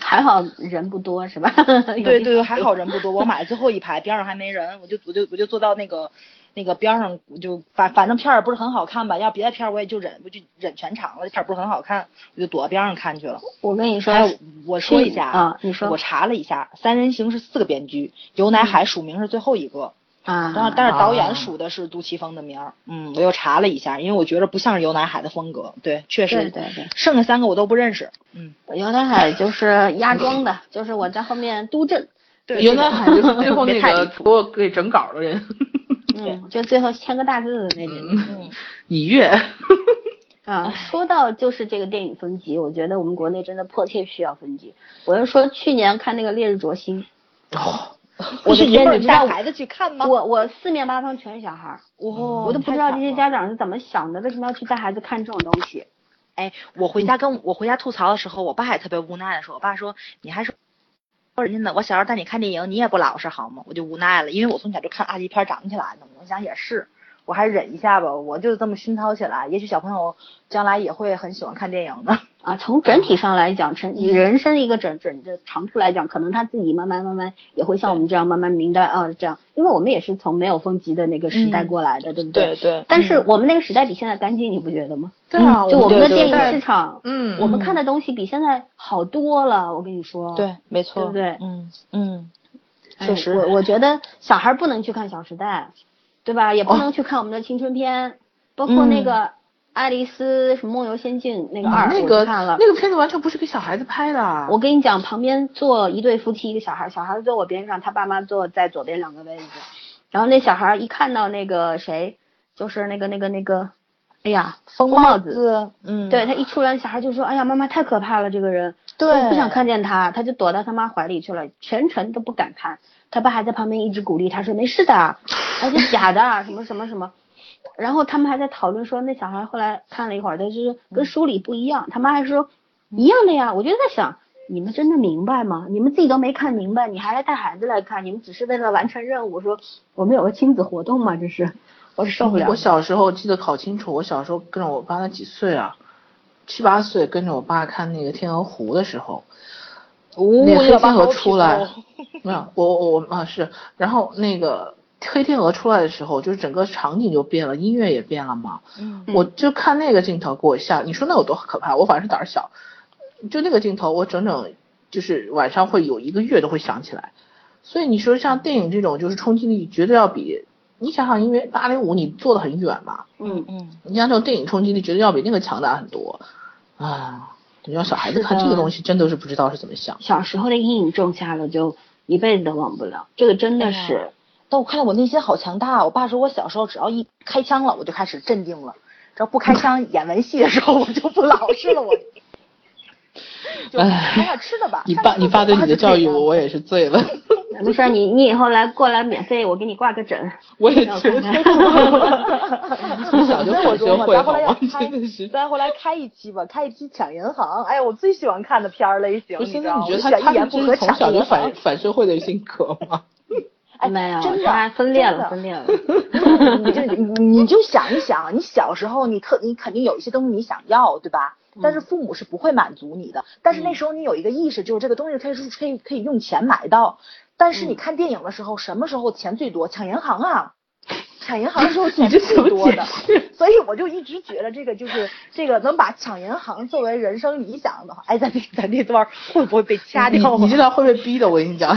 Speaker 2: 还好人不多是吧？ 对
Speaker 4: 对对对，还好人不多，我买最后一排，边上还没人，我就我就我就坐到那个那个边上，我就反反正片儿也不是很好看吧，要别的片儿我也就忍，我就忍全场了，这片儿不是很好看，我就躲到边上看去了。
Speaker 2: 我跟你说，
Speaker 4: 哎，我说一下
Speaker 2: 啊，你说嗯
Speaker 4: 我查了一下，《三人行》是四个编剧，尤乃海署名是最后一个，
Speaker 2: 啊，
Speaker 4: 但是但是导
Speaker 1: 啊
Speaker 4: 演署的是杜琪峰的名儿。嗯，我又查了一下，因为我觉得不像是尤乃海的风格。对，确
Speaker 2: 对
Speaker 4: 实，
Speaker 2: 对对。
Speaker 4: 剩下三个我都不认识。嗯，
Speaker 2: 尤乃海就是压庄的，就是我在后面督阵，
Speaker 1: 原来还就是最后那
Speaker 4: 别太
Speaker 1: 个给我给整稿的 人，
Speaker 2: 嗯，就最后签个大字的那种。
Speaker 1: 以月。
Speaker 2: 啊，说到就是这个电影分级，我觉得我们国内真的迫切需要分级。我是说，去年看那个《烈日灼心
Speaker 1: 哦，》，
Speaker 2: 我
Speaker 4: 是
Speaker 2: 的
Speaker 4: 一会
Speaker 2: 天，
Speaker 4: 儿
Speaker 2: 你
Speaker 4: 你
Speaker 2: 知
Speaker 4: 带
Speaker 2: 道
Speaker 4: 孩子去看吗？
Speaker 2: 我我四面八方全是小孩儿，
Speaker 4: 哦
Speaker 2: 我都不知道这些
Speaker 4: 家。
Speaker 2: 家长是怎么想的，为什么要去带孩子看这种东西？
Speaker 5: 哎，我回家跟我回家吐槽的时候，我爸也特别无奈的说，我爸说你还说说人家呢，我小时候带你看电影，你也不老实好吗？我就无奈了，因为我从小就看二级片儿长起来的，我想也是，我还忍一下吧，我就这么熏陶起来，也许小朋友将来也会很喜欢看电影的。
Speaker 2: 啊，从整体上来讲，成你人生一个整整的长处来讲，可能他自己慢慢慢慢也会像我们这样慢慢明白啊，这样，因为我们也是从没有分级的那个时代
Speaker 4: 嗯
Speaker 2: 过来的，对不对？
Speaker 4: 对对，
Speaker 2: 但是我们那个时代比现在干净，你不觉得吗？
Speaker 1: 对啊，
Speaker 2: 就我们的
Speaker 1: 这
Speaker 2: 电
Speaker 1: 个时
Speaker 2: 影
Speaker 1: 代
Speaker 2: 市场，
Speaker 1: 嗯，
Speaker 2: 我们看的东西比现在好多了，我跟你说。
Speaker 4: 对，没错，
Speaker 2: 对不对
Speaker 4: 嗯嗯，
Speaker 2: 哎，
Speaker 4: 确实
Speaker 2: 我我觉得小孩不能去看《小时代》，对吧？也不能去看我们的青春片，包括那个《爱丽丝什么梦游仙境》那个二，
Speaker 1: 那
Speaker 2: 我
Speaker 1: 个
Speaker 2: 去看了。
Speaker 1: 那个片子完全不是给小孩子拍的啊。
Speaker 2: 我跟你讲，旁边坐一对夫妻，一个小孩，小孩坐我边上，他爸妈坐在左边两个位置。然后那小孩一看到那个谁，就是那个那个那个，哎呀，疯帽
Speaker 4: 帽
Speaker 2: 子，
Speaker 4: 子，嗯，
Speaker 2: 对他一出来，小孩就说：“哎呀，妈妈太可怕了，这个人，我不想看见他。”他就躲到他妈怀里去了，全程都不敢看。他爸还在旁边一直鼓励他说：“没事的，而且假的，什么什么什么。”然后他们还在讨论说，那小孩后来看了一会儿，他就是跟书里不一样。他妈还说一样的呀。我就在想，你们真的明白吗？你们自己都没看明白，你还来带孩子来看，你们只是为了完成任务。说我们有个亲子活动嘛，这是，我是受不了
Speaker 1: 我。小时候记得考清楚，我小时候跟着我爸，他几岁啊？七八岁，跟着我爸看那个《天鹅湖》的时候，
Speaker 4: 呜，
Speaker 1: 那
Speaker 4: 那
Speaker 1: 黑
Speaker 4: 个
Speaker 1: 天
Speaker 4: 哦把
Speaker 1: 鹅
Speaker 4: 狗
Speaker 1: 出
Speaker 4: 劈
Speaker 1: 来
Speaker 4: 了，
Speaker 1: 没有，我我我啊是，然后那个黑天鹅出来的时候，就是整个场景就变了，音乐也变了嘛。
Speaker 4: 嗯，
Speaker 1: 我就看那个镜头给我吓，你说那有多可怕？我反正是胆儿小，就那个镜头，我整整就是晚上会有一个月都会想起来。所以你说像电影这种，就是冲击力绝对要比你想想，因为芭蕾舞你坐得很远嘛，
Speaker 2: 嗯，
Speaker 4: 嗯，
Speaker 1: 你像这种电影冲击力绝对要比那个强大很多。啊，你让小孩子
Speaker 2: 是
Speaker 1: 看这个
Speaker 2: 的
Speaker 1: 东西，真的是不知道是怎么想。
Speaker 2: 小时候的阴影种下了，就一辈子都忘不了。这个真的是，
Speaker 4: 但我看我内心好强大啊。我爸说我小时候只要一开枪了，我就开始镇定了。只要不开 枪，演完戏的时候我就不老实了，我。就
Speaker 1: 唉
Speaker 4: 买点吃的吧。
Speaker 1: 你
Speaker 4: 上
Speaker 1: 爸，
Speaker 4: 厕
Speaker 1: 你爸
Speaker 4: 所
Speaker 1: 对你
Speaker 4: 还
Speaker 1: 的
Speaker 4: 是可
Speaker 1: 教
Speaker 4: 以
Speaker 1: 育，
Speaker 4: 的
Speaker 1: 我我也是醉 了，
Speaker 2: 没事儿，你你以后来过来免费，我给你挂个诊。
Speaker 1: 我也
Speaker 2: 让我
Speaker 1: 觉得
Speaker 2: 看看
Speaker 1: 从小就
Speaker 4: 所以我
Speaker 1: 想学
Speaker 4: 说嘛，
Speaker 1: 会
Speaker 4: 咱后
Speaker 1: 好
Speaker 4: 来要
Speaker 1: 吗？
Speaker 4: 开
Speaker 1: 真的是，。
Speaker 4: 咱后来开一期吧，开一期抢银行。哎，我最喜欢看的片儿类型，
Speaker 1: 不是，
Speaker 4: 知
Speaker 1: 那
Speaker 4: 道吗？
Speaker 1: 你觉
Speaker 4: 我
Speaker 1: 得他
Speaker 4: 选
Speaker 1: 他
Speaker 4: 一言
Speaker 1: 是
Speaker 4: 不
Speaker 1: 真
Speaker 4: 合
Speaker 1: 是从
Speaker 4: 抢
Speaker 1: 小
Speaker 4: 银
Speaker 1: 就
Speaker 4: 行
Speaker 1: 反。反社会的性格吗？
Speaker 4: 哎，
Speaker 2: 没有，
Speaker 4: 真的
Speaker 2: 他分裂
Speaker 4: 真
Speaker 2: 了，
Speaker 4: 的
Speaker 2: 分裂了。
Speaker 4: 你就你你就想一想，你小时候你特你肯定有一些东西你想要，对吧？但
Speaker 1: 嗯
Speaker 4: 是父母是不会满足你的。但是那时候你有一个意识，就是这个东西可以是可以可以用钱买到。但是你
Speaker 1: 嗯
Speaker 4: 看电影的时候，什么时候钱最多？抢银行啊！抢银行的时 候钱是最多的，所以我就一直觉得这个就是这个能把抢银行作为人生理想的话，哎，咱这咱这段儿会不会被掐
Speaker 1: 你
Speaker 4: 掉啊？
Speaker 1: 你这道会被逼的，我跟你讲。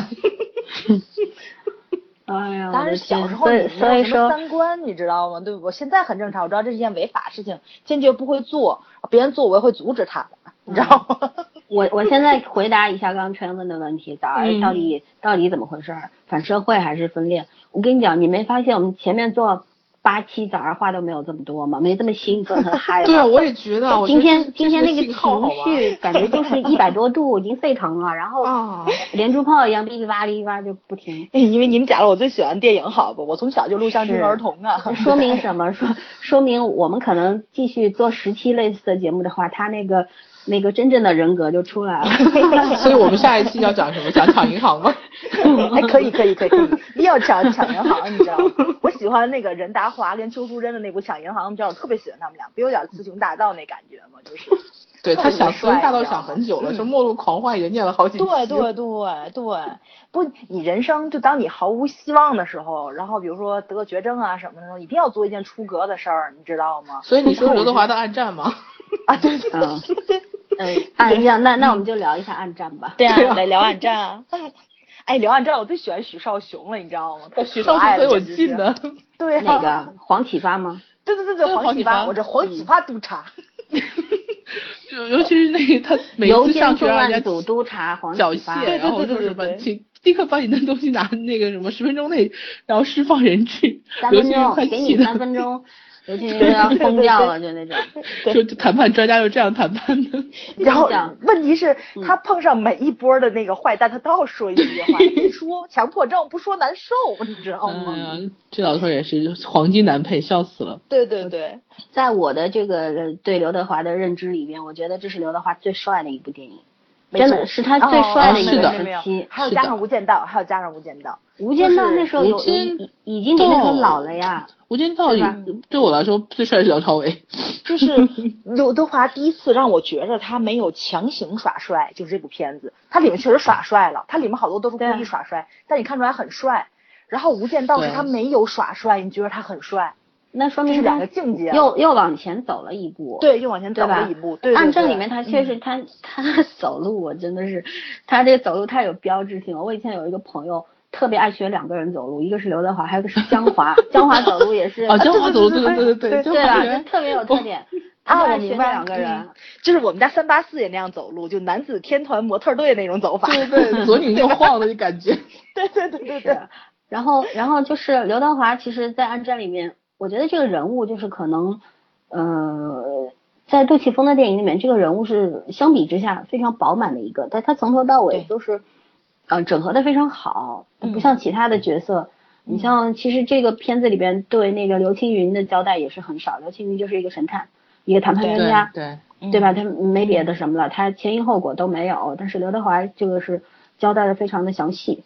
Speaker 2: 哎呀，
Speaker 4: 当
Speaker 2: 我的
Speaker 4: 然，小
Speaker 2: 天
Speaker 4: 时候
Speaker 2: 所
Speaker 4: 你
Speaker 2: 以
Speaker 4: 没
Speaker 2: 所
Speaker 4: 有
Speaker 2: 以
Speaker 4: 什
Speaker 2: 说，
Speaker 4: 么三观，你知道吗？对不？我现在很正常，我知道这是件违法事情，坚决不会做。别人做我也会阻止他的，你知道吗？
Speaker 2: 我我现在回答一下刚刚圈问的问题，早儿
Speaker 1: 嗯
Speaker 2: 到底、到底怎么回事儿？反社会还是分裂？我跟你讲，你没发现我们前面做八期早儿话都没有这么多吗？没这么兴奋和嗨了。
Speaker 1: 对啊，我也觉得。我
Speaker 2: 今
Speaker 1: 觉得
Speaker 2: 天
Speaker 1: 这
Speaker 2: 今天
Speaker 1: 这
Speaker 2: 那
Speaker 1: 是
Speaker 2: 个
Speaker 1: 信号好
Speaker 2: 情
Speaker 1: 吧
Speaker 2: 绪感觉就是一百多度，已经沸腾了，然后
Speaker 1: 啊，
Speaker 2: 连珠炮一样哔哔吧哔哔吧就不停。
Speaker 4: 嗯 因为你们讲了我最喜欢电影，好吧？我从小就录像听儿童啊。
Speaker 2: 说明什么？说说明我们可能继续做十期类似的节目的话，他那个那个真正的人格就出来了。
Speaker 1: 所以我们下一期要讲什么？讲抢银 行吗？
Speaker 4: 哎，可以可以可以，一定要抢抢银行，你知道吗？ 我喜欢那个任达华跟邱淑贞的那部《抢银行》，你知道我特别喜欢他们俩，不有点雌雄大盗那感觉吗？就是。
Speaker 1: 对他想
Speaker 4: 特
Speaker 1: 词
Speaker 4: 别帅
Speaker 1: 大道
Speaker 4: 你知道
Speaker 1: 想
Speaker 4: 吗
Speaker 1: 很久了，
Speaker 4: 嗯
Speaker 1: 就《末路狂花》也念了好几集。
Speaker 4: 对对对对，不，你人生就当你毫无希望的时候，然后比如说得绝症啊什么的，一定要做一件出格的事儿，你知道吗？
Speaker 1: 所以你说刘德华的暗战吗？
Speaker 4: 啊，对对
Speaker 2: 嗯，呃，暗战，那那我们就聊一下暗战吧。
Speaker 5: 对啊，来聊暗战啊，
Speaker 4: 哎，聊完这，我最喜欢许绍雄了，你知道吗？太
Speaker 1: 哎许
Speaker 4: 可
Speaker 1: 绍
Speaker 4: 爱
Speaker 1: 雄
Speaker 4: 了
Speaker 1: 很有
Speaker 4: 简直
Speaker 1: 劲
Speaker 4: 是
Speaker 1: 的。
Speaker 4: 对啊，
Speaker 2: 哪 个黄启发吗？
Speaker 4: 对对对对，
Speaker 1: 黄
Speaker 4: 黄
Speaker 1: 启
Speaker 4: 启发，
Speaker 1: 发
Speaker 4: 我这黄
Speaker 5: 嗯
Speaker 4: 启发 督察，
Speaker 1: 尤尤其是那个他每
Speaker 2: 邮
Speaker 1: 次
Speaker 2: 件
Speaker 1: 上去
Speaker 2: 重
Speaker 1: 让
Speaker 2: 案
Speaker 1: 人家
Speaker 2: 组督察黄
Speaker 1: 缴
Speaker 2: 启
Speaker 1: 械，啊
Speaker 2: 发。
Speaker 1: 然后说什么请立刻把你的东西拿那个什么十分钟内，然后释放人质，
Speaker 2: 三
Speaker 1: 刘
Speaker 2: 分
Speaker 1: 青云
Speaker 2: 钟
Speaker 1: 快，
Speaker 2: 给
Speaker 1: 气
Speaker 2: 你
Speaker 1: 的，
Speaker 2: 三分钟，尤其是 要疯掉了就那种。
Speaker 1: 就就谈判专家就这样谈判的。
Speaker 4: 然后
Speaker 2: 这样
Speaker 4: 问题是
Speaker 2: 嗯，
Speaker 4: 他碰上每一波的那个坏蛋，他都要说一句 话，一说强迫症，不说难受，你知道吗？
Speaker 1: 哎呀，这老头儿也是黄金男配，笑死了。
Speaker 4: 对对
Speaker 1: 嗯
Speaker 4: 对，
Speaker 2: 在我的这个呃对刘德华的认知里边，我觉得这是刘德华最帅的一部电影，
Speaker 4: 没
Speaker 2: 真
Speaker 4: 错
Speaker 2: 的是他最
Speaker 4: 哦
Speaker 2: 帅的一
Speaker 1: 是
Speaker 2: 个
Speaker 1: 的
Speaker 2: 时
Speaker 4: 没有
Speaker 2: 期。
Speaker 4: 还有
Speaker 1: 是
Speaker 4: 加
Speaker 1: 的
Speaker 4: 上《无间道》，还有加上《无 间道》。
Speaker 2: 无间道那时候有
Speaker 1: 无间
Speaker 2: 已已经比那时候老了呀，
Speaker 1: 无间道
Speaker 2: 是
Speaker 1: 也
Speaker 2: 吧
Speaker 1: 对我来说最帅是梁朝伟，
Speaker 4: 就是刘德华第一次让我觉着他没有强行耍帅，就是这部片子，他里面确实耍帅了，他里面好多都是故
Speaker 2: 对
Speaker 4: 意耍帅，但你看出来很帅。然后《无间道》是
Speaker 1: 对
Speaker 4: 他没有耍帅，你觉得他很帅，
Speaker 2: 那说
Speaker 4: 这是
Speaker 2: 明
Speaker 4: 两
Speaker 2: 他
Speaker 4: 个境界。
Speaker 2: 嗯又又往前走了一步。。
Speaker 4: 对，又往前走
Speaker 2: 对吧
Speaker 4: 了一步。对对对，嗯
Speaker 2: 按正里面他确实他、他 走路我真的是，他这个走路太有标志性了。我以前有一个朋友特别爱学两个人走路，一个是刘德华，还有一个是江 华。江华走路也是，
Speaker 4: 哦
Speaker 1: 啊，江华走，对
Speaker 4: 对对
Speaker 1: 对对江
Speaker 2: 对啊
Speaker 1: 华
Speaker 2: 吧？
Speaker 1: 原
Speaker 2: 就特别有特点。他
Speaker 4: 啊
Speaker 2: 爱
Speaker 4: 哦我
Speaker 2: 学
Speaker 4: 明
Speaker 2: 那
Speaker 4: 白嗯
Speaker 2: 两个人，
Speaker 4: 就是我们家三八四也那样走路，就男子天团模特队那种走法。
Speaker 1: 对对 对，左拧右晃的感觉。
Speaker 4: 对对对对对
Speaker 2: 然后，然后就是刘德华，其实，在《暗战》里面，我觉得这个人物就是可能，呃，在杜琪峰的电影里面，这个人物是相比之下非常饱满的一个，但他从头到尾
Speaker 4: 对
Speaker 2: 都是，呃，整合的非常好，不像其他的角色。你像，其实这个片子里边对那个刘青云的交代也是很少，刘青云就是一个神探，一个谈判专家，
Speaker 1: 对，
Speaker 4: 嗯
Speaker 2: 对啊吧？他没别的什么了，他前因后果都没有。但是刘德华这个是交代的非常的详细，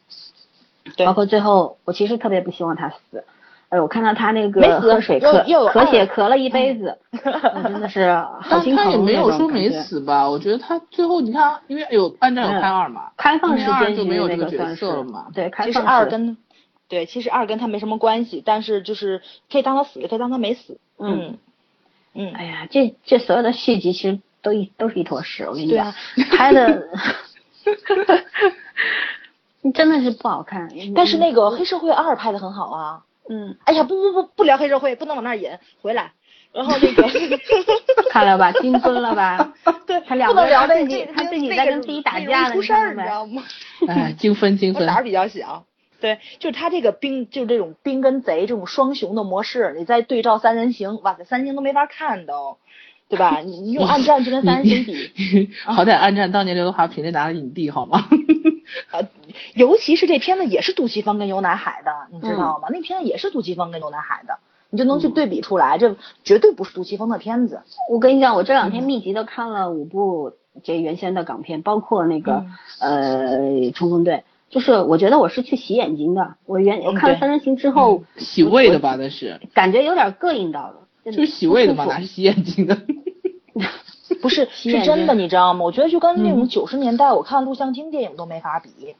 Speaker 4: 对
Speaker 2: 包括最后，我其实特别不希望他死。哎，我看到他那
Speaker 4: 没
Speaker 2: 个
Speaker 4: 死
Speaker 2: 喝水
Speaker 4: 又
Speaker 2: 咳
Speaker 4: 又嗯有
Speaker 2: 咳
Speaker 4: 爱
Speaker 2: 血咳了一杯 子，我真的是好
Speaker 1: 但
Speaker 2: 心疼
Speaker 1: 他也没
Speaker 2: 那
Speaker 1: 有
Speaker 2: 种
Speaker 1: 说
Speaker 2: 感
Speaker 1: 没
Speaker 2: 觉。嗯
Speaker 1: 死吧？我觉得他最后你看啊，因为有按照有拍二 嘛，
Speaker 2: 开
Speaker 4: 嗯
Speaker 2: 放式
Speaker 1: 因为二
Speaker 2: 结
Speaker 1: 就
Speaker 2: 局
Speaker 1: 没有
Speaker 2: 那
Speaker 1: 这个
Speaker 2: 个
Speaker 1: 角
Speaker 2: 算
Speaker 1: 色了
Speaker 2: 是
Speaker 1: 嘛
Speaker 2: 对开
Speaker 4: 其实
Speaker 2: 放
Speaker 4: 二
Speaker 2: 式
Speaker 4: 跟对，其实二跟他没什么关系，但是就是可以当他死，也可以当他没死。
Speaker 2: 嗯，
Speaker 4: 嗯，
Speaker 2: 哎呀，这这所有的续集其实都一都是一坨屎，我跟你
Speaker 4: 对
Speaker 2: 讲，
Speaker 4: 啊
Speaker 2: 拍的 真的是不好看。
Speaker 4: 但是那个《黑社会二》拍的很好啊。
Speaker 2: 嗯，
Speaker 4: 哎呀，不不不，不聊黑社会，不能往那儿引，回来。然后 那个
Speaker 2: 看了吧，金樽了吧？
Speaker 4: 对，
Speaker 2: 他两
Speaker 4: 不能
Speaker 2: 个
Speaker 4: 聊
Speaker 2: 他
Speaker 4: 那
Speaker 2: 自己
Speaker 4: 那
Speaker 2: 他自己
Speaker 4: 那
Speaker 2: 在
Speaker 4: 个
Speaker 2: 跟自己打
Speaker 4: 那
Speaker 2: 架呢
Speaker 4: 容易出
Speaker 2: 你
Speaker 4: 事
Speaker 2: 看
Speaker 4: 儿，
Speaker 2: 到
Speaker 4: 你
Speaker 2: 没
Speaker 4: 知道吗？
Speaker 1: 哎，精分精
Speaker 4: 我
Speaker 1: 分
Speaker 4: 胆，儿比较小。对，就是他这个兵，就是这种兵跟贼这种双雄的模式，你再对照《三人行》，哇塞，《三人行》都没法看都，对吧？你你用暗战去跟《三人行》比，
Speaker 1: 好歹暗战当年刘德华凭着拿了影帝好吗？
Speaker 4: 尤其是这片子也是杜琪峰跟游乃海的，你
Speaker 2: 嗯
Speaker 4: 知道吗？那片子也是杜琪峰跟游乃海的，你就能去对比出来，这绝对不是杜琪峰的片子。
Speaker 2: 我跟你讲，我这两
Speaker 4: 嗯
Speaker 2: 天密集的看了五部这原先的港片，包括那个、
Speaker 4: 嗯
Speaker 2: 呃冲锋队，就是我觉得我是去洗眼睛的。我原我看了
Speaker 4: 嗯对嗯
Speaker 2: 《三人行》之后，
Speaker 1: 洗胃的吧那是，
Speaker 2: 感觉有点膈应到了，就
Speaker 1: 就是洗胃的吧，
Speaker 2: 不舒
Speaker 1: 哪
Speaker 2: 服
Speaker 1: 是洗眼睛的？
Speaker 4: 不是，
Speaker 2: 眼
Speaker 4: 是真的，你知道吗？我觉得就跟那种
Speaker 1: 嗯
Speaker 4: 九十年代我看录像厅电影都没法比。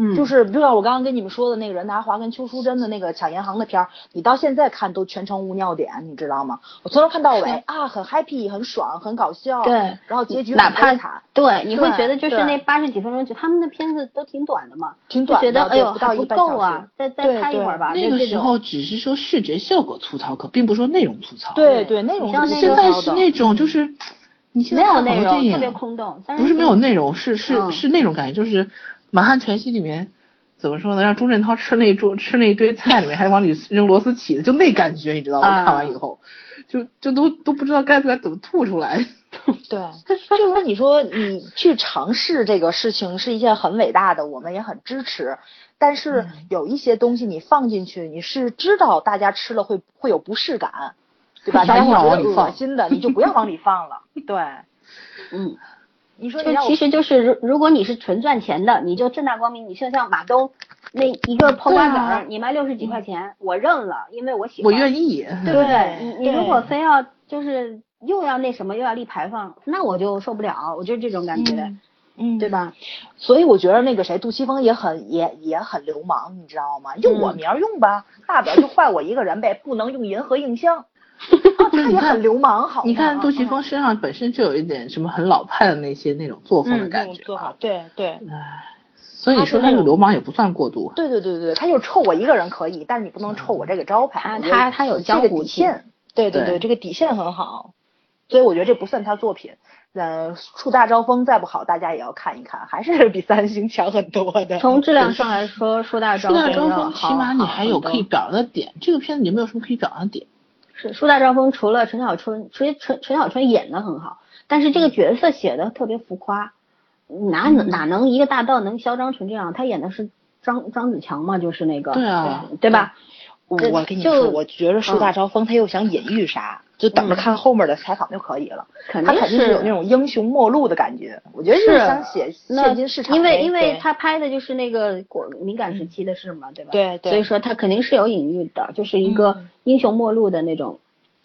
Speaker 2: 嗯，
Speaker 4: 就是就像我刚刚跟你们说的那个任达华跟邱淑贞的那个抢银行的片儿，你到现在看都全程无尿点，你知道吗？我从头看到尾啊，很 happy，很爽，很搞笑，
Speaker 2: 对
Speaker 4: 然后结局
Speaker 2: 哪
Speaker 4: 很悲
Speaker 2: 怕
Speaker 4: 惨，
Speaker 2: 对，你会
Speaker 4: 对
Speaker 2: 觉得就是
Speaker 4: 对
Speaker 2: 那八十几分钟剧，他们的片子都挺短的嘛，
Speaker 4: 挺
Speaker 2: 就
Speaker 4: 短
Speaker 2: 觉
Speaker 4: 的，
Speaker 2: 得哎呦
Speaker 4: 对不到
Speaker 2: 还
Speaker 4: 一
Speaker 2: 不
Speaker 4: 半小
Speaker 2: 够啊
Speaker 4: 时，
Speaker 2: 再再
Speaker 4: 对
Speaker 2: 拍一
Speaker 4: 对
Speaker 2: 会儿吧。
Speaker 1: 那
Speaker 2: 就
Speaker 1: 个
Speaker 2: 这
Speaker 1: 时
Speaker 2: 种
Speaker 1: 候只是说视觉效果吐槽，可并不说内容吐槽。
Speaker 4: 对对，那种
Speaker 2: 像那个
Speaker 1: 现在是
Speaker 4: 的
Speaker 1: 那种就是，你现
Speaker 2: 没
Speaker 1: 在
Speaker 2: 有
Speaker 1: 看
Speaker 2: 内
Speaker 1: 很多电
Speaker 2: 容，特别
Speaker 1: 影，
Speaker 2: 空洞。
Speaker 1: 不是没有内容，是
Speaker 2: 嗯
Speaker 1: 是是那种感觉，就是《满汉全席》里面怎么说呢？让钟镇涛吃那一桌 吃那一堆菜里面，还往里扔螺丝起子，就那感觉，你知道吗？
Speaker 2: 啊
Speaker 1: 看完以后，就就都都不知道该该怎么吐出来。
Speaker 4: 对，就是说，你说你去尝试这个事情是一件很伟大的，我们也很支持。但是有一些东西你放进去，你是知道大家吃了会会有不适感，对吧？
Speaker 1: 你
Speaker 4: 大
Speaker 1: 还
Speaker 4: 家
Speaker 1: 不
Speaker 4: 会
Speaker 1: 想
Speaker 4: 觉
Speaker 1: 往里
Speaker 4: 得恶
Speaker 1: 放
Speaker 4: 心的，你就不要往里放了。对，
Speaker 2: 嗯，
Speaker 4: 你说你
Speaker 2: 就
Speaker 4: 让
Speaker 2: 其
Speaker 4: 我
Speaker 2: 实就是，如如果你是纯赚钱的，你就正大光明，你就像马东那一个抛瓜子
Speaker 1: 对
Speaker 2: 儿，
Speaker 1: 啊
Speaker 2: 你卖六十几块钱，我认了，因为我喜
Speaker 1: 我
Speaker 2: 欢，
Speaker 1: 愿意，
Speaker 2: 对不对？
Speaker 4: 对
Speaker 2: 你你如
Speaker 4: 对
Speaker 2: 果非要就是又要那什么又要立牌坊，那我就受不了，我就是这种感觉，
Speaker 4: 嗯，
Speaker 2: 对？吧？
Speaker 4: 所以我觉得那个谁，杜琪峰也很也也很流氓，你知道吗？用我名儿用吧，大不了就坏我一个人呗，不能用银河映像。啊，他
Speaker 1: 你
Speaker 4: 也
Speaker 1: 看
Speaker 4: 很流氓，好吗？
Speaker 1: 你看杜琪
Speaker 4: 嗯
Speaker 1: 峰身上本身就有一点什么很老派的那些那种作风的
Speaker 2: 嗯
Speaker 1: 感
Speaker 4: 这种
Speaker 1: 觉
Speaker 4: 做
Speaker 1: 吧
Speaker 4: 法，，对对
Speaker 1: 所以
Speaker 4: 他是
Speaker 1: 说他
Speaker 4: 那
Speaker 1: 这个
Speaker 4: 种
Speaker 1: 流氓也不算过度。
Speaker 4: 对对对对，他就臭我一个人可以，但是你不能臭我这个招
Speaker 2: 他
Speaker 4: 牌。我觉得
Speaker 2: 啊他他有江
Speaker 4: 这个
Speaker 2: 湖
Speaker 4: 底
Speaker 2: 气
Speaker 4: 线，对对
Speaker 1: 对
Speaker 4: 对，这个底线很好，所以我觉得这不算他作品。嗯，树大招风再不好，大家也要看一看，还是比三星强很多的。
Speaker 2: 从质量上来说，树大
Speaker 1: 树
Speaker 2: 招
Speaker 1: 大
Speaker 2: 风要
Speaker 1: 招风，
Speaker 2: 好
Speaker 1: 啊起码你
Speaker 2: 好
Speaker 1: 还
Speaker 2: 很
Speaker 1: 有
Speaker 2: 多
Speaker 1: 可以表扬的点。这个片子你有没有什么可以表扬的点？
Speaker 2: 是树大招风，除了陈小春，其实陈陈小春演的很好，但是这个角色写的特别浮夸，哪
Speaker 4: 嗯
Speaker 2: 能哪能一个大盗能嚣张成这样？他演的是张张子强嘛，就是那个，
Speaker 1: 对啊
Speaker 2: 对吧？
Speaker 4: 我
Speaker 2: 这
Speaker 4: 我跟你
Speaker 2: 就
Speaker 4: 说，我觉得
Speaker 2: 嗯
Speaker 4: 树大招风，他又想隐喻啥，就等着看后面的采访就可以了。
Speaker 2: 肯
Speaker 4: 他
Speaker 2: 定
Speaker 4: 肯定是有那种英雄末路的感觉，我觉得就
Speaker 2: 是
Speaker 4: 是想写
Speaker 2: 那
Speaker 4: 现今市场
Speaker 2: 因为
Speaker 4: 呗
Speaker 2: 因为
Speaker 4: 对
Speaker 2: 他拍的就是那个过敏感时期的事嘛，对吧？
Speaker 4: 对对
Speaker 2: 所以说他肯定是有隐喻的，就是一个
Speaker 4: 嗯
Speaker 2: 英雄末路的那种。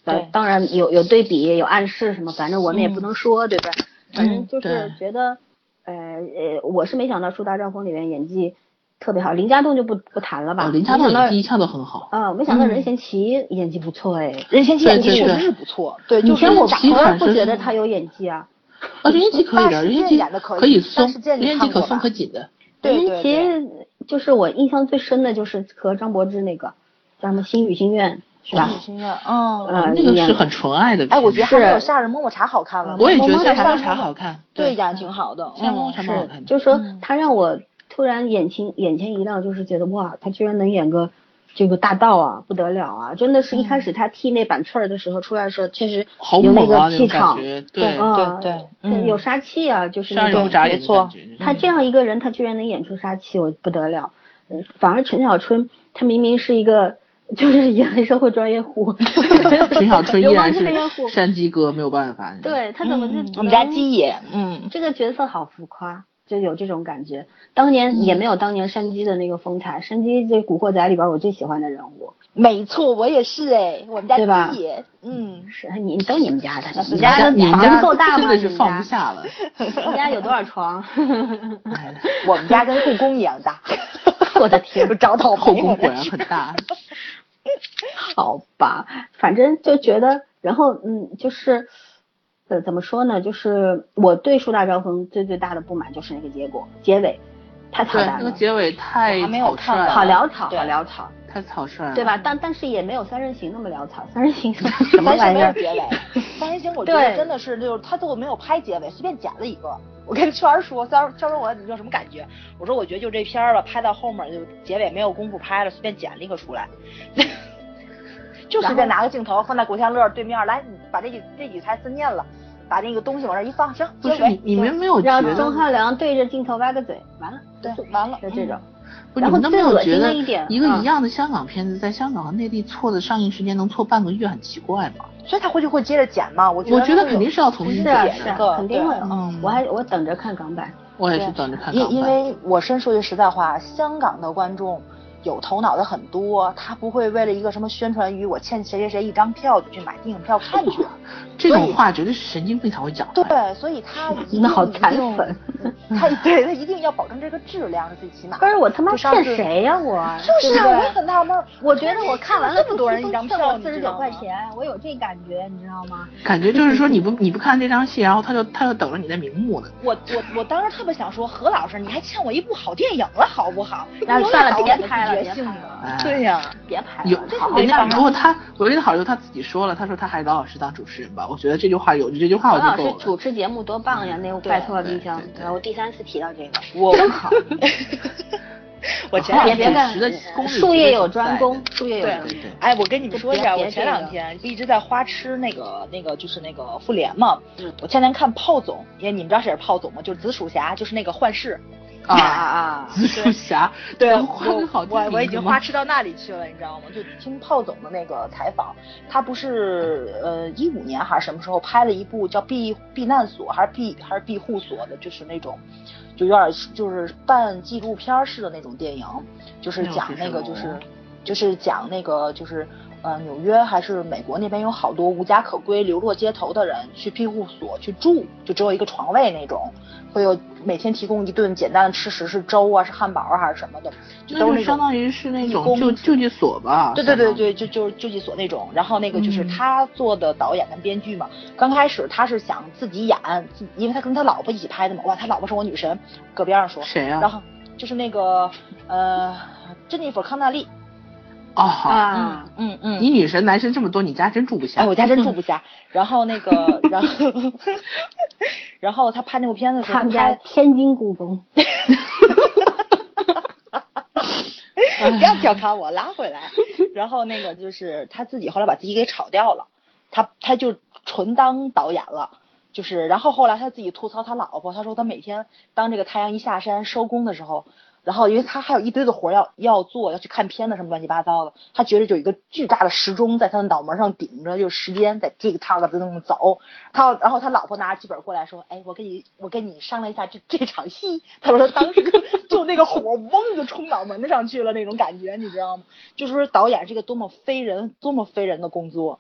Speaker 2: 呃
Speaker 4: 对
Speaker 2: 当然有有对比，有暗示什么，反正我们也不能说，对不对？
Speaker 4: 嗯
Speaker 2: 反正就是
Speaker 1: 对
Speaker 2: 觉得，呃呃，我是没想到《树大招风》里面演技特别好，林家栋就不不谈了吧。
Speaker 1: 哦，林家栋
Speaker 2: 没想到
Speaker 1: 演技一嗯向都很好。
Speaker 2: 啊，没想到任贤齐演技不错哎。
Speaker 4: 任贤齐
Speaker 1: 对
Speaker 4: 演技
Speaker 1: 对
Speaker 4: 确
Speaker 1: 对
Speaker 4: 实是不错，对，
Speaker 2: 以
Speaker 4: 就是
Speaker 2: 前我
Speaker 1: 长
Speaker 2: 从来
Speaker 1: 得
Speaker 2: 不觉得他有演技啊，
Speaker 1: 啊，任贤齐可以的，
Speaker 4: 大世
Speaker 1: 任
Speaker 4: 界
Speaker 1: 贤齐
Speaker 4: 演得可以
Speaker 1: 以
Speaker 4: 大
Speaker 1: 松
Speaker 4: 世界，你
Speaker 1: 任贤齐
Speaker 4: 看
Speaker 1: 可
Speaker 4: 过
Speaker 1: 松
Speaker 4: 吧
Speaker 1: 可紧的。
Speaker 4: 对
Speaker 2: 任
Speaker 4: 对
Speaker 2: 贤
Speaker 4: 对
Speaker 2: 齐就是我印象最深的就是和张柏芝那个叫什么《星语心愿》是吧？
Speaker 4: 心愿，嗯，
Speaker 2: 呃，
Speaker 1: 啊那个
Speaker 2: 演
Speaker 1: 是很纯爱的片子。
Speaker 4: 哎，我觉得还没有《
Speaker 2: 是
Speaker 4: 夏日么么茶》好看了。
Speaker 1: 我也觉得
Speaker 4: 夏
Speaker 1: 夏
Speaker 4: 日
Speaker 1: 夏
Speaker 4: 么么
Speaker 1: 梦茶好看。
Speaker 4: 对，演得挺好的。
Speaker 1: 夏梦
Speaker 4: 嗯
Speaker 1: 茶蛮好
Speaker 2: 是
Speaker 1: 看，的。
Speaker 5: 嗯
Speaker 2: 就是说他让我突然眼前眼前一亮，就是觉得哇，他居然能演个这个大盗啊，不得了啊！真的是一开
Speaker 5: 嗯
Speaker 2: 始他剃那板寸儿的时候出来的时候，确实
Speaker 1: 好
Speaker 2: 有那
Speaker 1: 猛
Speaker 2: 个
Speaker 1: 啊
Speaker 2: 气
Speaker 1: 那种感
Speaker 2: 场，
Speaker 1: 觉，对，
Speaker 2: 啊
Speaker 5: 对对
Speaker 2: 对，
Speaker 5: 嗯
Speaker 2: 有杀气啊，就是
Speaker 1: 杀
Speaker 2: 那
Speaker 1: 人
Speaker 2: 种
Speaker 1: 不眨
Speaker 5: 没
Speaker 1: 眼的
Speaker 5: 错
Speaker 1: 感觉。
Speaker 2: 他这样一个人，他居然能演出杀气，我不得了。嗯反而陈小春，他明明是一个就是 也很社会专业户，
Speaker 1: 陈小春依
Speaker 2: 流氓
Speaker 1: 然
Speaker 2: 专业户
Speaker 1: 是，山鸡哥，没有办法。，
Speaker 2: 对他怎么就、
Speaker 5: 嗯
Speaker 2: 嗯
Speaker 4: 我们家鸡爷，嗯，
Speaker 2: 这个角色好浮夸，就有这种感觉。当年也没有当年山鸡的那个风采，山鸡这《古惑仔》里边我最喜欢的人物。
Speaker 4: 没错，我也是哎，我们家
Speaker 2: 对吧
Speaker 4: 鸡爷，嗯，
Speaker 2: 是你都你们家的，你
Speaker 1: 你
Speaker 2: 们家
Speaker 1: 你们
Speaker 2: 房
Speaker 1: 家
Speaker 2: 子够大吗？
Speaker 1: 真的是放不
Speaker 2: 你
Speaker 1: 下了。
Speaker 2: 们 家，你们家有多少床？
Speaker 1: 哎
Speaker 4: 我们家跟故宫一样大，
Speaker 2: 我的天，
Speaker 4: 就找到
Speaker 1: 后宫果然很大。
Speaker 2: 好吧，反正就觉得，然后嗯，就是，呃，怎么说呢？就是我对树大招风最最大的不满就是那个结果，结尾太操
Speaker 1: 对，
Speaker 2: 蛋
Speaker 1: 那个
Speaker 2: 了，
Speaker 1: 结尾太
Speaker 4: 我还没有
Speaker 1: 草率
Speaker 4: 看完
Speaker 2: 好
Speaker 1: 了，
Speaker 2: 潦草，
Speaker 4: 对
Speaker 2: 好潦草，
Speaker 1: 太草率了，
Speaker 2: 对嗯吧？？但但是也没有三人行那么潦草，三人 行什么玩
Speaker 4: 咱什
Speaker 2: 意
Speaker 4: 么
Speaker 2: 儿
Speaker 4: 是？结尾？ 三人行，我觉得
Speaker 2: 对
Speaker 4: 真的是就是他最后没有拍结尾，随便剪了一个。我跟圈儿说，圈儿圈儿问我你有什么感觉？我说我觉得就这片儿吧，拍到后面就结尾没有功夫拍了，随便剪了一个出来， 就随便拿个镜头放在古天乐对面来，你把这几这几台词念了，把那个东西往那儿一放，行，
Speaker 1: 不
Speaker 4: 结
Speaker 1: 是
Speaker 4: 尾
Speaker 1: 你你们没有觉
Speaker 2: 让钟
Speaker 1: 得，
Speaker 2: 汉良对着镜头歪个嘴，完了，
Speaker 4: 对，完了
Speaker 2: 就这种。
Speaker 1: 不是
Speaker 2: 然
Speaker 1: 你
Speaker 2: 后
Speaker 1: 们都没
Speaker 2: 最
Speaker 1: 有
Speaker 2: 恶
Speaker 1: 觉
Speaker 2: 心
Speaker 1: 得
Speaker 2: 的一点
Speaker 1: 一个
Speaker 2: 嗯
Speaker 1: 一样的香港片子在香港和内地错的上映时间能错半个月，很奇怪吗？
Speaker 4: 所以他回去会接着剪嘛？我觉得
Speaker 1: 我觉得
Speaker 4: 会有
Speaker 1: 肯定是要重
Speaker 2: 不
Speaker 1: 新
Speaker 2: 是
Speaker 1: 剪
Speaker 2: 啊
Speaker 4: 解
Speaker 2: 是
Speaker 4: 这
Speaker 1: 的。
Speaker 2: 啊
Speaker 4: 个
Speaker 2: 肯定会有
Speaker 1: 嗯，
Speaker 2: 我还我等着看港版。
Speaker 1: 我也是
Speaker 4: 对
Speaker 1: 等着看港
Speaker 4: 因
Speaker 1: 版。
Speaker 4: 因为我深说句实在话，香港的观众有头脑的很多，他不会为了一个什么宣传语，我欠谁谁谁一张票就去买电影票看 去。
Speaker 1: 这
Speaker 4: 所
Speaker 1: 种
Speaker 4: 以
Speaker 1: 话绝对是神经病才会讲出来的。
Speaker 4: 对，所以他一 定
Speaker 2: 那好残忍，
Speaker 4: 他对他一定要保证这个质量是最起码
Speaker 2: 不。是我他妈
Speaker 4: 就上
Speaker 2: 骗
Speaker 4: 次
Speaker 2: 谁呀、我？
Speaker 4: 就是啊，
Speaker 2: 对不
Speaker 4: 我
Speaker 2: 对
Speaker 4: 也很纳闷儿。
Speaker 2: 我觉得我看完了
Speaker 4: 这么多人一张票，
Speaker 2: 四
Speaker 4: 你
Speaker 2: 十
Speaker 4: 知
Speaker 2: 九
Speaker 4: 道吗
Speaker 2: 块。钱，我有这感觉，你知道吗？
Speaker 1: 感觉就是说你不你不看这张戏，然后他就他就等着你的名目呢。
Speaker 4: 我我我当时特别想说，何老师，你还欠我一部好电影了，好不好？
Speaker 2: 然后
Speaker 4: 你
Speaker 2: 算了
Speaker 4: 有
Speaker 2: 别
Speaker 4: 点导
Speaker 2: 拍了
Speaker 4: 演
Speaker 2: 别
Speaker 4: 的自觉
Speaker 2: 拍
Speaker 4: 性
Speaker 2: 了
Speaker 4: 啊
Speaker 1: 哎
Speaker 4: 对呀、
Speaker 2: 别拍
Speaker 1: 有
Speaker 2: 了，
Speaker 4: 这
Speaker 2: 好
Speaker 4: 是
Speaker 2: 好
Speaker 1: 人
Speaker 4: 没
Speaker 1: 家
Speaker 4: 办
Speaker 2: 看
Speaker 4: 法
Speaker 1: 如果他我觉得好就他自己说了，他说他还老老实当主持人吧。我觉得这句话有这句话
Speaker 2: 何
Speaker 1: 我就
Speaker 2: 老师
Speaker 1: 够
Speaker 2: 主
Speaker 1: 了。
Speaker 2: 持节目多棒呀！那个
Speaker 4: 对
Speaker 2: 拜托了
Speaker 1: 对
Speaker 2: 冰箱
Speaker 1: 对，对
Speaker 2: 然后我第三次提到这个，
Speaker 4: 我
Speaker 2: 真好，
Speaker 4: 我前
Speaker 1: 何
Speaker 4: 两
Speaker 1: 老
Speaker 2: 别别干
Speaker 4: 天
Speaker 1: 师主持的功，力
Speaker 2: 术业有
Speaker 1: 是在
Speaker 2: 专
Speaker 1: 的
Speaker 2: 攻，术业有
Speaker 4: 对
Speaker 2: 专
Speaker 1: 对对
Speaker 2: 攻。
Speaker 4: 哎，我跟你们说一下，
Speaker 2: 就别
Speaker 4: 我前
Speaker 2: 别这
Speaker 4: 两
Speaker 2: 个
Speaker 4: 天不一直在花痴那个那个就是那个复联嘛，
Speaker 2: 嗯
Speaker 4: 我前两天看炮总，因为你们知道谁是炮总吗？就是紫薯侠，就是那个幻视。
Speaker 2: 啊
Speaker 1: 啊。
Speaker 2: 啊
Speaker 1: 紫薯侠，
Speaker 4: 对，
Speaker 1: 能
Speaker 4: 我
Speaker 1: 换个好
Speaker 4: 我
Speaker 1: 电
Speaker 4: 我已
Speaker 1: 影
Speaker 4: 经
Speaker 1: 吗
Speaker 4: 花痴到那里去了，你知道吗？就听炮总的那个采访，他不是呃一五年还是什么时候拍了一部叫《避避难所》还是避还是庇护所的，就是那种就有点就是半纪录片儿式的那种电影，就是
Speaker 1: 那种
Speaker 4: 讲
Speaker 1: 是
Speaker 4: 那
Speaker 1: 什
Speaker 4: 个
Speaker 1: 么
Speaker 4: 就是就是讲那个就是。呃，纽约还是美国那边有好多无家可归、流落街头的人去庇护所去住，就只有一个床位那种，会有每天提供一顿简单的吃食，是粥啊，是汉堡啊，还是什么的，就
Speaker 1: 那
Speaker 4: 都
Speaker 1: 就是
Speaker 4: 那种。
Speaker 1: 相当于是那
Speaker 4: 义
Speaker 1: 种
Speaker 4: 工
Speaker 1: 救救济所吧？
Speaker 4: 对对
Speaker 1: 相
Speaker 4: 对
Speaker 1: 当于
Speaker 4: 对，就就是救济所那种。然后那个就是
Speaker 1: 嗯
Speaker 4: 他做的导演跟编剧嘛，刚开始他是想自己演，自因为他跟他老婆一起拍的嘛，哇，他老婆是我女神，搁边上说。
Speaker 1: 谁啊？
Speaker 4: 然后就是那个呃，珍妮弗康纳利，
Speaker 1: 哦，好，
Speaker 2: 啊！
Speaker 4: 嗯嗯
Speaker 1: 你女神男神这么多，你家真住不下
Speaker 4: 哎，。我家真住不下。然后那个，然后，然后他拍那部片子的时候，
Speaker 2: 他们
Speaker 4: 拍
Speaker 2: 家天津故宫，
Speaker 4: 嗯 不要调侃我，拉回来。 然后那个就是他自己后来把自己给炒掉了，他他就纯当导演了。就是，然后后来他自己吐槽他老婆，他说他每天当这个太阳一下山收工的时候，然后因为他还有一堆的活儿要要做，要去看片子什么乱七八糟的，他觉得有一个巨大的时钟在他的脑门上顶着，就是时间在这个趟的在那么走。他然后他老婆拿着剧本过来说，哎，我跟你我跟你商量一下这这场戏。他说他当时就就那个火嗡就冲脑门子上去了那种感觉，你知道吗？就是说导演是一个多么非人多么非人的工作。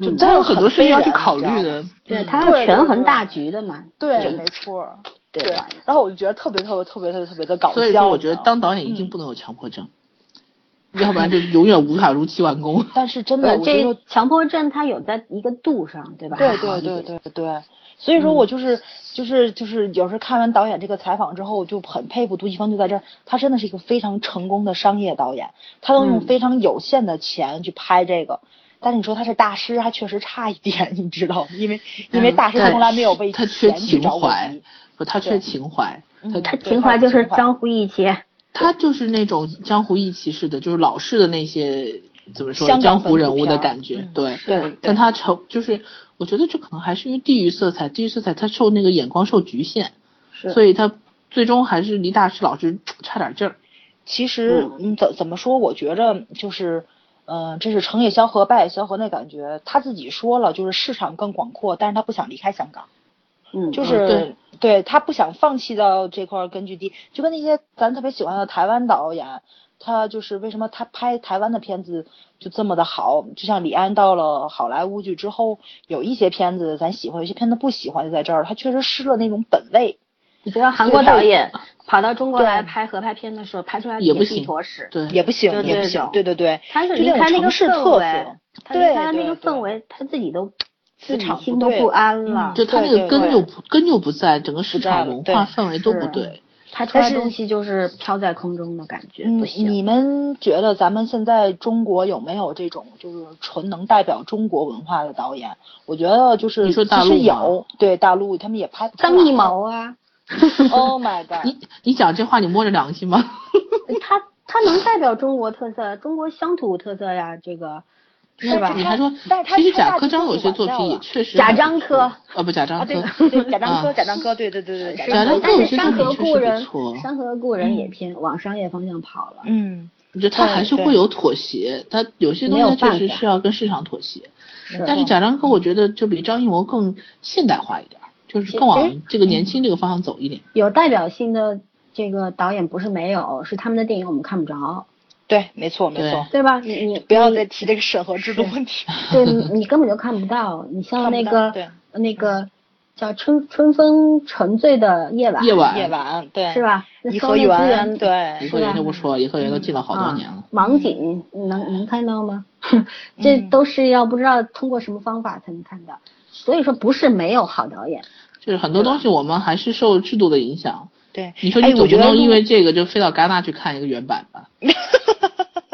Speaker 4: 就
Speaker 1: 嗯
Speaker 4: 真
Speaker 1: 他有
Speaker 4: 的
Speaker 1: 很多事
Speaker 4: 非
Speaker 1: 情要
Speaker 4: 人
Speaker 1: 去考虑。
Speaker 4: 你知道吗
Speaker 1: 的。
Speaker 2: 对
Speaker 1: 嗯
Speaker 2: 他要
Speaker 4: 对
Speaker 2: 权
Speaker 4: 对
Speaker 2: 衡
Speaker 4: 对
Speaker 2: 大局的嘛，
Speaker 4: 对，
Speaker 2: 嗯
Speaker 4: 没错儿。
Speaker 2: 对
Speaker 4: 对
Speaker 2: 吧？，
Speaker 4: 然后我就觉得特别特别特别特别特别的搞笑。
Speaker 1: 所以说，我觉得当导演一
Speaker 4: 嗯
Speaker 1: 定不能有强迫症，要不然就永远无法如期完工。
Speaker 4: 但是真的，
Speaker 2: 呃，
Speaker 4: 我觉
Speaker 2: 这
Speaker 4: 得
Speaker 2: 强迫症它有在一个度上，对吧？
Speaker 4: 对对对对对，所以说我就是、就是就是有时候看完导演这个采访之后，我就很佩服杜琪峰，就在这儿，他真的是一个非常成功的商业导演，他能用
Speaker 2: 嗯
Speaker 4: 非常有限的钱去拍这个。但是你说他是大师，他确实差一点，你知道吗？因为因为大师
Speaker 1: 嗯
Speaker 4: 从来没有为
Speaker 1: 他缺
Speaker 4: 钱去
Speaker 1: 情
Speaker 4: 找过
Speaker 1: 怀
Speaker 4: 急，
Speaker 1: 不，他缺
Speaker 4: 对
Speaker 1: 情怀，
Speaker 4: 嗯
Speaker 1: 他
Speaker 2: 他
Speaker 4: 对
Speaker 2: 情怀就是
Speaker 4: 情怀
Speaker 2: 张呼一切，
Speaker 1: 他就是那种江湖义气式的，就是老式的那些怎么说
Speaker 4: 香港
Speaker 1: 江湖
Speaker 4: 本土
Speaker 1: 人物的
Speaker 4: 片儿嗯
Speaker 1: 感觉，对。
Speaker 2: 对，
Speaker 1: 但他成就是，我觉得这可能还是因为地域色彩，地域色彩他受那个眼光受局限，
Speaker 3: 是
Speaker 1: 所以他最终还是离大师老师差点劲儿。
Speaker 4: 其实嗯怎怎么说？我觉着就是，嗯、这是成也萧何，败也萧何那感觉。他自己说了，就是市场更广阔，但是他不想离开香港，
Speaker 2: 嗯，
Speaker 4: 就
Speaker 1: 嗯
Speaker 4: 是、
Speaker 1: 对
Speaker 4: 他不想放弃到这块儿根据地，就跟那些咱特别喜欢的台湾导演。他就是为什么他拍台湾的片子就这么的好，就像李安到了好莱坞去之后，有一些片子咱喜欢，有些片子不喜欢，就在这儿，他确实失了那种本味。
Speaker 2: 你知道韩国导演跑到中国来拍合拍片的时候，拍出来的
Speaker 1: 也不
Speaker 2: 是一
Speaker 1: 行
Speaker 2: 坨屎，
Speaker 1: 对，
Speaker 4: 也不行，
Speaker 2: 对
Speaker 4: 也不
Speaker 2: 对
Speaker 4: 行
Speaker 2: 对，
Speaker 4: 对对对，
Speaker 2: 他是
Speaker 4: 就
Speaker 2: 离
Speaker 4: 那
Speaker 2: 开
Speaker 4: 种
Speaker 2: 那个
Speaker 4: 城市
Speaker 2: 氛
Speaker 4: 特
Speaker 2: 围
Speaker 4: 色，
Speaker 2: 他离开
Speaker 4: 对
Speaker 2: 那
Speaker 4: 对
Speaker 2: 个
Speaker 4: 对
Speaker 2: 氛围，他自己都自
Speaker 4: 市
Speaker 2: 己
Speaker 4: 场不
Speaker 2: 心都
Speaker 4: 对
Speaker 2: 不安了
Speaker 4: 嗯。
Speaker 1: 就他那
Speaker 4: 对对
Speaker 1: 个根
Speaker 4: 对
Speaker 1: 就不根就不在，整个市
Speaker 4: 不在
Speaker 1: 场
Speaker 4: 了
Speaker 1: 文
Speaker 4: 对
Speaker 1: 化氛围都不
Speaker 2: 是
Speaker 1: 对。
Speaker 2: 他出来
Speaker 4: 但
Speaker 2: 的
Speaker 4: 是
Speaker 2: 东西就是飘在空中的感觉，
Speaker 4: 嗯
Speaker 2: 不，行。
Speaker 4: 你们觉得咱们现在中国有没有这种就是纯能代表中国文化的导演？我觉得就是
Speaker 1: 你说大
Speaker 4: 其
Speaker 1: 陆
Speaker 4: 实
Speaker 1: 吗
Speaker 4: 有，对大陆他们也拍不出来。
Speaker 2: 张艺谋啊，
Speaker 4: ，Oh my god！
Speaker 1: 你你讲这话，你摸着良心吗？
Speaker 2: 他他能代表中国特色，中国乡土特色呀，这个是吧？
Speaker 1: 你还说
Speaker 4: 但是，他
Speaker 1: 其实
Speaker 4: 拍大
Speaker 1: 贾科
Speaker 4: 结
Speaker 1: 章
Speaker 4: 局
Speaker 1: 有些
Speaker 4: 晚
Speaker 1: 作
Speaker 4: 掉
Speaker 1: 品
Speaker 4: 了
Speaker 1: 也确实
Speaker 2: 贾
Speaker 1: 还不
Speaker 2: 樟柯
Speaker 1: 错啊，不贾
Speaker 4: 啊，
Speaker 1: 樟
Speaker 4: 对
Speaker 1: 柯，
Speaker 4: 对，贾樟柯，
Speaker 1: 啊
Speaker 4: 嗯贾樟柯，对对对对，
Speaker 1: 贾樟柯
Speaker 2: 但
Speaker 1: 我
Speaker 2: 是
Speaker 1: 觉得
Speaker 2: 山
Speaker 1: 作
Speaker 2: 河
Speaker 1: 品确
Speaker 2: 故
Speaker 1: 实不
Speaker 2: 人
Speaker 1: 错，。啊
Speaker 2: 山河故人也偏往商业方向跑了。
Speaker 4: 嗯，
Speaker 1: 我觉得他还是
Speaker 4: 对
Speaker 1: 会有妥协，他有些东
Speaker 2: 没有
Speaker 1: 西确实
Speaker 2: 办法
Speaker 1: 是要跟市场妥协。
Speaker 2: 是
Speaker 1: 但是贾樟柯，
Speaker 4: 嗯
Speaker 1: 我觉得就比张艺谋更现代化一点儿，就是更
Speaker 2: 其
Speaker 1: 往这个年轻这个方向走一点。
Speaker 2: 有代表性的这个导演不是没有，是他们的电影我们看不着，
Speaker 4: 对，没错没错。
Speaker 2: 对吧？你你
Speaker 4: 不要再提这个审核制度问题。
Speaker 2: 对你你根本就看不到。你像
Speaker 4: 看不
Speaker 2: 那
Speaker 4: 到
Speaker 2: 个
Speaker 4: 对
Speaker 2: 那个叫春春风沉醉的夜晚，
Speaker 1: 夜晚，
Speaker 4: 嗯 夜晚，对，
Speaker 2: 是？吧？那
Speaker 4: 颐
Speaker 2: 搜那
Speaker 4: 和
Speaker 2: 资
Speaker 4: 园，
Speaker 2: 源
Speaker 1: 颐
Speaker 4: 对，
Speaker 1: 和
Speaker 2: 是
Speaker 1: 园
Speaker 2: 吧
Speaker 1: 就不说，颐和园
Speaker 4: 嗯
Speaker 1: 都进了好多
Speaker 2: 啊
Speaker 1: 年了。嗯
Speaker 2: 网景能能看到吗？ 这都是要不知道通过什么方法才能看到。所以说不是没有好导演，
Speaker 1: 就是很多东西我们还是受制度的影响。
Speaker 4: 对。
Speaker 1: 你说
Speaker 4: 哎
Speaker 1: 你
Speaker 4: 我
Speaker 1: 总
Speaker 4: 觉
Speaker 1: 不
Speaker 4: 得
Speaker 1: 能因
Speaker 4: 录
Speaker 1: 为这个就飞到戛纳去看一个原版吧？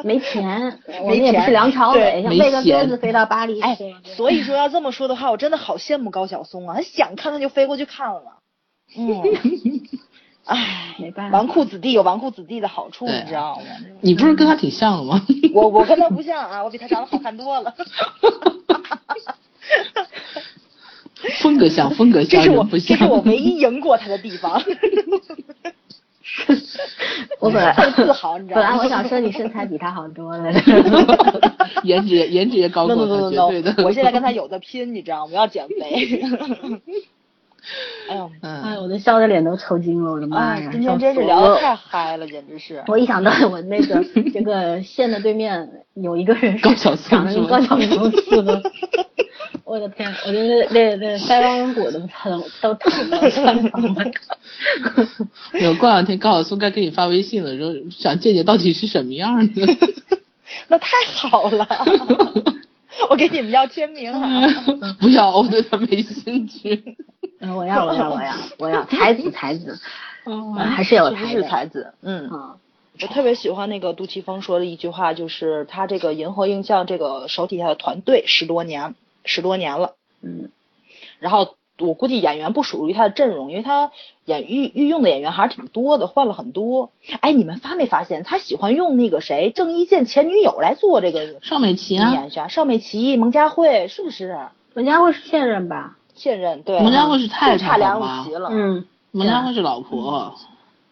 Speaker 2: 没 钱，我
Speaker 4: 没
Speaker 2: 们也不
Speaker 4: 钱
Speaker 2: 是梁朝伟，
Speaker 4: 对
Speaker 2: 想
Speaker 1: 没
Speaker 2: 喂个鸽
Speaker 1: 钱
Speaker 2: 子飞到巴黎
Speaker 4: 哎
Speaker 2: 去。，
Speaker 4: 所以说要这么说的话，我真的好羡慕高晓松啊，他想看他就飞过去看了。 嗯，哎，
Speaker 2: 没办法
Speaker 4: 纨，绔子弟有纨绔子弟的好处，
Speaker 1: 对
Speaker 4: 你知道吗？
Speaker 1: 你不是跟他
Speaker 4: 嗯
Speaker 1: 挺像的吗？
Speaker 4: 我我跟他不像啊，我比他长得好看多了。
Speaker 1: 风格像，风 格
Speaker 4: 这
Speaker 1: 像，
Speaker 4: 是我
Speaker 1: 人不
Speaker 4: 这
Speaker 1: 像。
Speaker 4: 是我唯一赢过他的地 方，
Speaker 2: 我 本来
Speaker 4: 很自豪，你知
Speaker 2: 本
Speaker 4: 道
Speaker 2: 来
Speaker 4: 吗？
Speaker 2: 我想说你身材比他好多了，
Speaker 1: 颜值也颜值也高
Speaker 4: no
Speaker 1: 过
Speaker 4: no no
Speaker 1: 他，绝对
Speaker 4: no
Speaker 1: 的。
Speaker 4: no，我现在跟他有的拼，你知道吗？我要减肥。 哎呦，
Speaker 2: 哎，
Speaker 1: 嗯，
Speaker 2: 我都笑的脸都抽筋了，我的妈
Speaker 4: 哎
Speaker 1: 啊
Speaker 2: 呀！，
Speaker 4: 今天
Speaker 2: 笑
Speaker 4: 真
Speaker 2: 死我
Speaker 4: 是聊
Speaker 2: 了
Speaker 4: 的太嗨了，简直是。
Speaker 2: 我一想到我那个这个线的对面有一个人是
Speaker 1: 高晓松
Speaker 2: 长得
Speaker 1: 是
Speaker 2: 跟
Speaker 1: 吗
Speaker 2: 高晓松似的，我的天，我就是那那腮帮骨都疼，都疼了，酸疼了。
Speaker 1: 有过两天高晓松该给你发微信了，说想见见到底是什么样的。
Speaker 4: 那太好 了，我给你们要签名啊！
Speaker 1: 不要，我对他没兴趣。
Speaker 2: 嗯我要我要我要我要才子才子，
Speaker 1: 啊
Speaker 2: 嗯还是有
Speaker 4: 确实
Speaker 2: 才
Speaker 4: 是
Speaker 2: 的。
Speaker 4: 才子，嗯，
Speaker 2: 嗯，
Speaker 4: 我特别喜欢那个杜琪峰说的一句话，就是他这个银河映像这个手底下的团队十多年，十多年了，
Speaker 2: 嗯，
Speaker 4: 然后我估计演员不属于他的阵容，因为他演御御用的演员还是挺多的，换了很多。哎，你们发没发现他喜欢用那个谁郑伊健前女友来做这个
Speaker 1: 尚美琪啊，
Speaker 4: 演员？邵美琪、蒙嘉慧是不是
Speaker 2: 文佳慧是现任吧？
Speaker 4: 现任？对，啊
Speaker 1: 蒙嘉慧是太
Speaker 4: 就差
Speaker 1: 太好
Speaker 4: 梁
Speaker 1: 吗
Speaker 4: 咏琪了，。
Speaker 2: 嗯，
Speaker 1: 蒙嘉慧是老婆，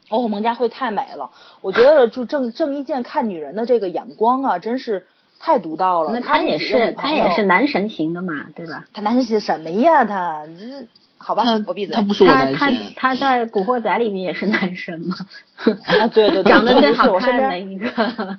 Speaker 4: 哦，蒙嘉慧太美了，我觉得就郑郑伊健看女人的这个眼光啊，真是太独到了。
Speaker 2: 那他也
Speaker 4: 几个
Speaker 2: 是
Speaker 4: 女
Speaker 2: 他
Speaker 4: 朋
Speaker 2: 也
Speaker 4: 友
Speaker 2: 是，男神型的嘛，对吧？
Speaker 4: 他男神是什么呀？他你这好吧
Speaker 1: 他，
Speaker 4: 我闭嘴。
Speaker 1: 他不是我
Speaker 2: 他
Speaker 1: 男
Speaker 2: 他
Speaker 1: 神。
Speaker 2: 他在《古惑仔》里面也是男神嘛，
Speaker 4: 啊， 对对对，
Speaker 2: 长得
Speaker 4: 真
Speaker 2: 最
Speaker 4: 是
Speaker 2: 好
Speaker 4: 我身
Speaker 2: 看
Speaker 4: 边
Speaker 2: 的一个。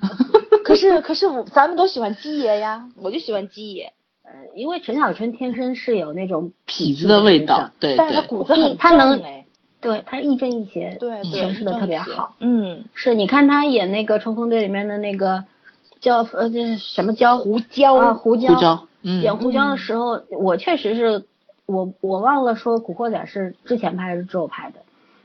Speaker 4: 可是可是我咱们都喜欢鸡爷呀，我就喜欢鸡爷，
Speaker 2: 呃，因为陈小春天生是有那种
Speaker 1: 痞子的味道，，对
Speaker 4: 但是他
Speaker 1: 对，
Speaker 4: 骨子很
Speaker 2: 他能
Speaker 4: 正哎，
Speaker 2: 对他亦正亦邪，
Speaker 4: 对对，
Speaker 2: 诠释的
Speaker 4: 正
Speaker 2: 特别
Speaker 4: 邪
Speaker 2: 好。，
Speaker 4: 嗯，
Speaker 2: 是你看他演那个《冲锋队》里面的那个叫呃这是什么椒
Speaker 4: 胡椒
Speaker 2: 啊胡椒，
Speaker 1: 胡椒，嗯，
Speaker 2: 演胡椒的时候，我确实是我我忘了说《古惑仔》是之前拍还是之后拍的，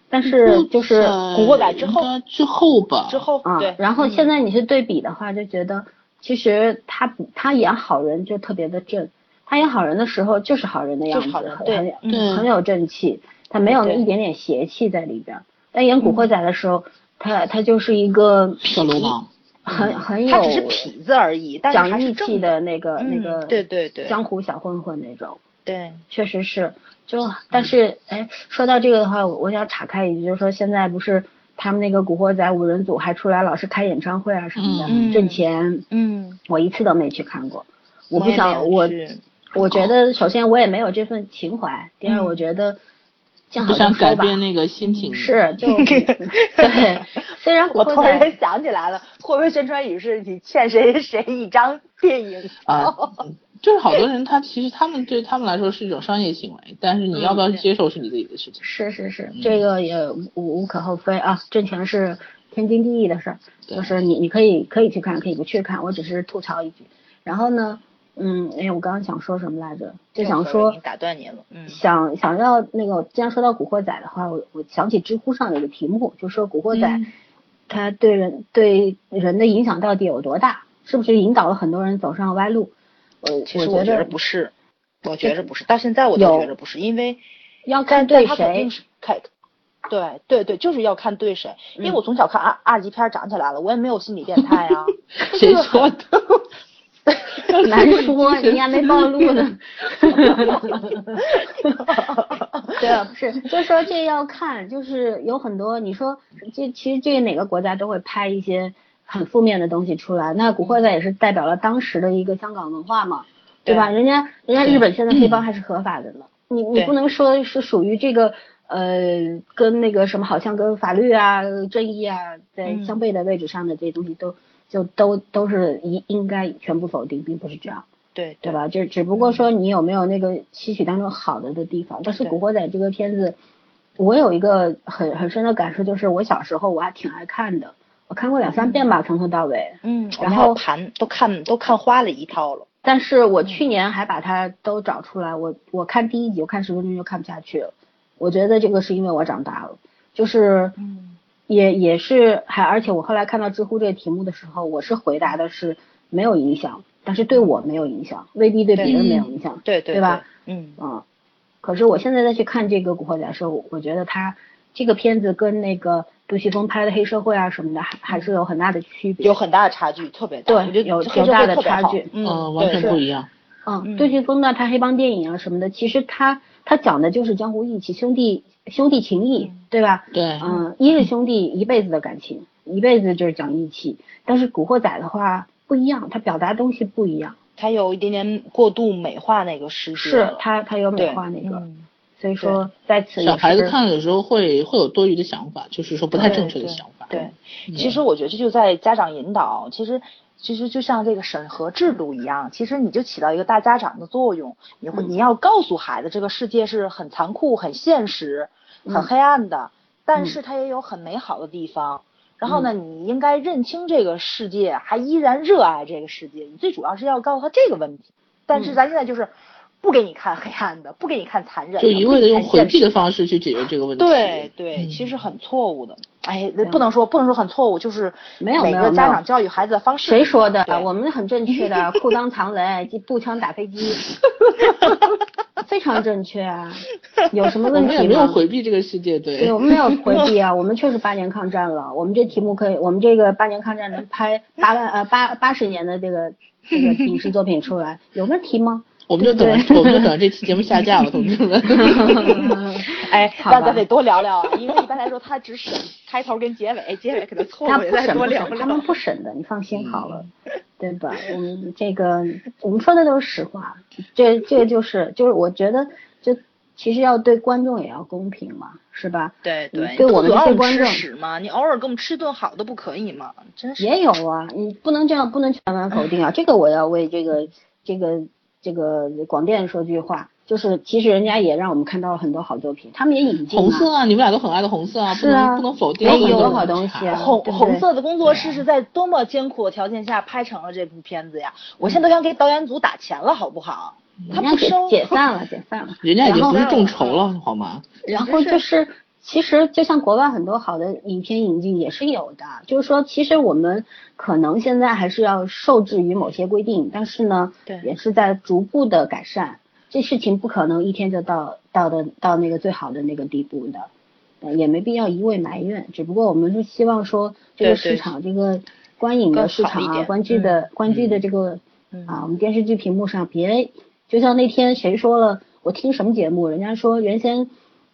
Speaker 2: 但是就是
Speaker 1: 在
Speaker 4: 古惑仔之后
Speaker 1: 应该之后吧，
Speaker 4: 之哦后
Speaker 2: 啊
Speaker 4: 对，，
Speaker 2: 然后
Speaker 4: 嗯
Speaker 2: 现在你去对比的话，就觉得其实他不他演好人就特别的正，他演好人的时候就是好人的样子，
Speaker 4: 就是好人，
Speaker 2: 很
Speaker 4: 对
Speaker 2: 很有
Speaker 4: 嗯
Speaker 1: 对
Speaker 2: 很有正气，他没有
Speaker 4: 对
Speaker 5: 嗯
Speaker 2: 一点点邪气在里边儿。但演古惑仔的时候，他他就是一个
Speaker 4: 小流氓，
Speaker 2: 很很有
Speaker 5: 他只是痞子而已，但是
Speaker 2: 讲
Speaker 5: 还是
Speaker 2: 义
Speaker 5: 正
Speaker 2: 气的那个那
Speaker 5: 嗯
Speaker 2: 个，
Speaker 5: 对对对
Speaker 2: 江湖小混混那种，
Speaker 5: 对，
Speaker 2: 确实是。就但是哎，说到这个的话，我我想岔开一句，就是说现在不是他们那个古惑仔五人组还出来老是开演唱会啊什么的，
Speaker 5: 嗯
Speaker 2: 挣钱，
Speaker 5: 嗯，
Speaker 2: 我一次都没去看过。我不
Speaker 5: 也没
Speaker 2: 想
Speaker 5: 有
Speaker 2: 我
Speaker 5: 去
Speaker 2: 我觉得首先我也没有这份情怀，第二
Speaker 5: 嗯
Speaker 2: 我觉得见
Speaker 4: 不
Speaker 2: 好就
Speaker 4: 想
Speaker 2: 收
Speaker 4: 改
Speaker 2: 吧。嗯
Speaker 4: 变那个心情。
Speaker 2: 是，就对。虽然古
Speaker 3: 我
Speaker 2: 惑
Speaker 3: 突然
Speaker 2: 仔
Speaker 3: 想起来了，会不会宣传语是你欠谁 谁一张电影？
Speaker 4: 啊，
Speaker 1: 嗯就是好多人他其实他们对他们来说是一种商业行为，但是你要不要去接受是你自己的事情。
Speaker 2: 是是是，这个也无无可厚非啊，挣钱是天经地义的事儿，
Speaker 1: 对
Speaker 2: 就是你你可以可以去看，可以不去看，我只是吐槽一句。然后呢，嗯，哎，我刚刚想说什么来着？就
Speaker 5: 这
Speaker 2: 想
Speaker 5: 个
Speaker 2: 说
Speaker 5: 你打断你了，嗯
Speaker 2: 想想要那个，既然说到《古惑仔》的话，我我想起知乎上有个题目，就说《古惑仔》它对人对人的影响到底有多大？是不是引导了很多人走上歪路？我
Speaker 5: 其实我
Speaker 2: 觉
Speaker 5: 觉得不是，我觉着不是，到现在我
Speaker 2: 有
Speaker 5: 都觉着不是，因为
Speaker 2: 要
Speaker 4: 但
Speaker 2: 看
Speaker 4: 但
Speaker 2: 对
Speaker 4: 他肯
Speaker 2: 谁
Speaker 4: 定。是看，对对对，就是要看对谁，因为
Speaker 2: 嗯
Speaker 4: 我从小看二二级片儿长起来了，我也没有心理变 态啊。
Speaker 1: 谁说的？
Speaker 2: 难说，你还没暴露呢。对啊，不是，就是说这要看，就是有很多你说这其实这个哪个国家都会拍一些很负面的东西出来。那《古惑仔》也是代表了当时的一个香港文化嘛，对吧？人家人家日本现在黑帮还是合法的呢，你你
Speaker 5: 对
Speaker 2: 不能说是属于这个。呃，跟那个什么，好像跟法律啊、正义啊，在
Speaker 5: 嗯
Speaker 2: 相悖的位置上的这些东西都，就都都是应应该全部否定，并不是这样。
Speaker 5: 对
Speaker 2: 对吧？就只不过说你有没有那个吸取当中好的的地方。但是《
Speaker 5: 嗯对
Speaker 2: 古惑仔》这个片子，我有一个很很深的感受，就是我小时候我还挺爱看的，我看过两三遍吧，从头到尾。
Speaker 5: 嗯，我
Speaker 2: 然
Speaker 5: 们还有
Speaker 2: 后
Speaker 5: 盘都看都看花了一套了，
Speaker 2: 但是
Speaker 5: 嗯
Speaker 2: 我去年还把它都找出来，我我看第一集，我看十分钟就看不下去了。我觉得这个是因为我长大了，就是
Speaker 5: 嗯
Speaker 2: 也也是还，而且我后来看到知乎这个题目的时候，我是回答的是没有影响，但是对我没有影响，未必对别人没有影响，
Speaker 5: 对对
Speaker 2: 对吧？？
Speaker 5: 嗯，
Speaker 2: 嗯，可是我现在再去看这个《古惑仔》的时候，我觉得他这个片子跟那个杜琪峰拍的《黑社会》啊什么的，还还是有很大的区别。
Speaker 4: 有很大的差距，特别大。
Speaker 2: 对
Speaker 4: 我觉得
Speaker 2: 有
Speaker 4: 黑
Speaker 2: 有
Speaker 4: 社
Speaker 2: 大
Speaker 4: 会
Speaker 2: 的
Speaker 4: 特别
Speaker 2: 差
Speaker 4: 好
Speaker 2: 距
Speaker 4: 嗯，
Speaker 1: 嗯，完全
Speaker 4: 对
Speaker 1: 不一样。
Speaker 2: 嗯，杜琪峰呢，他黑帮电影啊什么的，其实他他讲的就是江湖义气、兄弟兄弟情谊，对吧？
Speaker 1: 对，
Speaker 2: 嗯，一是兄弟一辈子的感情，一辈子就是讲义气。但是《古惑仔》的话不一样，他表达东西不一样，
Speaker 4: 他有一点点过度美化那个世界
Speaker 2: 是
Speaker 4: 了。
Speaker 2: 他他有美
Speaker 4: 对
Speaker 2: 化那个，
Speaker 5: 嗯
Speaker 2: 所以说在此也
Speaker 1: 小孩子
Speaker 2: 是
Speaker 1: 看了有时候会会有多余的想法，就是说不太正确的
Speaker 4: 对
Speaker 1: 想法。
Speaker 4: 对，
Speaker 1: 嗯
Speaker 4: 其实我觉得这就在家长引导，其实其实就像这个审核制度一样，其实你就起到一个大家长的作用，你
Speaker 1: 嗯
Speaker 4: 会、你要告诉孩子这个世界是很残酷、很现实、很
Speaker 1: 嗯
Speaker 4: 黑暗的，但是它也有很美好的地方。然后呢，
Speaker 1: 嗯
Speaker 4: 你应该认清这个世界，还依然热爱这个世界。你最主要是要告诉他这个问题。但
Speaker 1: 嗯
Speaker 4: 是咱现在就是不给你看黑暗的，不给你看残忍的，
Speaker 1: 就一味的用
Speaker 4: 不给
Speaker 1: 回
Speaker 4: 你看
Speaker 1: 避
Speaker 4: 现实
Speaker 1: 的方式去解决这个问题。
Speaker 4: 对对，
Speaker 1: 嗯
Speaker 4: 其实很错误的。哎，不能说不能说很错误，就是
Speaker 2: 没有
Speaker 4: 每
Speaker 2: 没有
Speaker 4: 个
Speaker 2: 没
Speaker 4: 家
Speaker 2: 有
Speaker 4: 长教育孩子的方式。
Speaker 2: 谁说的啊
Speaker 4: 对？
Speaker 2: 我们很正确 的，裤裆藏雷，步枪打飞机，非常正确啊。 有什么
Speaker 1: 我
Speaker 2: 问
Speaker 1: 们也
Speaker 2: 题
Speaker 1: 没有
Speaker 2: 吗？
Speaker 1: 回避这个世界，对
Speaker 2: 对，我们没有回避啊，我们确实八年抗战了。我们这题目可以，我们这个八年抗战能拍八万呃八八十年的这个这个影视作品出来，有问题吗？
Speaker 1: 我们就等着，我们就等着这期节目下架了，同志们。
Speaker 4: 哎，
Speaker 2: 好吧
Speaker 4: 那咱得多聊聊啊，因为一般来说他只审开头跟结尾，结尾 可能错
Speaker 2: 他
Speaker 4: 误
Speaker 2: 不
Speaker 4: 也再
Speaker 2: 审
Speaker 4: 多
Speaker 2: 不
Speaker 4: 聊
Speaker 2: 审，他们
Speaker 4: 聊。嗯
Speaker 2: 不审的，你放心好了，对吧？我们这个我们说的都是实话，这这个就是就是我觉得就其实要对观众也要公平嘛，是吧？
Speaker 5: 对
Speaker 2: 嗯
Speaker 5: 对，
Speaker 2: 对
Speaker 5: 你
Speaker 2: 我
Speaker 5: 不能
Speaker 2: 们这些
Speaker 5: 偶尔
Speaker 2: 观
Speaker 5: 吃
Speaker 2: 众
Speaker 5: 屎吗？你偶尔给我们吃顿好的不可以吗？真是
Speaker 2: 也有啊，你不能这样，不能全盘否定啊。这个我要为这个这个这个广电说句话，就是其实人家也让我们看到了很多好作品，他们也引进
Speaker 1: 红
Speaker 2: 了
Speaker 1: 色啊，你们俩都很爱的红色啊，不
Speaker 2: 是啊
Speaker 1: 能不能否定
Speaker 2: 有
Speaker 1: 很
Speaker 2: 很
Speaker 1: 多
Speaker 2: 多好东西啊，
Speaker 4: 红
Speaker 2: 对不对啊
Speaker 4: 红色的工作室是在多么艰苦的条件下拍成了这部片子呀！我现在都想给导演组打钱了，好不好？他
Speaker 2: 嗯人家
Speaker 4: 不
Speaker 2: 解
Speaker 4: 收，
Speaker 2: 解散了，解散了。
Speaker 1: 人家已经
Speaker 2: 然后
Speaker 1: 不是众筹了，好吗？
Speaker 2: 然后就是，其实就像国外很多好的影片引进也是有的，就是说，其实我们可能现在还是要受制于某些规定，但是呢，
Speaker 5: 对
Speaker 2: 也是在逐步的改善。这事情不可能一天就到到的到那个最好的那个地步的，呃也没必要一味埋怨，只不过我们是希望说这个
Speaker 5: 对对
Speaker 2: 市场这个观影的
Speaker 5: 更
Speaker 2: 市
Speaker 5: 好
Speaker 2: 场
Speaker 5: 一
Speaker 2: 啊，
Speaker 5: 点
Speaker 2: 观剧的观剧的这个
Speaker 5: 嗯
Speaker 2: 啊，我们电视剧屏幕上别就像那天谁说了，我听什么节目，人家说原先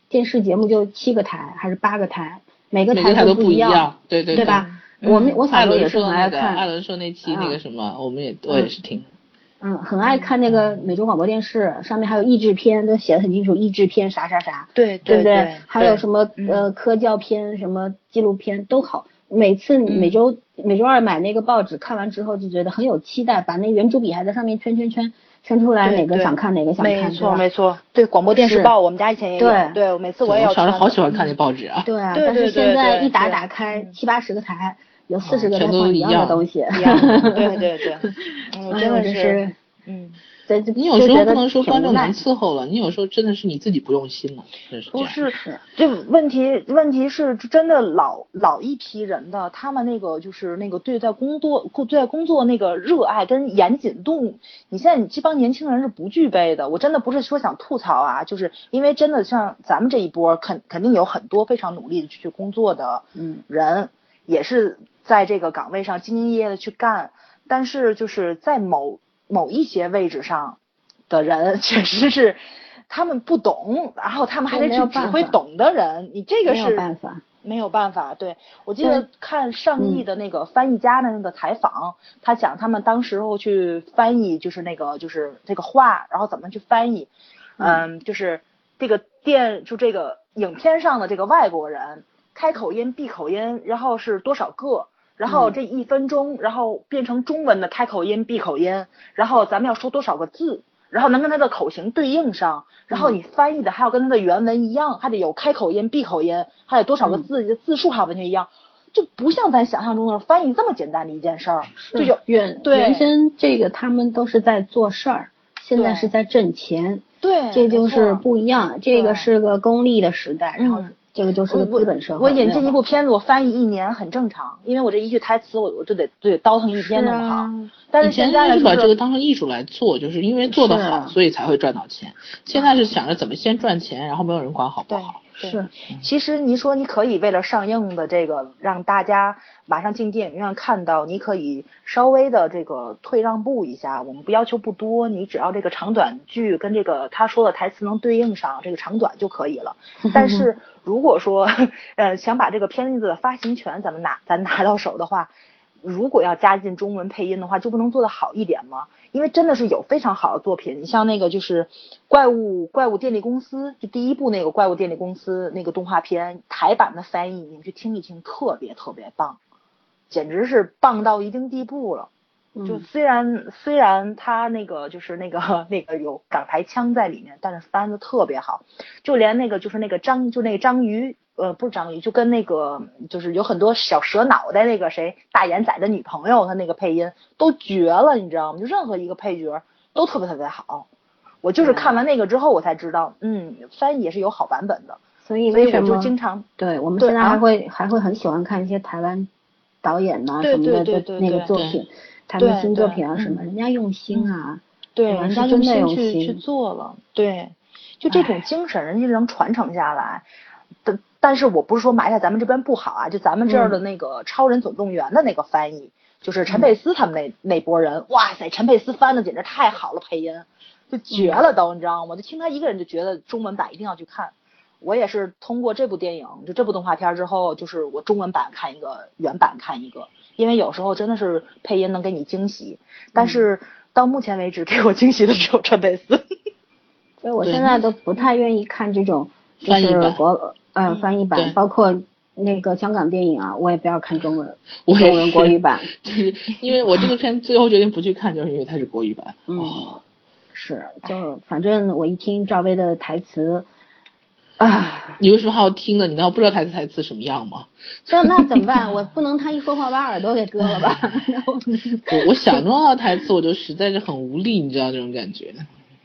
Speaker 2: 电视节目就七个台还是八个台，每个
Speaker 1: 每个台都
Speaker 2: 不
Speaker 1: 不一
Speaker 2: 样，
Speaker 1: 样，对对嗯
Speaker 2: 对吧？？我们我小
Speaker 1: 艾
Speaker 2: 时候
Speaker 1: 伦
Speaker 2: 也是
Speaker 1: 说
Speaker 2: 很
Speaker 1: 那
Speaker 2: 爱
Speaker 1: 个，艾
Speaker 2: 看，
Speaker 1: 伦说那期
Speaker 2: 啊
Speaker 1: 那个什么，我们也我也是听，
Speaker 2: 嗯，很爱看那
Speaker 1: 嗯
Speaker 2: 个美洲广播电视，上面还有译制片，都写的很清楚，译制片啥啥啥，
Speaker 5: 对
Speaker 2: 对
Speaker 5: 对
Speaker 2: 不还有什
Speaker 5: 么？
Speaker 2: 么
Speaker 5: 嗯
Speaker 2: 呃科教片、什么纪录片都好。每次每周、每周二买那个报纸，看完之后就觉得很有期待，把那圆珠笔还在上面圈圈圈圈出来，
Speaker 5: 对
Speaker 2: 哪个
Speaker 5: 对
Speaker 2: 想看哪个想看，
Speaker 5: 没
Speaker 2: 对
Speaker 5: 错
Speaker 2: 吧
Speaker 5: 没错，对广播电
Speaker 2: 是
Speaker 5: 视报我们家以前也有，
Speaker 2: 对
Speaker 5: 对每次我也
Speaker 1: 我
Speaker 5: 要
Speaker 1: 小时候
Speaker 5: 看
Speaker 1: 好
Speaker 5: 的
Speaker 1: 喜欢看那报纸啊，
Speaker 2: 对啊，
Speaker 5: 对
Speaker 2: 但是
Speaker 5: 对对
Speaker 2: 现在
Speaker 5: 对
Speaker 2: 一打
Speaker 5: 对
Speaker 2: 打开七八十个台，有四十
Speaker 1: 哦
Speaker 2: 个
Speaker 1: 全
Speaker 2: 在
Speaker 1: 都
Speaker 2: 放
Speaker 1: 一
Speaker 2: 样的
Speaker 1: 样
Speaker 2: 东西，
Speaker 5: 一样 的，对对对，嗯，
Speaker 2: 哎
Speaker 5: 真
Speaker 2: 呦
Speaker 5: 的
Speaker 2: 真
Speaker 5: 是，
Speaker 2: 是，
Speaker 5: 嗯，
Speaker 2: 对，就
Speaker 1: 你有
Speaker 2: 就
Speaker 1: 时
Speaker 2: 觉
Speaker 1: 候
Speaker 2: 得
Speaker 1: 不能说
Speaker 2: 挺
Speaker 1: 观
Speaker 2: 无
Speaker 1: 众难
Speaker 2: 奈
Speaker 1: 伺候了，你有时候真的是你自己不用心了，真是这
Speaker 4: 不
Speaker 1: 样。
Speaker 4: 是，
Speaker 2: 是
Speaker 4: 这问题问题是真的老老一批人的，他们那个就是那个对待工作对待工作那个热爱跟严谨度，你现在你这帮年轻人是不具备的。我真的不是说想吐槽啊，就是因为真的像咱们这一波肯肯定有很多非常努力的去工作的
Speaker 2: 嗯
Speaker 4: 人，也是在这个岗位上兢兢业业的去干，但是就是在某某一些位置上的人， 确实是他们不懂，然后他们还
Speaker 2: 对
Speaker 4: 得
Speaker 2: 没有
Speaker 4: 去指
Speaker 2: 办
Speaker 4: 挥
Speaker 2: 法
Speaker 4: 懂的人，你这个
Speaker 2: 没有
Speaker 4: 是
Speaker 2: 办法，
Speaker 4: 没有办法。对我记
Speaker 2: 对
Speaker 4: 得看上
Speaker 2: 嗯
Speaker 4: 亿的那个翻译家的那个采访，他讲他们当时候去翻译，就是那个就是这个话，然后怎么去翻译，嗯，就是这个电就这个影片上的这个外国人开口音、闭口音，然后是多少个。然后
Speaker 2: 嗯
Speaker 4: 这一分钟，然后变成中文的开口音、闭口音，然后咱们要说多少个字，然后能跟他的口型对应上，然后你翻译的还要跟他的原文一样，还得有开口音、闭口音，还有多少个
Speaker 2: 嗯
Speaker 4: 字、字数还完全一样，就不像咱想象中的翻译这么简单的一件事儿，就有
Speaker 2: 原
Speaker 4: 对
Speaker 2: 原先这个他们都是在做事儿，现在
Speaker 4: 对
Speaker 2: 是在挣钱，
Speaker 4: 对，
Speaker 2: 这就
Speaker 4: 哎没错
Speaker 2: 是不一样，这个
Speaker 4: 对
Speaker 2: 是个功利的时代，然后
Speaker 4: 嗯
Speaker 2: 这个就是
Speaker 4: 我
Speaker 2: 个
Speaker 4: 我
Speaker 2: 资本社会，
Speaker 4: 我引进
Speaker 2: 没有
Speaker 4: 一
Speaker 2: 办法
Speaker 4: 部片子，我翻译一年很正常，因为我这一句台词我我就得就得倒腾一天弄好。
Speaker 2: 啊
Speaker 4: 但是
Speaker 1: 以前
Speaker 4: 现
Speaker 1: 应该
Speaker 4: 在
Speaker 1: 是把
Speaker 4: 的
Speaker 1: 这
Speaker 4: 就
Speaker 1: 个
Speaker 4: 是
Speaker 1: 当成艺术来做，就是因为做得好，
Speaker 2: 是
Speaker 1: 所以才会赚到钱。现在是想着怎么先赚钱，然后没有人管好不
Speaker 4: 对
Speaker 1: 好。
Speaker 4: 对
Speaker 2: 是
Speaker 4: 其实你说你可以为了上映的这个让大家马上进电影院看到，你可以稍微的这个退让步一下，我们不要求不多，你只要这个长短句跟这个他说的台词能对应上，这个长短就可以了。但是如果说呃想把这个片子的发行权咱们拿咱拿到手的话，如果要加进中文配音的话，就不能做得好一点吗？因为真的是有非常好的作品，你像那个就是《怪物怪物电力公司》，就第一部那个《怪物电力公司》那个动画片台版的翻译，你们去听一听，特别特别棒，简直是棒到一定地步了。就
Speaker 2: 嗯
Speaker 4: 虽然虽然他那个就是那个 那个有港台腔在里面，但是翻的特别好，就连那个就是那个章就那个章鱼，呃，不是章鱼，就跟那个就是有很多小蛇脑袋那个谁大眼仔的女朋友，她那个配音都绝了，你知道吗？就任何一个配角都特别特别好。我
Speaker 2: 嗯
Speaker 4: 就是看完那个之后，我才知道，嗯，翻译也是有好版本的，
Speaker 2: 所以
Speaker 4: 所以
Speaker 2: 为什
Speaker 4: 我就
Speaker 2: 么
Speaker 4: 经常
Speaker 2: 对我们
Speaker 4: 对
Speaker 2: 现在
Speaker 4: 啊
Speaker 2: 还会还会很喜欢看一些台湾导演呐
Speaker 4: 对
Speaker 2: 什么的
Speaker 4: 对对
Speaker 2: 的
Speaker 4: 对
Speaker 2: 那个
Speaker 4: 对
Speaker 2: 作
Speaker 1: 对
Speaker 2: 品，他们
Speaker 4: 对
Speaker 2: 新作
Speaker 4: 对嗯
Speaker 2: 品啊什么，人家用心啊，
Speaker 4: 对，
Speaker 2: 嗯
Speaker 4: 人
Speaker 2: 是
Speaker 4: 家
Speaker 2: 真
Speaker 4: 用
Speaker 2: 的
Speaker 4: 心
Speaker 2: 用
Speaker 4: 去
Speaker 2: 心
Speaker 4: 去做了，对，就这种精神，人家能传承下来。但但是我不是说埋汰咱们这边不好啊，就咱们这儿的那个《超人总动员》的那个翻译，就是陈佩斯他们那那波人，哇塞，陈佩斯翻的简直太好了，配音就绝了都，你知道吗？就听他一个人就觉得中文版一定要去看。我也是通过这部电影，就这部动画片之后，就是我中文版看一个，原版看一个，因为有时候真的是配音能给你惊喜，但是到目前为止给我惊喜的只有陈佩斯。
Speaker 2: 所以我
Speaker 1: 对
Speaker 2: 现在都不太愿意看这种就
Speaker 1: 翻译
Speaker 2: 是
Speaker 1: 版
Speaker 2: 国呃
Speaker 4: 嗯
Speaker 2: 翻译版，
Speaker 1: 对
Speaker 2: 包括那个香港电影啊，我也不要看中文，
Speaker 1: 我也
Speaker 2: 中文国
Speaker 1: 是
Speaker 2: 语版，
Speaker 1: 就是因为我这个片最后决定不去看，就是因为它是国语版。哦
Speaker 2: 嗯，是，就反正我一听赵薇的台词，啊，
Speaker 1: 你为什么还要听呢？你难道不知道台词台词什么样吗？
Speaker 2: 这那怎么办？我不能她一说话把耳朵给割了吧？然后
Speaker 1: 我我想中到台词，我就实在是很无力，你知道这种感觉。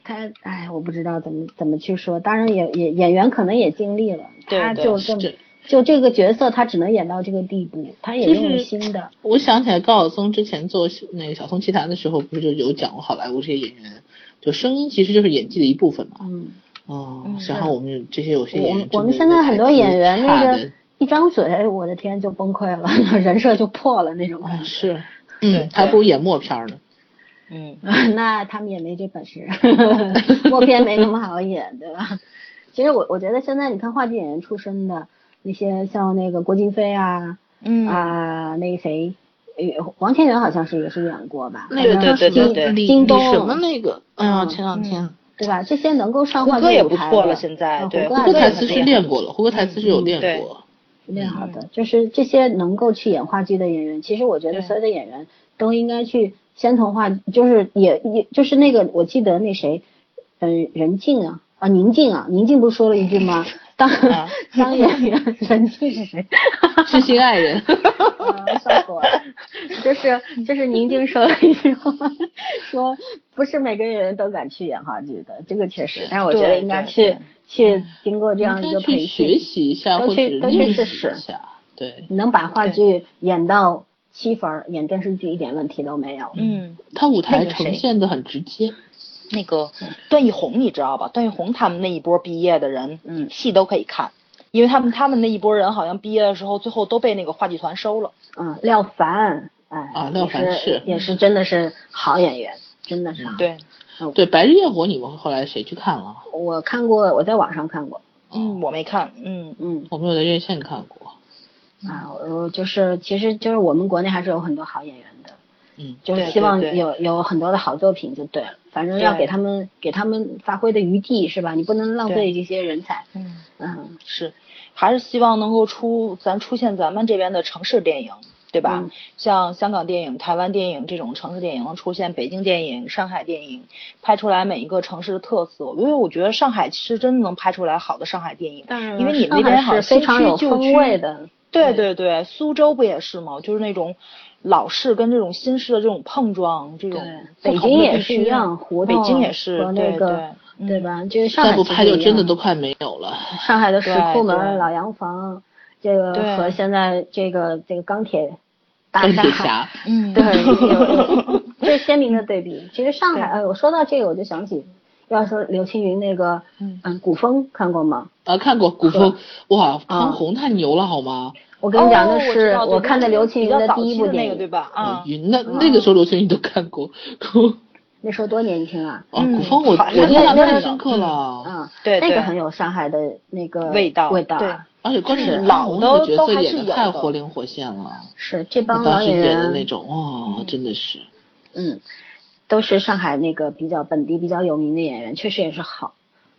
Speaker 2: 她，哎，我不知道怎么怎么去说，当然也也演员可能也尽力了，
Speaker 5: 对
Speaker 2: 她
Speaker 5: 对
Speaker 2: 就这么
Speaker 1: 是
Speaker 2: 就这个角色，她只能演到这个地步，她也
Speaker 1: 就
Speaker 2: 用
Speaker 1: 是
Speaker 2: 心的，
Speaker 1: 我想起来高晓松之前做那个《小松奇谈》的时候，不是就有讲过好莱坞这些演员，就声音其实就是演技的一部分嘛。
Speaker 2: 嗯，
Speaker 1: 哦
Speaker 4: 嗯，
Speaker 1: 然后我们这些有些
Speaker 2: 我
Speaker 1: 演
Speaker 2: 们
Speaker 1: 员，
Speaker 2: 我们现在很多演员那个一张嘴，哎我的天就崩溃了， 人设就破了那种感觉。
Speaker 1: 是，嗯，还不如演默片儿呢。
Speaker 6: 嗯，
Speaker 2: 那他们也没这本事， 默片没那么好演，对吧？其实我我觉得现在你看话剧演员出身的那些，像那个郭京飞啊，
Speaker 4: 嗯
Speaker 2: 啊，那个谁，呃王千源好像是也是演过吧？
Speaker 1: 那个
Speaker 2: 反正
Speaker 1: 叫
Speaker 4: 对对对
Speaker 2: 金
Speaker 4: 对
Speaker 1: 李
Speaker 2: 京
Speaker 1: 李
Speaker 2: 东
Speaker 1: 什么那个，哎呀，
Speaker 2: 嗯
Speaker 1: 前两天
Speaker 2: 对吧？这些能够上
Speaker 6: 胡
Speaker 2: 话剧
Speaker 6: 歌也
Speaker 2: 舞
Speaker 6: 不
Speaker 2: 台
Speaker 6: 错了，
Speaker 2: 的
Speaker 6: 现在
Speaker 2: 嗯
Speaker 6: 对，
Speaker 2: 胡
Speaker 6: 胡
Speaker 2: 歌
Speaker 1: 胡歌
Speaker 6: 也
Speaker 1: 台
Speaker 6: 很
Speaker 1: 词是
Speaker 6: 厉害
Speaker 1: 练过了，胡歌台词是
Speaker 2: 嗯
Speaker 1: 有练过，
Speaker 2: 练嗯好的，就是这些能够去演话剧的演员，其实我觉得
Speaker 6: 对
Speaker 2: 所有的演员都应该去先从话，就是也也就是那个，我记得那谁，嗯、任静啊，啊宁静啊，宁静不是说了一句 吗？当、当演 员，任静是谁？
Speaker 1: 知心爱人。
Speaker 2: 嗯，笑死我了。 就是就是宁静说了一句话， 说不是每个人都敢去演话剧的，这个确实，但是我觉嗯得
Speaker 6: 对
Speaker 2: 应该
Speaker 6: 对
Speaker 2: 去去经 过这
Speaker 1: 这
Speaker 2: 样一个培
Speaker 1: 学
Speaker 2: 训，
Speaker 1: 习一下，
Speaker 2: 都
Speaker 1: 或者
Speaker 2: 去都去
Speaker 1: 练习
Speaker 2: 试
Speaker 1: 一
Speaker 2: 试
Speaker 1: 下，对。
Speaker 2: 能把话剧演到七分儿，演电视剧一点问题都没有。
Speaker 4: 嗯，
Speaker 1: 他舞台
Speaker 4: 那个谁
Speaker 1: 呈现的很直接，
Speaker 4: 那个段奕宏你知道吧？段奕宏他们那一波毕业的人，
Speaker 2: 嗯
Speaker 4: 戏都可以看，因为他们他们那一波人好像毕业的时候，最后都被那个话剧团收了。
Speaker 2: 嗯，廖凡，哎，
Speaker 4: 哦
Speaker 1: 啊廖凡
Speaker 2: 也
Speaker 1: 是
Speaker 2: 也是真的是好演员，真的是好。，
Speaker 4: 对，
Speaker 1: 对《白日焰火》，你们后来谁去看了？
Speaker 2: 我看过，我在网上看过，
Speaker 4: 嗯，我没看，嗯
Speaker 2: 嗯
Speaker 1: 我没有在院线看过。
Speaker 2: 啊，我就是其实就是我们国内还是有很多好演员的。
Speaker 1: 嗯，
Speaker 2: 就是
Speaker 4: 对
Speaker 2: 希
Speaker 4: 对
Speaker 2: 望
Speaker 4: 对
Speaker 2: 有有很多的好作品就对了，反正要
Speaker 4: 对
Speaker 2: 给他们给他们发挥的余地是吧？你不能浪费这些人才。
Speaker 4: 嗯，
Speaker 2: 嗯，
Speaker 4: 是，还是希望能够出咱出现咱们这边的城市电影，对吧？
Speaker 2: 嗯
Speaker 4: 像香港电影、台湾电影这种城市电影能出现，北京电影、上海电影拍出来每一个城市的特色，因为我觉得上海是真的能拍出来好的上海电影。
Speaker 2: 但是
Speaker 4: 因为你们那边好像
Speaker 2: 是非常有
Speaker 4: 新区旧
Speaker 2: 风
Speaker 4: 区
Speaker 2: 味的。
Speaker 4: 对对对，苏州不也是吗？就是那种老式跟这种新式的这种碰撞，这种不
Speaker 2: 北
Speaker 4: 同
Speaker 2: 京
Speaker 4: 的
Speaker 2: 也
Speaker 4: 地
Speaker 2: 是
Speaker 4: 区
Speaker 2: 一样，胡
Speaker 4: 北
Speaker 2: 同
Speaker 4: 京也是
Speaker 2: 和那
Speaker 4: 对
Speaker 2: 个
Speaker 4: 对
Speaker 2: 对
Speaker 4: 嗯
Speaker 2: 吧？就是上
Speaker 1: 再
Speaker 2: 海
Speaker 1: 不
Speaker 2: 其实
Speaker 1: 拍就
Speaker 2: 一
Speaker 1: 真的
Speaker 2: 样
Speaker 1: 都快没有了。
Speaker 2: 上海的石
Speaker 4: 对
Speaker 2: 库门、
Speaker 4: 对
Speaker 2: 老洋房，这个
Speaker 4: 对
Speaker 2: 和现在这个这个钢铁大
Speaker 1: 钢
Speaker 2: 厦
Speaker 1: 铁侠，
Speaker 4: 嗯，
Speaker 2: 对，有有 这是鲜明的对比。其实上海，哎，我说到这个，我就想起，要说刘青云那个，
Speaker 4: 嗯
Speaker 2: 嗯，古风看过吗？
Speaker 1: 啊，看过古风，哇，
Speaker 2: 啊
Speaker 1: 康宏太牛了，好吗？
Speaker 2: 我跟你讲，那
Speaker 4: 哦我知
Speaker 2: 是
Speaker 4: 道对
Speaker 2: 我看的刘青云
Speaker 4: 比较早
Speaker 2: 第一
Speaker 4: 期
Speaker 2: 部
Speaker 4: 的
Speaker 2: 电
Speaker 4: 那个对
Speaker 2: 影，嗯
Speaker 4: 吧？啊，
Speaker 1: 云那那个时候刘青云都看过，
Speaker 2: 那时候多年轻啊！
Speaker 1: 啊，
Speaker 4: 嗯
Speaker 1: 古风我
Speaker 4: 好
Speaker 1: 我印象
Speaker 2: 那个
Speaker 1: 太深刻了，
Speaker 2: 嗯，
Speaker 4: 哦对
Speaker 2: 那
Speaker 4: 对
Speaker 2: 个很有上海的那个
Speaker 4: 味道
Speaker 2: 味道啊，
Speaker 4: 对
Speaker 1: 而且关键
Speaker 4: 就是
Speaker 1: 是
Speaker 4: 老
Speaker 1: 康宏
Speaker 4: 的
Speaker 1: 那个角
Speaker 4: 都
Speaker 1: 色
Speaker 4: 还
Speaker 1: 演
Speaker 4: 是
Speaker 1: 的
Speaker 4: 有
Speaker 1: 太
Speaker 4: 的
Speaker 1: 活灵活现了，
Speaker 2: 是这帮老
Speaker 1: 当时
Speaker 2: 演
Speaker 1: 演的
Speaker 2: 员
Speaker 1: 那种，哇，真的是，
Speaker 2: 嗯，都是上海那个比较本地比较有名的演员，确实也是好。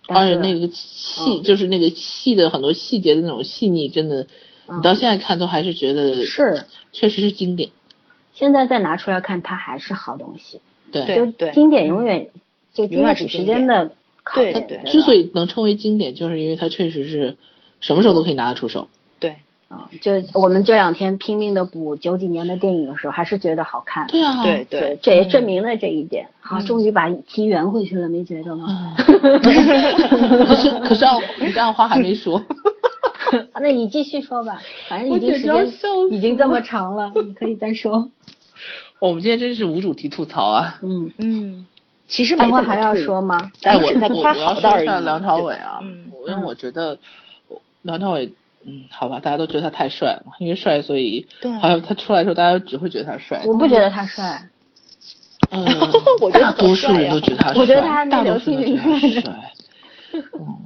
Speaker 2: 但
Speaker 1: 而
Speaker 2: 是
Speaker 1: 且哦那个细就是那个细的很多细节的那种细腻，真的，
Speaker 2: 嗯
Speaker 1: 你到现在看都还是觉得
Speaker 2: 是
Speaker 1: 确实是经典，
Speaker 2: 现在再拿出来看，它还是好东西。
Speaker 1: 对。
Speaker 4: 对
Speaker 2: 就经典永远就经得起时间的考
Speaker 4: 对
Speaker 2: 验。
Speaker 4: 对
Speaker 1: 之所
Speaker 2: 以
Speaker 1: 以能称为经典，就是因为它确实是什么时候都可以拿得出手。
Speaker 4: 对，
Speaker 2: 啊，就我们这两天拼命的补九几年的电影的时候，还是觉得好看。
Speaker 1: 对啊，
Speaker 4: 对
Speaker 2: 对，
Speaker 4: 对，
Speaker 2: 这也证明了这一点。好，终于把题圆回去了，没觉得吗？
Speaker 1: 啊 可是可是奥你这样话还没说，
Speaker 2: 那你继续说吧，反正已经时
Speaker 1: 我简直要笑死
Speaker 2: 间已经这么长了，你可以再说。
Speaker 1: 我们今天真是无主题吐槽啊！
Speaker 2: 嗯，
Speaker 4: 嗯，其实没
Speaker 2: 然后
Speaker 4: 怎么
Speaker 2: 还要
Speaker 4: 吐
Speaker 2: 说吗？
Speaker 1: 但
Speaker 4: 咱
Speaker 1: 我
Speaker 4: 只在
Speaker 1: 我
Speaker 4: 夸
Speaker 1: 我要
Speaker 4: 好的
Speaker 1: 说
Speaker 4: 而
Speaker 1: 一
Speaker 4: 已。
Speaker 1: 下梁朝伟
Speaker 4: 对吧
Speaker 1: 啊，
Speaker 4: 嗯
Speaker 1: 我因为我觉得我梁朝伟，嗯，好吧，大家都觉得他太帅了，因为帅，所以
Speaker 4: 对
Speaker 1: 好像他出来的时候，大家只会觉得他 帅。
Speaker 2: 我不觉得他帅，
Speaker 1: 嗯，
Speaker 4: 我觉得
Speaker 1: 大
Speaker 4: 很
Speaker 1: 多数
Speaker 4: 帅
Speaker 1: 人
Speaker 4: 呀
Speaker 1: 都觉得他帅，
Speaker 2: 我觉得他还没
Speaker 1: 大多
Speaker 2: 刘
Speaker 1: 数
Speaker 2: 青
Speaker 1: 人
Speaker 2: 云
Speaker 1: 都觉得他帅。嗯，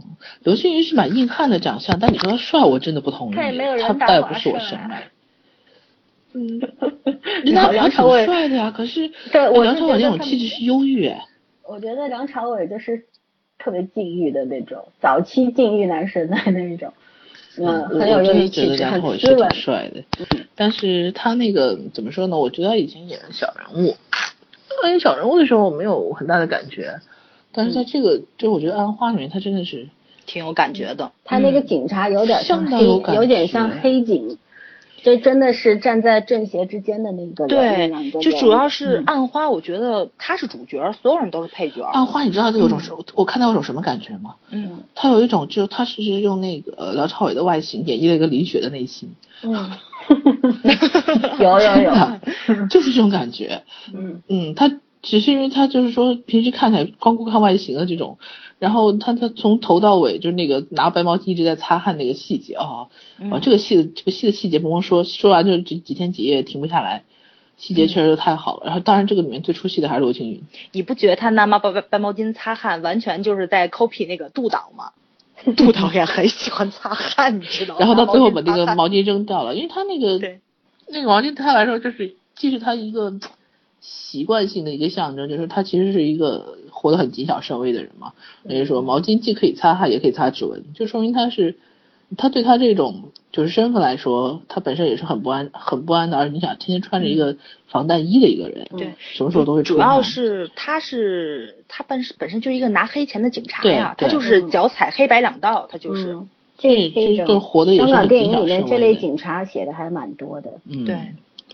Speaker 1: 刘青云是蛮硬汉的长相，但你说他帅，我真的不同意。
Speaker 2: 他也没有人
Speaker 1: 他
Speaker 2: 打
Speaker 1: 倒也
Speaker 2: 马
Speaker 1: 不是我
Speaker 2: 帅啊
Speaker 1: 审美。
Speaker 2: 嗯，
Speaker 1: 人家
Speaker 2: 梁
Speaker 1: 梁
Speaker 2: 朝
Speaker 1: 朝
Speaker 2: 伟
Speaker 1: 伟帅的呀，可是
Speaker 2: 对我
Speaker 1: 梁
Speaker 2: 是
Speaker 1: 朝
Speaker 2: 觉
Speaker 1: 伟那
Speaker 2: 得
Speaker 1: 种
Speaker 2: 他
Speaker 1: 气质是忧郁哎。
Speaker 2: 我觉得梁朝伟就是特别禁欲的那种，早期禁欲男神的 那种，嗯，
Speaker 1: 我
Speaker 2: 很有
Speaker 1: 我
Speaker 2: 忧
Speaker 1: 真
Speaker 2: 郁
Speaker 1: 的觉
Speaker 2: 气
Speaker 1: 得
Speaker 2: 质，
Speaker 1: 梁朝伟
Speaker 2: 很
Speaker 1: 是
Speaker 2: 斯文嗯
Speaker 1: 挺。帅的，但是他那个怎么说呢？我觉得他以前演小人物，演小人物的时候我没有很大的感觉，但是在这个、就我觉得《暗花》里面他真的是
Speaker 4: 挺有感觉的。嗯
Speaker 2: 他那个警察有点像
Speaker 1: 相当
Speaker 2: 黑，
Speaker 1: 有
Speaker 2: 嗯
Speaker 1: 感
Speaker 2: 有欸点
Speaker 1: 觉
Speaker 2: 像黑警，这真的是站在正邪之间的那个人那样一个
Speaker 4: 就
Speaker 2: 人
Speaker 4: 主要
Speaker 1: 嗯
Speaker 4: 是暗花，我觉得他是主角，所有人都是配角。
Speaker 1: 《暗花》，你知道他有种什、我看到有种什么感觉吗？
Speaker 4: 嗯，
Speaker 1: 他有一种就他是用那个呃梁朝伟的外形演绎了一个李雪的内心，
Speaker 2: 嗯， 有有有，
Speaker 1: 就是这种感觉。
Speaker 2: 嗯
Speaker 1: 嗯，他只是因为他就是说平时看起来光顾看外形的这种，然后他他从头到尾就是那个拿白毛巾一直在擦汗那个细节啊，
Speaker 4: 嗯
Speaker 1: 啊这个戏的这个戏的细节不用说，说完就这几天几夜也停不下来，细节确实太好了。然后当然这个里面最出戏的还是罗青云，
Speaker 4: 你不觉得他拿妈白白白毛巾擦汗，完全就是在 copy 那个杜导吗？杜导也很喜欢擦汗，你知道吗？
Speaker 1: 然后到最后把那
Speaker 4: 哦啊拿毛巾擦
Speaker 1: 个
Speaker 4: 汗
Speaker 1: 毛巾扔掉了，因为他那个
Speaker 4: 对
Speaker 1: 那个毛巾对他来说就是既是他一个习惯性的一个象征，就是他其实是一个活得很谨小慎微的人嘛。也就是
Speaker 4: 嗯
Speaker 1: 说，毛巾既可以擦汗，也可以擦指纹，就说明他是他对他这种就是身份来说，他本身也是很不安、很不安的。而你想，天天穿着一个防弹衣的一个人，
Speaker 4: 嗯对，
Speaker 1: 什么时候都会出啊
Speaker 4: 主要
Speaker 1: 汗
Speaker 4: 是他是他本身本身就是一个拿黑钱的警察
Speaker 1: 对
Speaker 4: 呀，他
Speaker 1: 对嗯
Speaker 4: 就是脚踩黑白两道，他就是
Speaker 2: 嗯，这
Speaker 1: 哎这
Speaker 2: 这
Speaker 1: 就是
Speaker 2: 种
Speaker 1: 活得也
Speaker 2: 香
Speaker 1: 是
Speaker 2: 港
Speaker 1: 很
Speaker 2: 电
Speaker 1: 谨
Speaker 2: 影
Speaker 1: 小
Speaker 2: 里面
Speaker 1: 慎
Speaker 2: 这
Speaker 1: 微
Speaker 2: 类
Speaker 1: 的。
Speaker 2: 警察写的还蛮多的，
Speaker 1: 嗯，
Speaker 4: 对，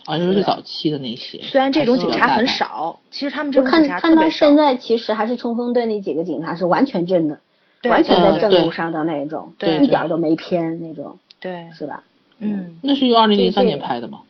Speaker 1: 而且是最早期的那些，
Speaker 4: 虽然这种
Speaker 1: 还是
Speaker 4: 警
Speaker 1: 有
Speaker 4: 察
Speaker 1: 大
Speaker 4: 很
Speaker 1: 胆
Speaker 4: 少，其实他们这
Speaker 2: 就
Speaker 4: 种
Speaker 2: 看
Speaker 4: 警察
Speaker 2: 看
Speaker 4: 特
Speaker 2: 到
Speaker 4: 别少
Speaker 2: 现。在，其实还是冲锋队那几个警察是完全正的，
Speaker 4: 对呃
Speaker 2: 完全
Speaker 1: 对
Speaker 2: 在
Speaker 1: 对
Speaker 2: 正
Speaker 1: 对
Speaker 2: 路上的那种，
Speaker 4: 对
Speaker 2: 一点儿都没偏那种，
Speaker 4: 对，
Speaker 2: 是吧？
Speaker 4: 嗯，
Speaker 1: 那是由二零零三
Speaker 2: 对
Speaker 1: 年拍的嘛？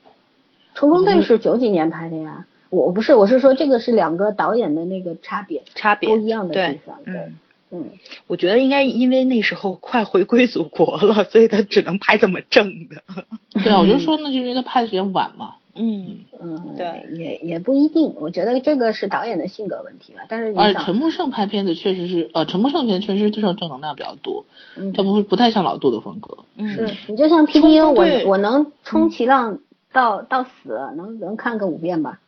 Speaker 2: 冲锋队是九几年拍的呀，我不是，我是说这个是两个导演的那个差别，
Speaker 4: 差别
Speaker 2: 不一样的地
Speaker 4: 对
Speaker 2: 方，，对，
Speaker 4: 嗯，
Speaker 2: 嗯，
Speaker 4: 我觉得应该因为那时候快回归祖国了，所以他只能拍这么正的。
Speaker 1: 对啊，我就说那是因为他拍的时间晚嘛。
Speaker 4: 嗯，
Speaker 2: 嗯，
Speaker 4: 对，
Speaker 2: 也也不一定，我觉得这个是导演的性格问题吧。但
Speaker 4: 嗯
Speaker 2: 是你
Speaker 4: 哎
Speaker 1: 而且
Speaker 2: 想
Speaker 1: 陈，木胜拍片子确实是，呃，陈木胜片确实这种正能量比较多，
Speaker 2: 嗯，
Speaker 1: 他不不太像老杜的风格。
Speaker 2: 是
Speaker 4: 嗯，
Speaker 2: 你就像 P T U，
Speaker 4: 冲
Speaker 2: 我
Speaker 4: 锋队嗯
Speaker 2: 我能充其量到到死，能能看个五遍吧，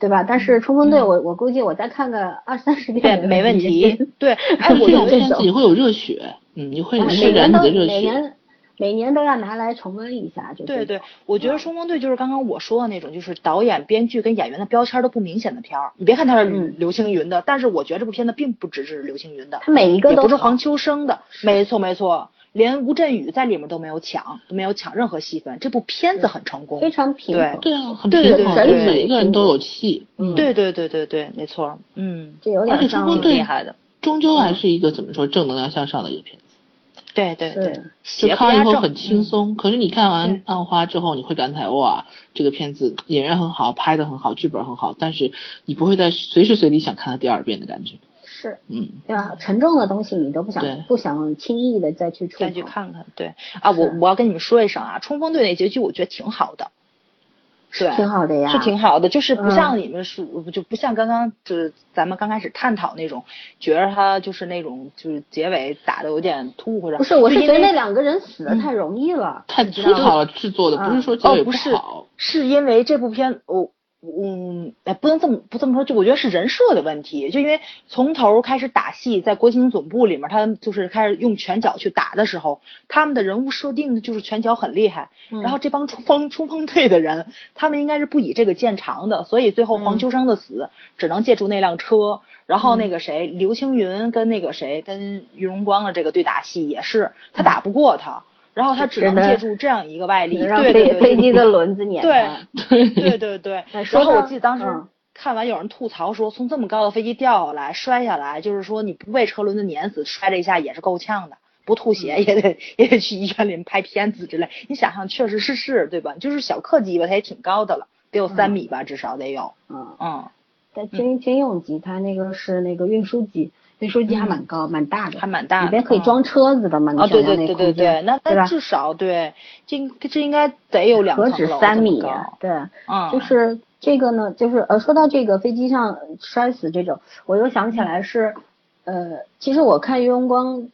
Speaker 2: 对吧？但是冲锋队，我我估计我再看个二三十
Speaker 4: 嗯对，
Speaker 2: 遍
Speaker 4: 没问题。对，哎，
Speaker 1: 但
Speaker 4: 我
Speaker 1: 这种
Speaker 4: 就
Speaker 1: 片子你会有热血，嗯，你
Speaker 4: 啊
Speaker 1: 会
Speaker 2: 哎每
Speaker 1: 施展
Speaker 2: 年
Speaker 1: 你
Speaker 2: 都
Speaker 1: 的热
Speaker 2: 每
Speaker 1: 血。
Speaker 2: 年每年都要拿来重温一下，就
Speaker 4: 对
Speaker 2: 这
Speaker 4: 对
Speaker 2: 种，
Speaker 4: 我觉得《冲锋队》就是刚刚我说的那种，就是导演、编剧跟演员的标签都不明显的片儿。你别看它是
Speaker 2: 嗯
Speaker 4: 刘青云的，但是我觉得这部片子并不只是刘青云的，
Speaker 2: 他每一个
Speaker 4: 也
Speaker 2: 都
Speaker 4: 不是
Speaker 2: 好
Speaker 4: 黄秋生的，没错没错，连吴镇宇在里面都没有抢，都没有抢任何戏份，这部片子很成功。
Speaker 2: 非常平
Speaker 4: 对
Speaker 2: 衡，
Speaker 1: 对啊，很平
Speaker 4: 对对
Speaker 1: 衡，
Speaker 4: 对
Speaker 1: 就
Speaker 4: 对
Speaker 1: 每一个人都有戏。嗯，
Speaker 4: 对对对对对，没错，嗯，
Speaker 2: 这有
Speaker 1: 而且
Speaker 2: 点
Speaker 1: 冲
Speaker 2: 像
Speaker 1: 锋
Speaker 4: 挺
Speaker 1: 队
Speaker 4: 厉害的，嗯
Speaker 1: 终究还是一个怎么说正能量向上的一个片子。
Speaker 4: 对对对
Speaker 2: 是，
Speaker 1: 就
Speaker 4: 邪不
Speaker 1: 看完
Speaker 4: 压
Speaker 1: 以后
Speaker 4: 正，
Speaker 1: 很
Speaker 2: 嗯
Speaker 1: 轻松，可是你看完
Speaker 4: 对
Speaker 1: 《暗花》之后，你会感慨哇，这个片子演员很好，拍的很好，剧本很好，但是你不会再随时随地想看它第二遍的感觉。
Speaker 2: 是，
Speaker 1: 嗯，
Speaker 2: 对吧？沉重的东西你都不
Speaker 1: 对
Speaker 2: 想不想轻易的再去触
Speaker 4: 嗯再
Speaker 2: 碰，
Speaker 4: 去看看。对啊，我
Speaker 2: 是
Speaker 4: 我要跟你们说一声啊，冲锋队那结局我觉得挺好的，对，
Speaker 2: 挺好的呀，
Speaker 4: 是挺好的，就是不
Speaker 2: 嗯
Speaker 4: 像你们说，就不像刚刚就是咱们刚开始探讨那种，觉得他就是那种就是结尾打的有点突兀或者
Speaker 2: 不是，我是
Speaker 4: 就
Speaker 2: 觉
Speaker 4: 因为
Speaker 2: 得那两个人死
Speaker 4: 嗯
Speaker 2: 的太容易了，
Speaker 1: 太
Speaker 2: 你
Speaker 1: 粗
Speaker 2: 知道
Speaker 1: 糙
Speaker 2: 吗？
Speaker 1: 了，制作的
Speaker 2: 嗯
Speaker 1: 不是说结
Speaker 4: 哦
Speaker 1: 尾
Speaker 4: 不是
Speaker 1: 好，
Speaker 4: 是因为这部片我。嗯，哎，不能这么不这么说，就我觉得是人设的问题，就因为从头开始打戏，在国情总部里面，他们就是开始用拳脚去打的时候，他们的人物设定就是拳脚很厉害，
Speaker 2: 嗯
Speaker 4: 然后这帮冲锋冲锋队的人，他们应该是不以这个见长的，所以最后黄秋生的死、只能借助那辆车。然后那个谁，刘青云跟那个谁，跟于荣光的这个对打戏也是，他打不过他，然后他只能
Speaker 2: 只能
Speaker 4: 借助这样一个外力，
Speaker 2: 让
Speaker 4: 对对
Speaker 2: 飞
Speaker 4: 对
Speaker 2: 飞
Speaker 4: 对
Speaker 2: 机的轮子碾
Speaker 4: 对
Speaker 2: 他。
Speaker 4: 对对对，
Speaker 2: 哎
Speaker 4: 然
Speaker 2: 说
Speaker 4: 后
Speaker 2: 到
Speaker 4: 我记得当时
Speaker 2: 嗯
Speaker 4: 看完有人吐槽说，从这么高的飞机掉下来摔下来，就是说你不被车轮子碾死，摔了一下也是够呛的，不吐
Speaker 2: 嗯
Speaker 4: 血也得也得去医院里面拍片子之类。你想想，确实是是，对吧？就是小客机吧，它也挺高的了，得有三米吧，至少得有。
Speaker 2: 嗯，
Speaker 4: 嗯，
Speaker 2: 但军军用机它那个是那个运输机，运输机还蛮高蛮大的
Speaker 4: 嗯还，蛮大的。
Speaker 2: 里边可以
Speaker 4: 嗯
Speaker 2: 装车子的嘛？你
Speaker 4: 啊，对
Speaker 2: 想想那
Speaker 4: 对对对
Speaker 2: 空
Speaker 4: 对，
Speaker 2: 间，
Speaker 4: 那
Speaker 2: 对
Speaker 4: 那
Speaker 2: 吧？
Speaker 4: 至少对，这这应该得有两
Speaker 2: 何
Speaker 4: 层
Speaker 2: 止
Speaker 4: 楼
Speaker 2: 三
Speaker 4: 这么
Speaker 2: 米
Speaker 4: 高
Speaker 2: 啊？对，
Speaker 4: 嗯，
Speaker 2: 就是这个呢，就是呃，说到这个飞机上摔死这种，我又想起来是，呃，其实我看于文光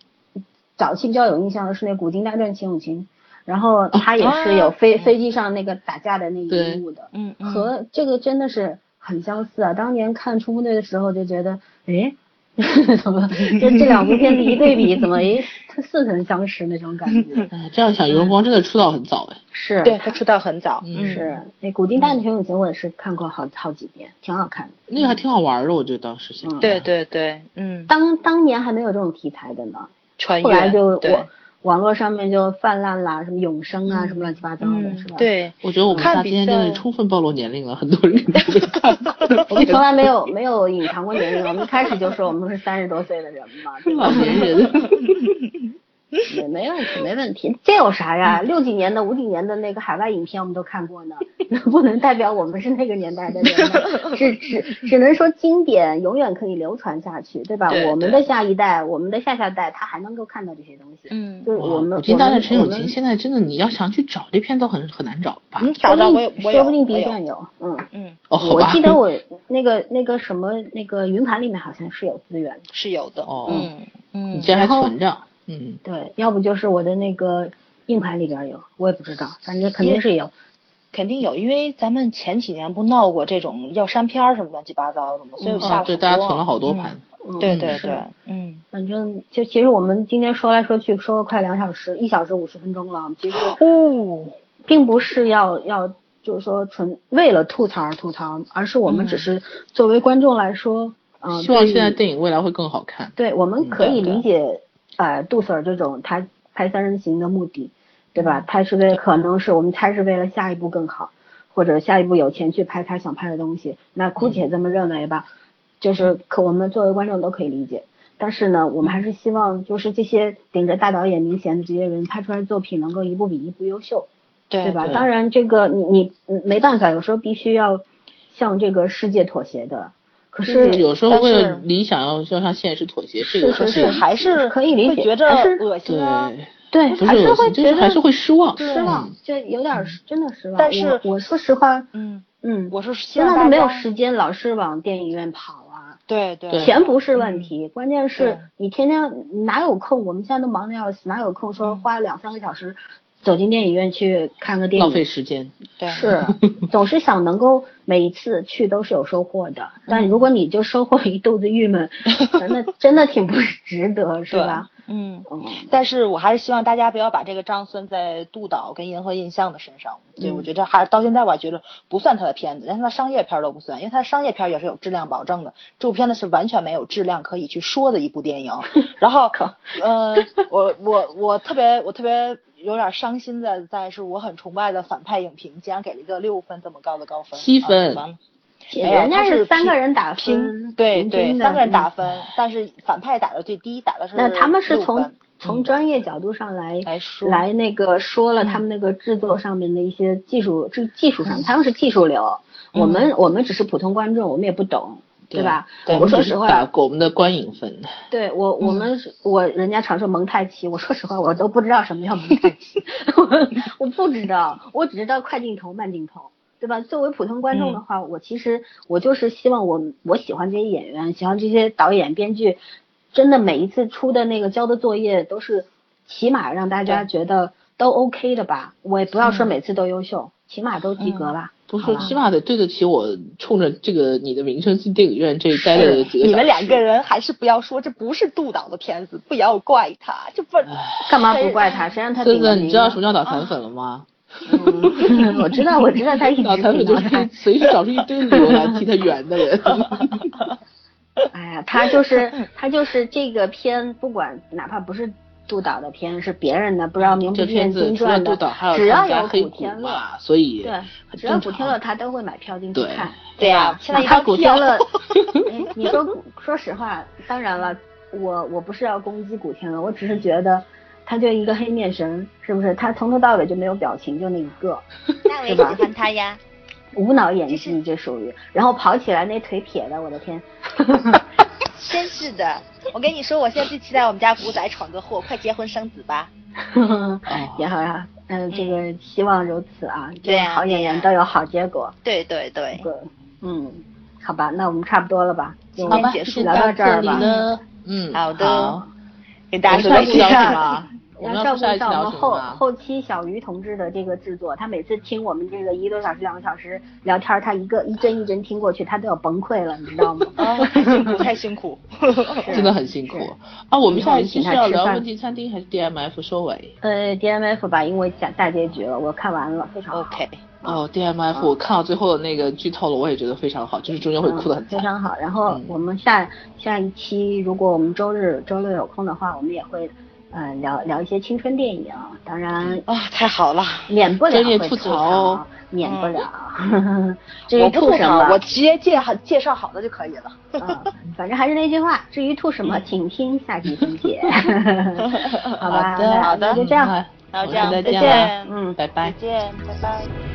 Speaker 2: 早期比较有印象的是那《古今大战秦俑情》，然后他也是有飞、飞机上那个打架的那一幕的，
Speaker 4: 哦嗯嗯
Speaker 2: 和这个真的是很相似啊。当年看《冲锋队》的时候就觉得，诶， 怎么就这两部片子一对比，怎么诶似曾相识那种感 觉？
Speaker 1: 哎，这样
Speaker 2: 嗯
Speaker 1: 想，于文光真的出道很早哎。
Speaker 2: 是，
Speaker 4: 对，他出道很早，嗯，
Speaker 2: 是那《古今大战秦俑情》，我也是看过好好几遍，挺好看的。
Speaker 1: 那个还挺好玩的，我觉得当时现在。
Speaker 2: 嗯
Speaker 4: 对对对，嗯，
Speaker 2: 当当年还没有这种题材的呢，
Speaker 4: 穿越，
Speaker 2: 后来就
Speaker 4: 对
Speaker 2: 我网络上面就泛滥啦，什么永生啊，
Speaker 4: 嗯
Speaker 2: 什么乱七八糟的，是
Speaker 4: 嗯
Speaker 2: 吧？，，
Speaker 4: 对，
Speaker 1: 我觉得我们仨
Speaker 4: 看比
Speaker 1: 今天真的
Speaker 4: 赛
Speaker 1: 充分暴露年龄了，很多人都 没看过。
Speaker 2: 我们从来没有没有隐 藏过年龄，我们一开始就说我们是三十多岁的人嘛，对吧？
Speaker 1: 老年人，
Speaker 2: 也没问题，没问题，这有啥呀？六几年的、五几年的那个海外影片我们都看过呢，不能代表我们是那个年代的人呢，只只只能说经典永远可以流传下去，对吧？
Speaker 5: 对
Speaker 2: 我们的下一代、我们的下下代，他还能够看到这些东西，
Speaker 5: 嗯，
Speaker 2: 就是我们
Speaker 1: 我觉得当
Speaker 2: 我
Speaker 1: 代
Speaker 2: 们
Speaker 1: 陈
Speaker 2: 我
Speaker 1: 友
Speaker 2: 们
Speaker 1: 琴现在真的，你要想去找这片都很很难找吧？
Speaker 4: 你找到我有，我有，
Speaker 2: 说不定
Speaker 4: 我
Speaker 2: B
Speaker 4: 有
Speaker 2: 站有，嗯，
Speaker 5: 嗯，
Speaker 1: 哦，好
Speaker 2: 我
Speaker 1: 吧
Speaker 2: 记。得我那个那个什么那个云盘里面好像是有资源的，
Speaker 4: 是有的。
Speaker 1: 哦，
Speaker 5: 嗯嗯
Speaker 1: 你这还
Speaker 2: 然后
Speaker 1: 存着？嗯，
Speaker 2: 对，要不就是我的那个硬盘里边有，我也不知道，反正肯定是有。
Speaker 4: 肯定有，因为咱们前几年不闹过这种要删片儿什么乱七八糟的嘛，所以我下
Speaker 1: 啊，
Speaker 4: 了
Speaker 1: 对，
Speaker 4: 很
Speaker 1: 大家
Speaker 4: 多
Speaker 1: 存了好多盘。
Speaker 2: 嗯
Speaker 4: 对对
Speaker 2: 是
Speaker 4: 对，嗯，
Speaker 2: 反正就其实我们今天说来说去说了快两小时，一小时五十分钟了，其实
Speaker 4: 哦，
Speaker 2: 并不是要要就是说纯为了吐槽而吐槽，而是我们只是作为观众来说，嗯、
Speaker 1: 嗯希望
Speaker 2: 对于
Speaker 1: 现在电影未来会更好看。
Speaker 2: 对，我们可
Speaker 4: 对
Speaker 2: 以
Speaker 4: 对
Speaker 2: 理解，呃，杜 Sir 这种他拍《三人行》的目的，对吧？他是为了，可能是我们猜是为了下一步更好，或者下一步有钱去拍他想拍的东西。那姑且这么认为吧，就是可我们作为观众都可以理解。但是呢，我们还是希望就是这些顶着大导演名衔的这些人拍出来的作品能够一部比一部优秀，
Speaker 4: 对
Speaker 2: 对吧？当然，这个你你嗯没办法，有时候必须要向这个世界妥协的。可
Speaker 1: 就是是有时候
Speaker 4: 但
Speaker 1: 为
Speaker 4: 是
Speaker 1: 了理想要要向现实妥协，这
Speaker 2: 是
Speaker 1: 个
Speaker 2: 是
Speaker 1: 是
Speaker 2: 是
Speaker 4: 还是
Speaker 2: 可以理
Speaker 4: 会
Speaker 2: 解
Speaker 4: 觉着
Speaker 2: 还是
Speaker 4: 恶心啊。
Speaker 1: 对，
Speaker 2: 对，
Speaker 1: 不
Speaker 2: 还
Speaker 1: 是
Speaker 2: 是
Speaker 1: 恶
Speaker 2: 会
Speaker 1: 心，
Speaker 2: 觉
Speaker 1: 就是
Speaker 2: 得
Speaker 1: 还是会失望。
Speaker 2: 失望，就有点儿真的失望。
Speaker 4: 但是
Speaker 2: 我我说实话，
Speaker 4: 嗯，
Speaker 2: 嗯，
Speaker 4: 我是希
Speaker 2: 现
Speaker 4: 望
Speaker 2: 在
Speaker 4: 大
Speaker 2: 都没有
Speaker 4: 家
Speaker 2: 时间老是往电影院跑啊。
Speaker 4: 对对嗯
Speaker 1: 对
Speaker 2: 钱不是问题，关键是
Speaker 4: 对
Speaker 2: 你天天哪有空？我们现在都忙得要死，哪有空
Speaker 4: 嗯
Speaker 2: 说花两三个小时走进电影院去看个电
Speaker 1: 嗯浪费
Speaker 2: 影？
Speaker 1: 时间。
Speaker 4: 对，
Speaker 2: 是，总是想能够每一次去都是有收获的，
Speaker 4: 嗯
Speaker 2: 但如果你就收获一肚子郁 闷，那真的挺不值得，是
Speaker 4: 对
Speaker 2: 吧？
Speaker 4: 嗯。
Speaker 2: 嗯，
Speaker 4: 但是我还是希望大家不要把这个账算在杜导跟银河印象的身上。对，
Speaker 2: 嗯
Speaker 4: 我觉得还到现在我还觉得不算他的片子，连他的商业片都不算，因为他的商业片也是有质量保证的。这部片子是完全没有质量可以去说的一部 电影。然后，呃，我我我特别我特别有点伤心的在是我很崇拜的反派影评，竟然给了一个六分这么高的高分，
Speaker 1: 七分
Speaker 4: 啊完了没有
Speaker 2: 人家
Speaker 4: 他是
Speaker 2: 三个
Speaker 4: 平
Speaker 2: 人打
Speaker 4: 平
Speaker 2: 分，
Speaker 4: 对
Speaker 2: 嗯平
Speaker 4: 对
Speaker 2: 均的
Speaker 4: 三个人打
Speaker 2: 嗯
Speaker 4: 分，但是反派打的最低，打的是
Speaker 2: 那他们是
Speaker 4: 6
Speaker 2: 从
Speaker 4: 分
Speaker 2: 从专业角度上来
Speaker 4: 来说
Speaker 2: 来那个说了他们那个制作上面的一些技术，这技术上他们是技术流，我们我们只是普通观众，我们也不懂，对吧？
Speaker 1: 我
Speaker 2: 我
Speaker 1: 们
Speaker 2: 说
Speaker 1: 只是
Speaker 2: 实
Speaker 1: 打
Speaker 2: 话，
Speaker 1: 我们的观影分。
Speaker 2: 对我
Speaker 1: 嗯
Speaker 2: 我们是我人家常说蒙太奇，我说实话我都不知道什么叫蒙太奇， 我我不知道，我只知道快镜头慢镜头。对吧？作为普通观众
Speaker 1: 嗯
Speaker 2: 的话，我其实我就是希望我我喜欢这些演员，喜欢这些导演、编剧，真的每一次出的那个交的作业都是起码让大家觉得都 OK 的吧。我也不要说每次都优秀，起码都及格吧。
Speaker 1: 嗯不
Speaker 2: 好
Speaker 1: 是
Speaker 2: 吧，
Speaker 1: 起码得对得起我冲着这个你的名声进电影院这待了几 个小时。
Speaker 4: 你们两个人还是不要说，这不是杜导的片子，不要怪他，这不
Speaker 2: 干嘛不怪他？谁让他
Speaker 1: 真
Speaker 2: 顶
Speaker 1: 的，
Speaker 2: 了
Speaker 1: 你
Speaker 2: 名
Speaker 1: 知道
Speaker 2: 呢
Speaker 1: 什么？叫脑残粉了吗？
Speaker 2: 嗯 我知道，我知道啊他一直
Speaker 1: 脑残粉
Speaker 2: 顶
Speaker 1: 啊
Speaker 2: 到
Speaker 1: 就是可以
Speaker 2: 他。
Speaker 1: 随时找出一堆理由来替他圆的 人。
Speaker 2: 哎呀，他就是他就是这个片，不管哪怕不是杜导的片，是别人的，不知道名不
Speaker 1: 这
Speaker 2: 见
Speaker 1: 片子
Speaker 2: 经
Speaker 1: 除了
Speaker 2: 传
Speaker 1: 杜
Speaker 2: 的
Speaker 1: 导，还，有
Speaker 2: 只要
Speaker 1: 参加
Speaker 2: 有
Speaker 1: 黑
Speaker 2: 古
Speaker 1: 谷
Speaker 2: 天乐，
Speaker 1: 嘛，所以
Speaker 2: 对
Speaker 1: 很，
Speaker 2: 只要
Speaker 1: 正
Speaker 2: 古天
Speaker 1: 常
Speaker 2: 乐他都会买票进去
Speaker 1: 对啊
Speaker 2: 看。
Speaker 4: 对呀、现在一
Speaker 2: 哪怕
Speaker 4: 张
Speaker 2: 古天
Speaker 4: 票
Speaker 2: 乐，哎，你说 古说实话，当然了，我我不是要攻击古天乐，我只是觉得他就一个黑面神，是不是？他从头到尾就没有表情，就那一个
Speaker 5: 那我也喜
Speaker 2: 吧
Speaker 5: 欢他呀。
Speaker 2: 无脑演技，这属于。然后跑起来那腿撇的，我的天！
Speaker 5: 真是的，我跟你说，我现在最期待我们家古仔闯个祸，快结婚生子吧。
Speaker 2: 也好呀，嗯，这个希望如此啊，
Speaker 5: 对呀
Speaker 2: 好演员都有好结果。
Speaker 5: 对对对，
Speaker 2: 对，嗯，好吧，那我们差不多了吧？今
Speaker 5: 好吧
Speaker 2: 天
Speaker 5: 结束
Speaker 2: 聊到这儿吧。
Speaker 1: 了。嗯，
Speaker 5: 好的
Speaker 1: 好
Speaker 5: 给大家说
Speaker 1: 我们
Speaker 5: 再
Speaker 1: 要不聊
Speaker 5: 见。
Speaker 1: 什 么？我们
Speaker 2: 要
Speaker 1: 要
Speaker 2: 照
Speaker 1: 不
Speaker 2: 顾
Speaker 1: 下
Speaker 2: 一
Speaker 1: 一
Speaker 2: 下
Speaker 1: 期
Speaker 2: 我
Speaker 1: 聊
Speaker 2: 们
Speaker 1: 什
Speaker 2: 后
Speaker 1: 么啊？
Speaker 2: 后期小鱼同志的这个制作，他每次听我们这个一个多小时、两个小时聊天儿，他一个一帧一帧听过去，他都要崩溃了，你知道吗？
Speaker 4: 啊，
Speaker 5: 哦
Speaker 4: 太辛苦，太辛 苦。
Speaker 1: 真的很辛苦啊！我们下一期是要聊
Speaker 2: 请他吃饭
Speaker 1: 问题餐厅还是 DMF 收尾？
Speaker 2: 呃，DMF 吧，因为讲大结局了，我看完了，非常好。
Speaker 4: OK，
Speaker 1: 哦，DMF，我看到最后的那个剧透了，我也觉得非常好，就是中间会哭得很
Speaker 2: 嗯非
Speaker 1: 惨。
Speaker 2: 常好。然后
Speaker 1: 嗯
Speaker 2: 我们下下一期，如果我们周日周六有空的话，我们也会嗯、呃聊聊一些青春电影。当然
Speaker 5: 哦
Speaker 4: 啊，太好了，
Speaker 2: 免不了
Speaker 1: 嗯专业
Speaker 2: 会
Speaker 1: 吐
Speaker 2: 吐
Speaker 1: 槽哦嗯
Speaker 2: 槽，免不了。 至于
Speaker 4: 我不
Speaker 2: 吐
Speaker 4: 吐
Speaker 2: 什
Speaker 4: 槽，
Speaker 2: 么
Speaker 4: 我，直接介绍介绍好的就可以了。
Speaker 2: 嗯，反正还是那句话，至于吐什
Speaker 1: 嗯
Speaker 2: 么，请听下集分 解。好吧，
Speaker 1: 好的
Speaker 2: 那
Speaker 7: 好的
Speaker 2: 那就这样，
Speaker 7: 那就这
Speaker 1: 好
Speaker 7: 样，
Speaker 1: 的
Speaker 7: 再
Speaker 1: 再见了
Speaker 7: 见，
Speaker 2: 嗯，
Speaker 1: 拜拜
Speaker 7: 再。见，拜拜。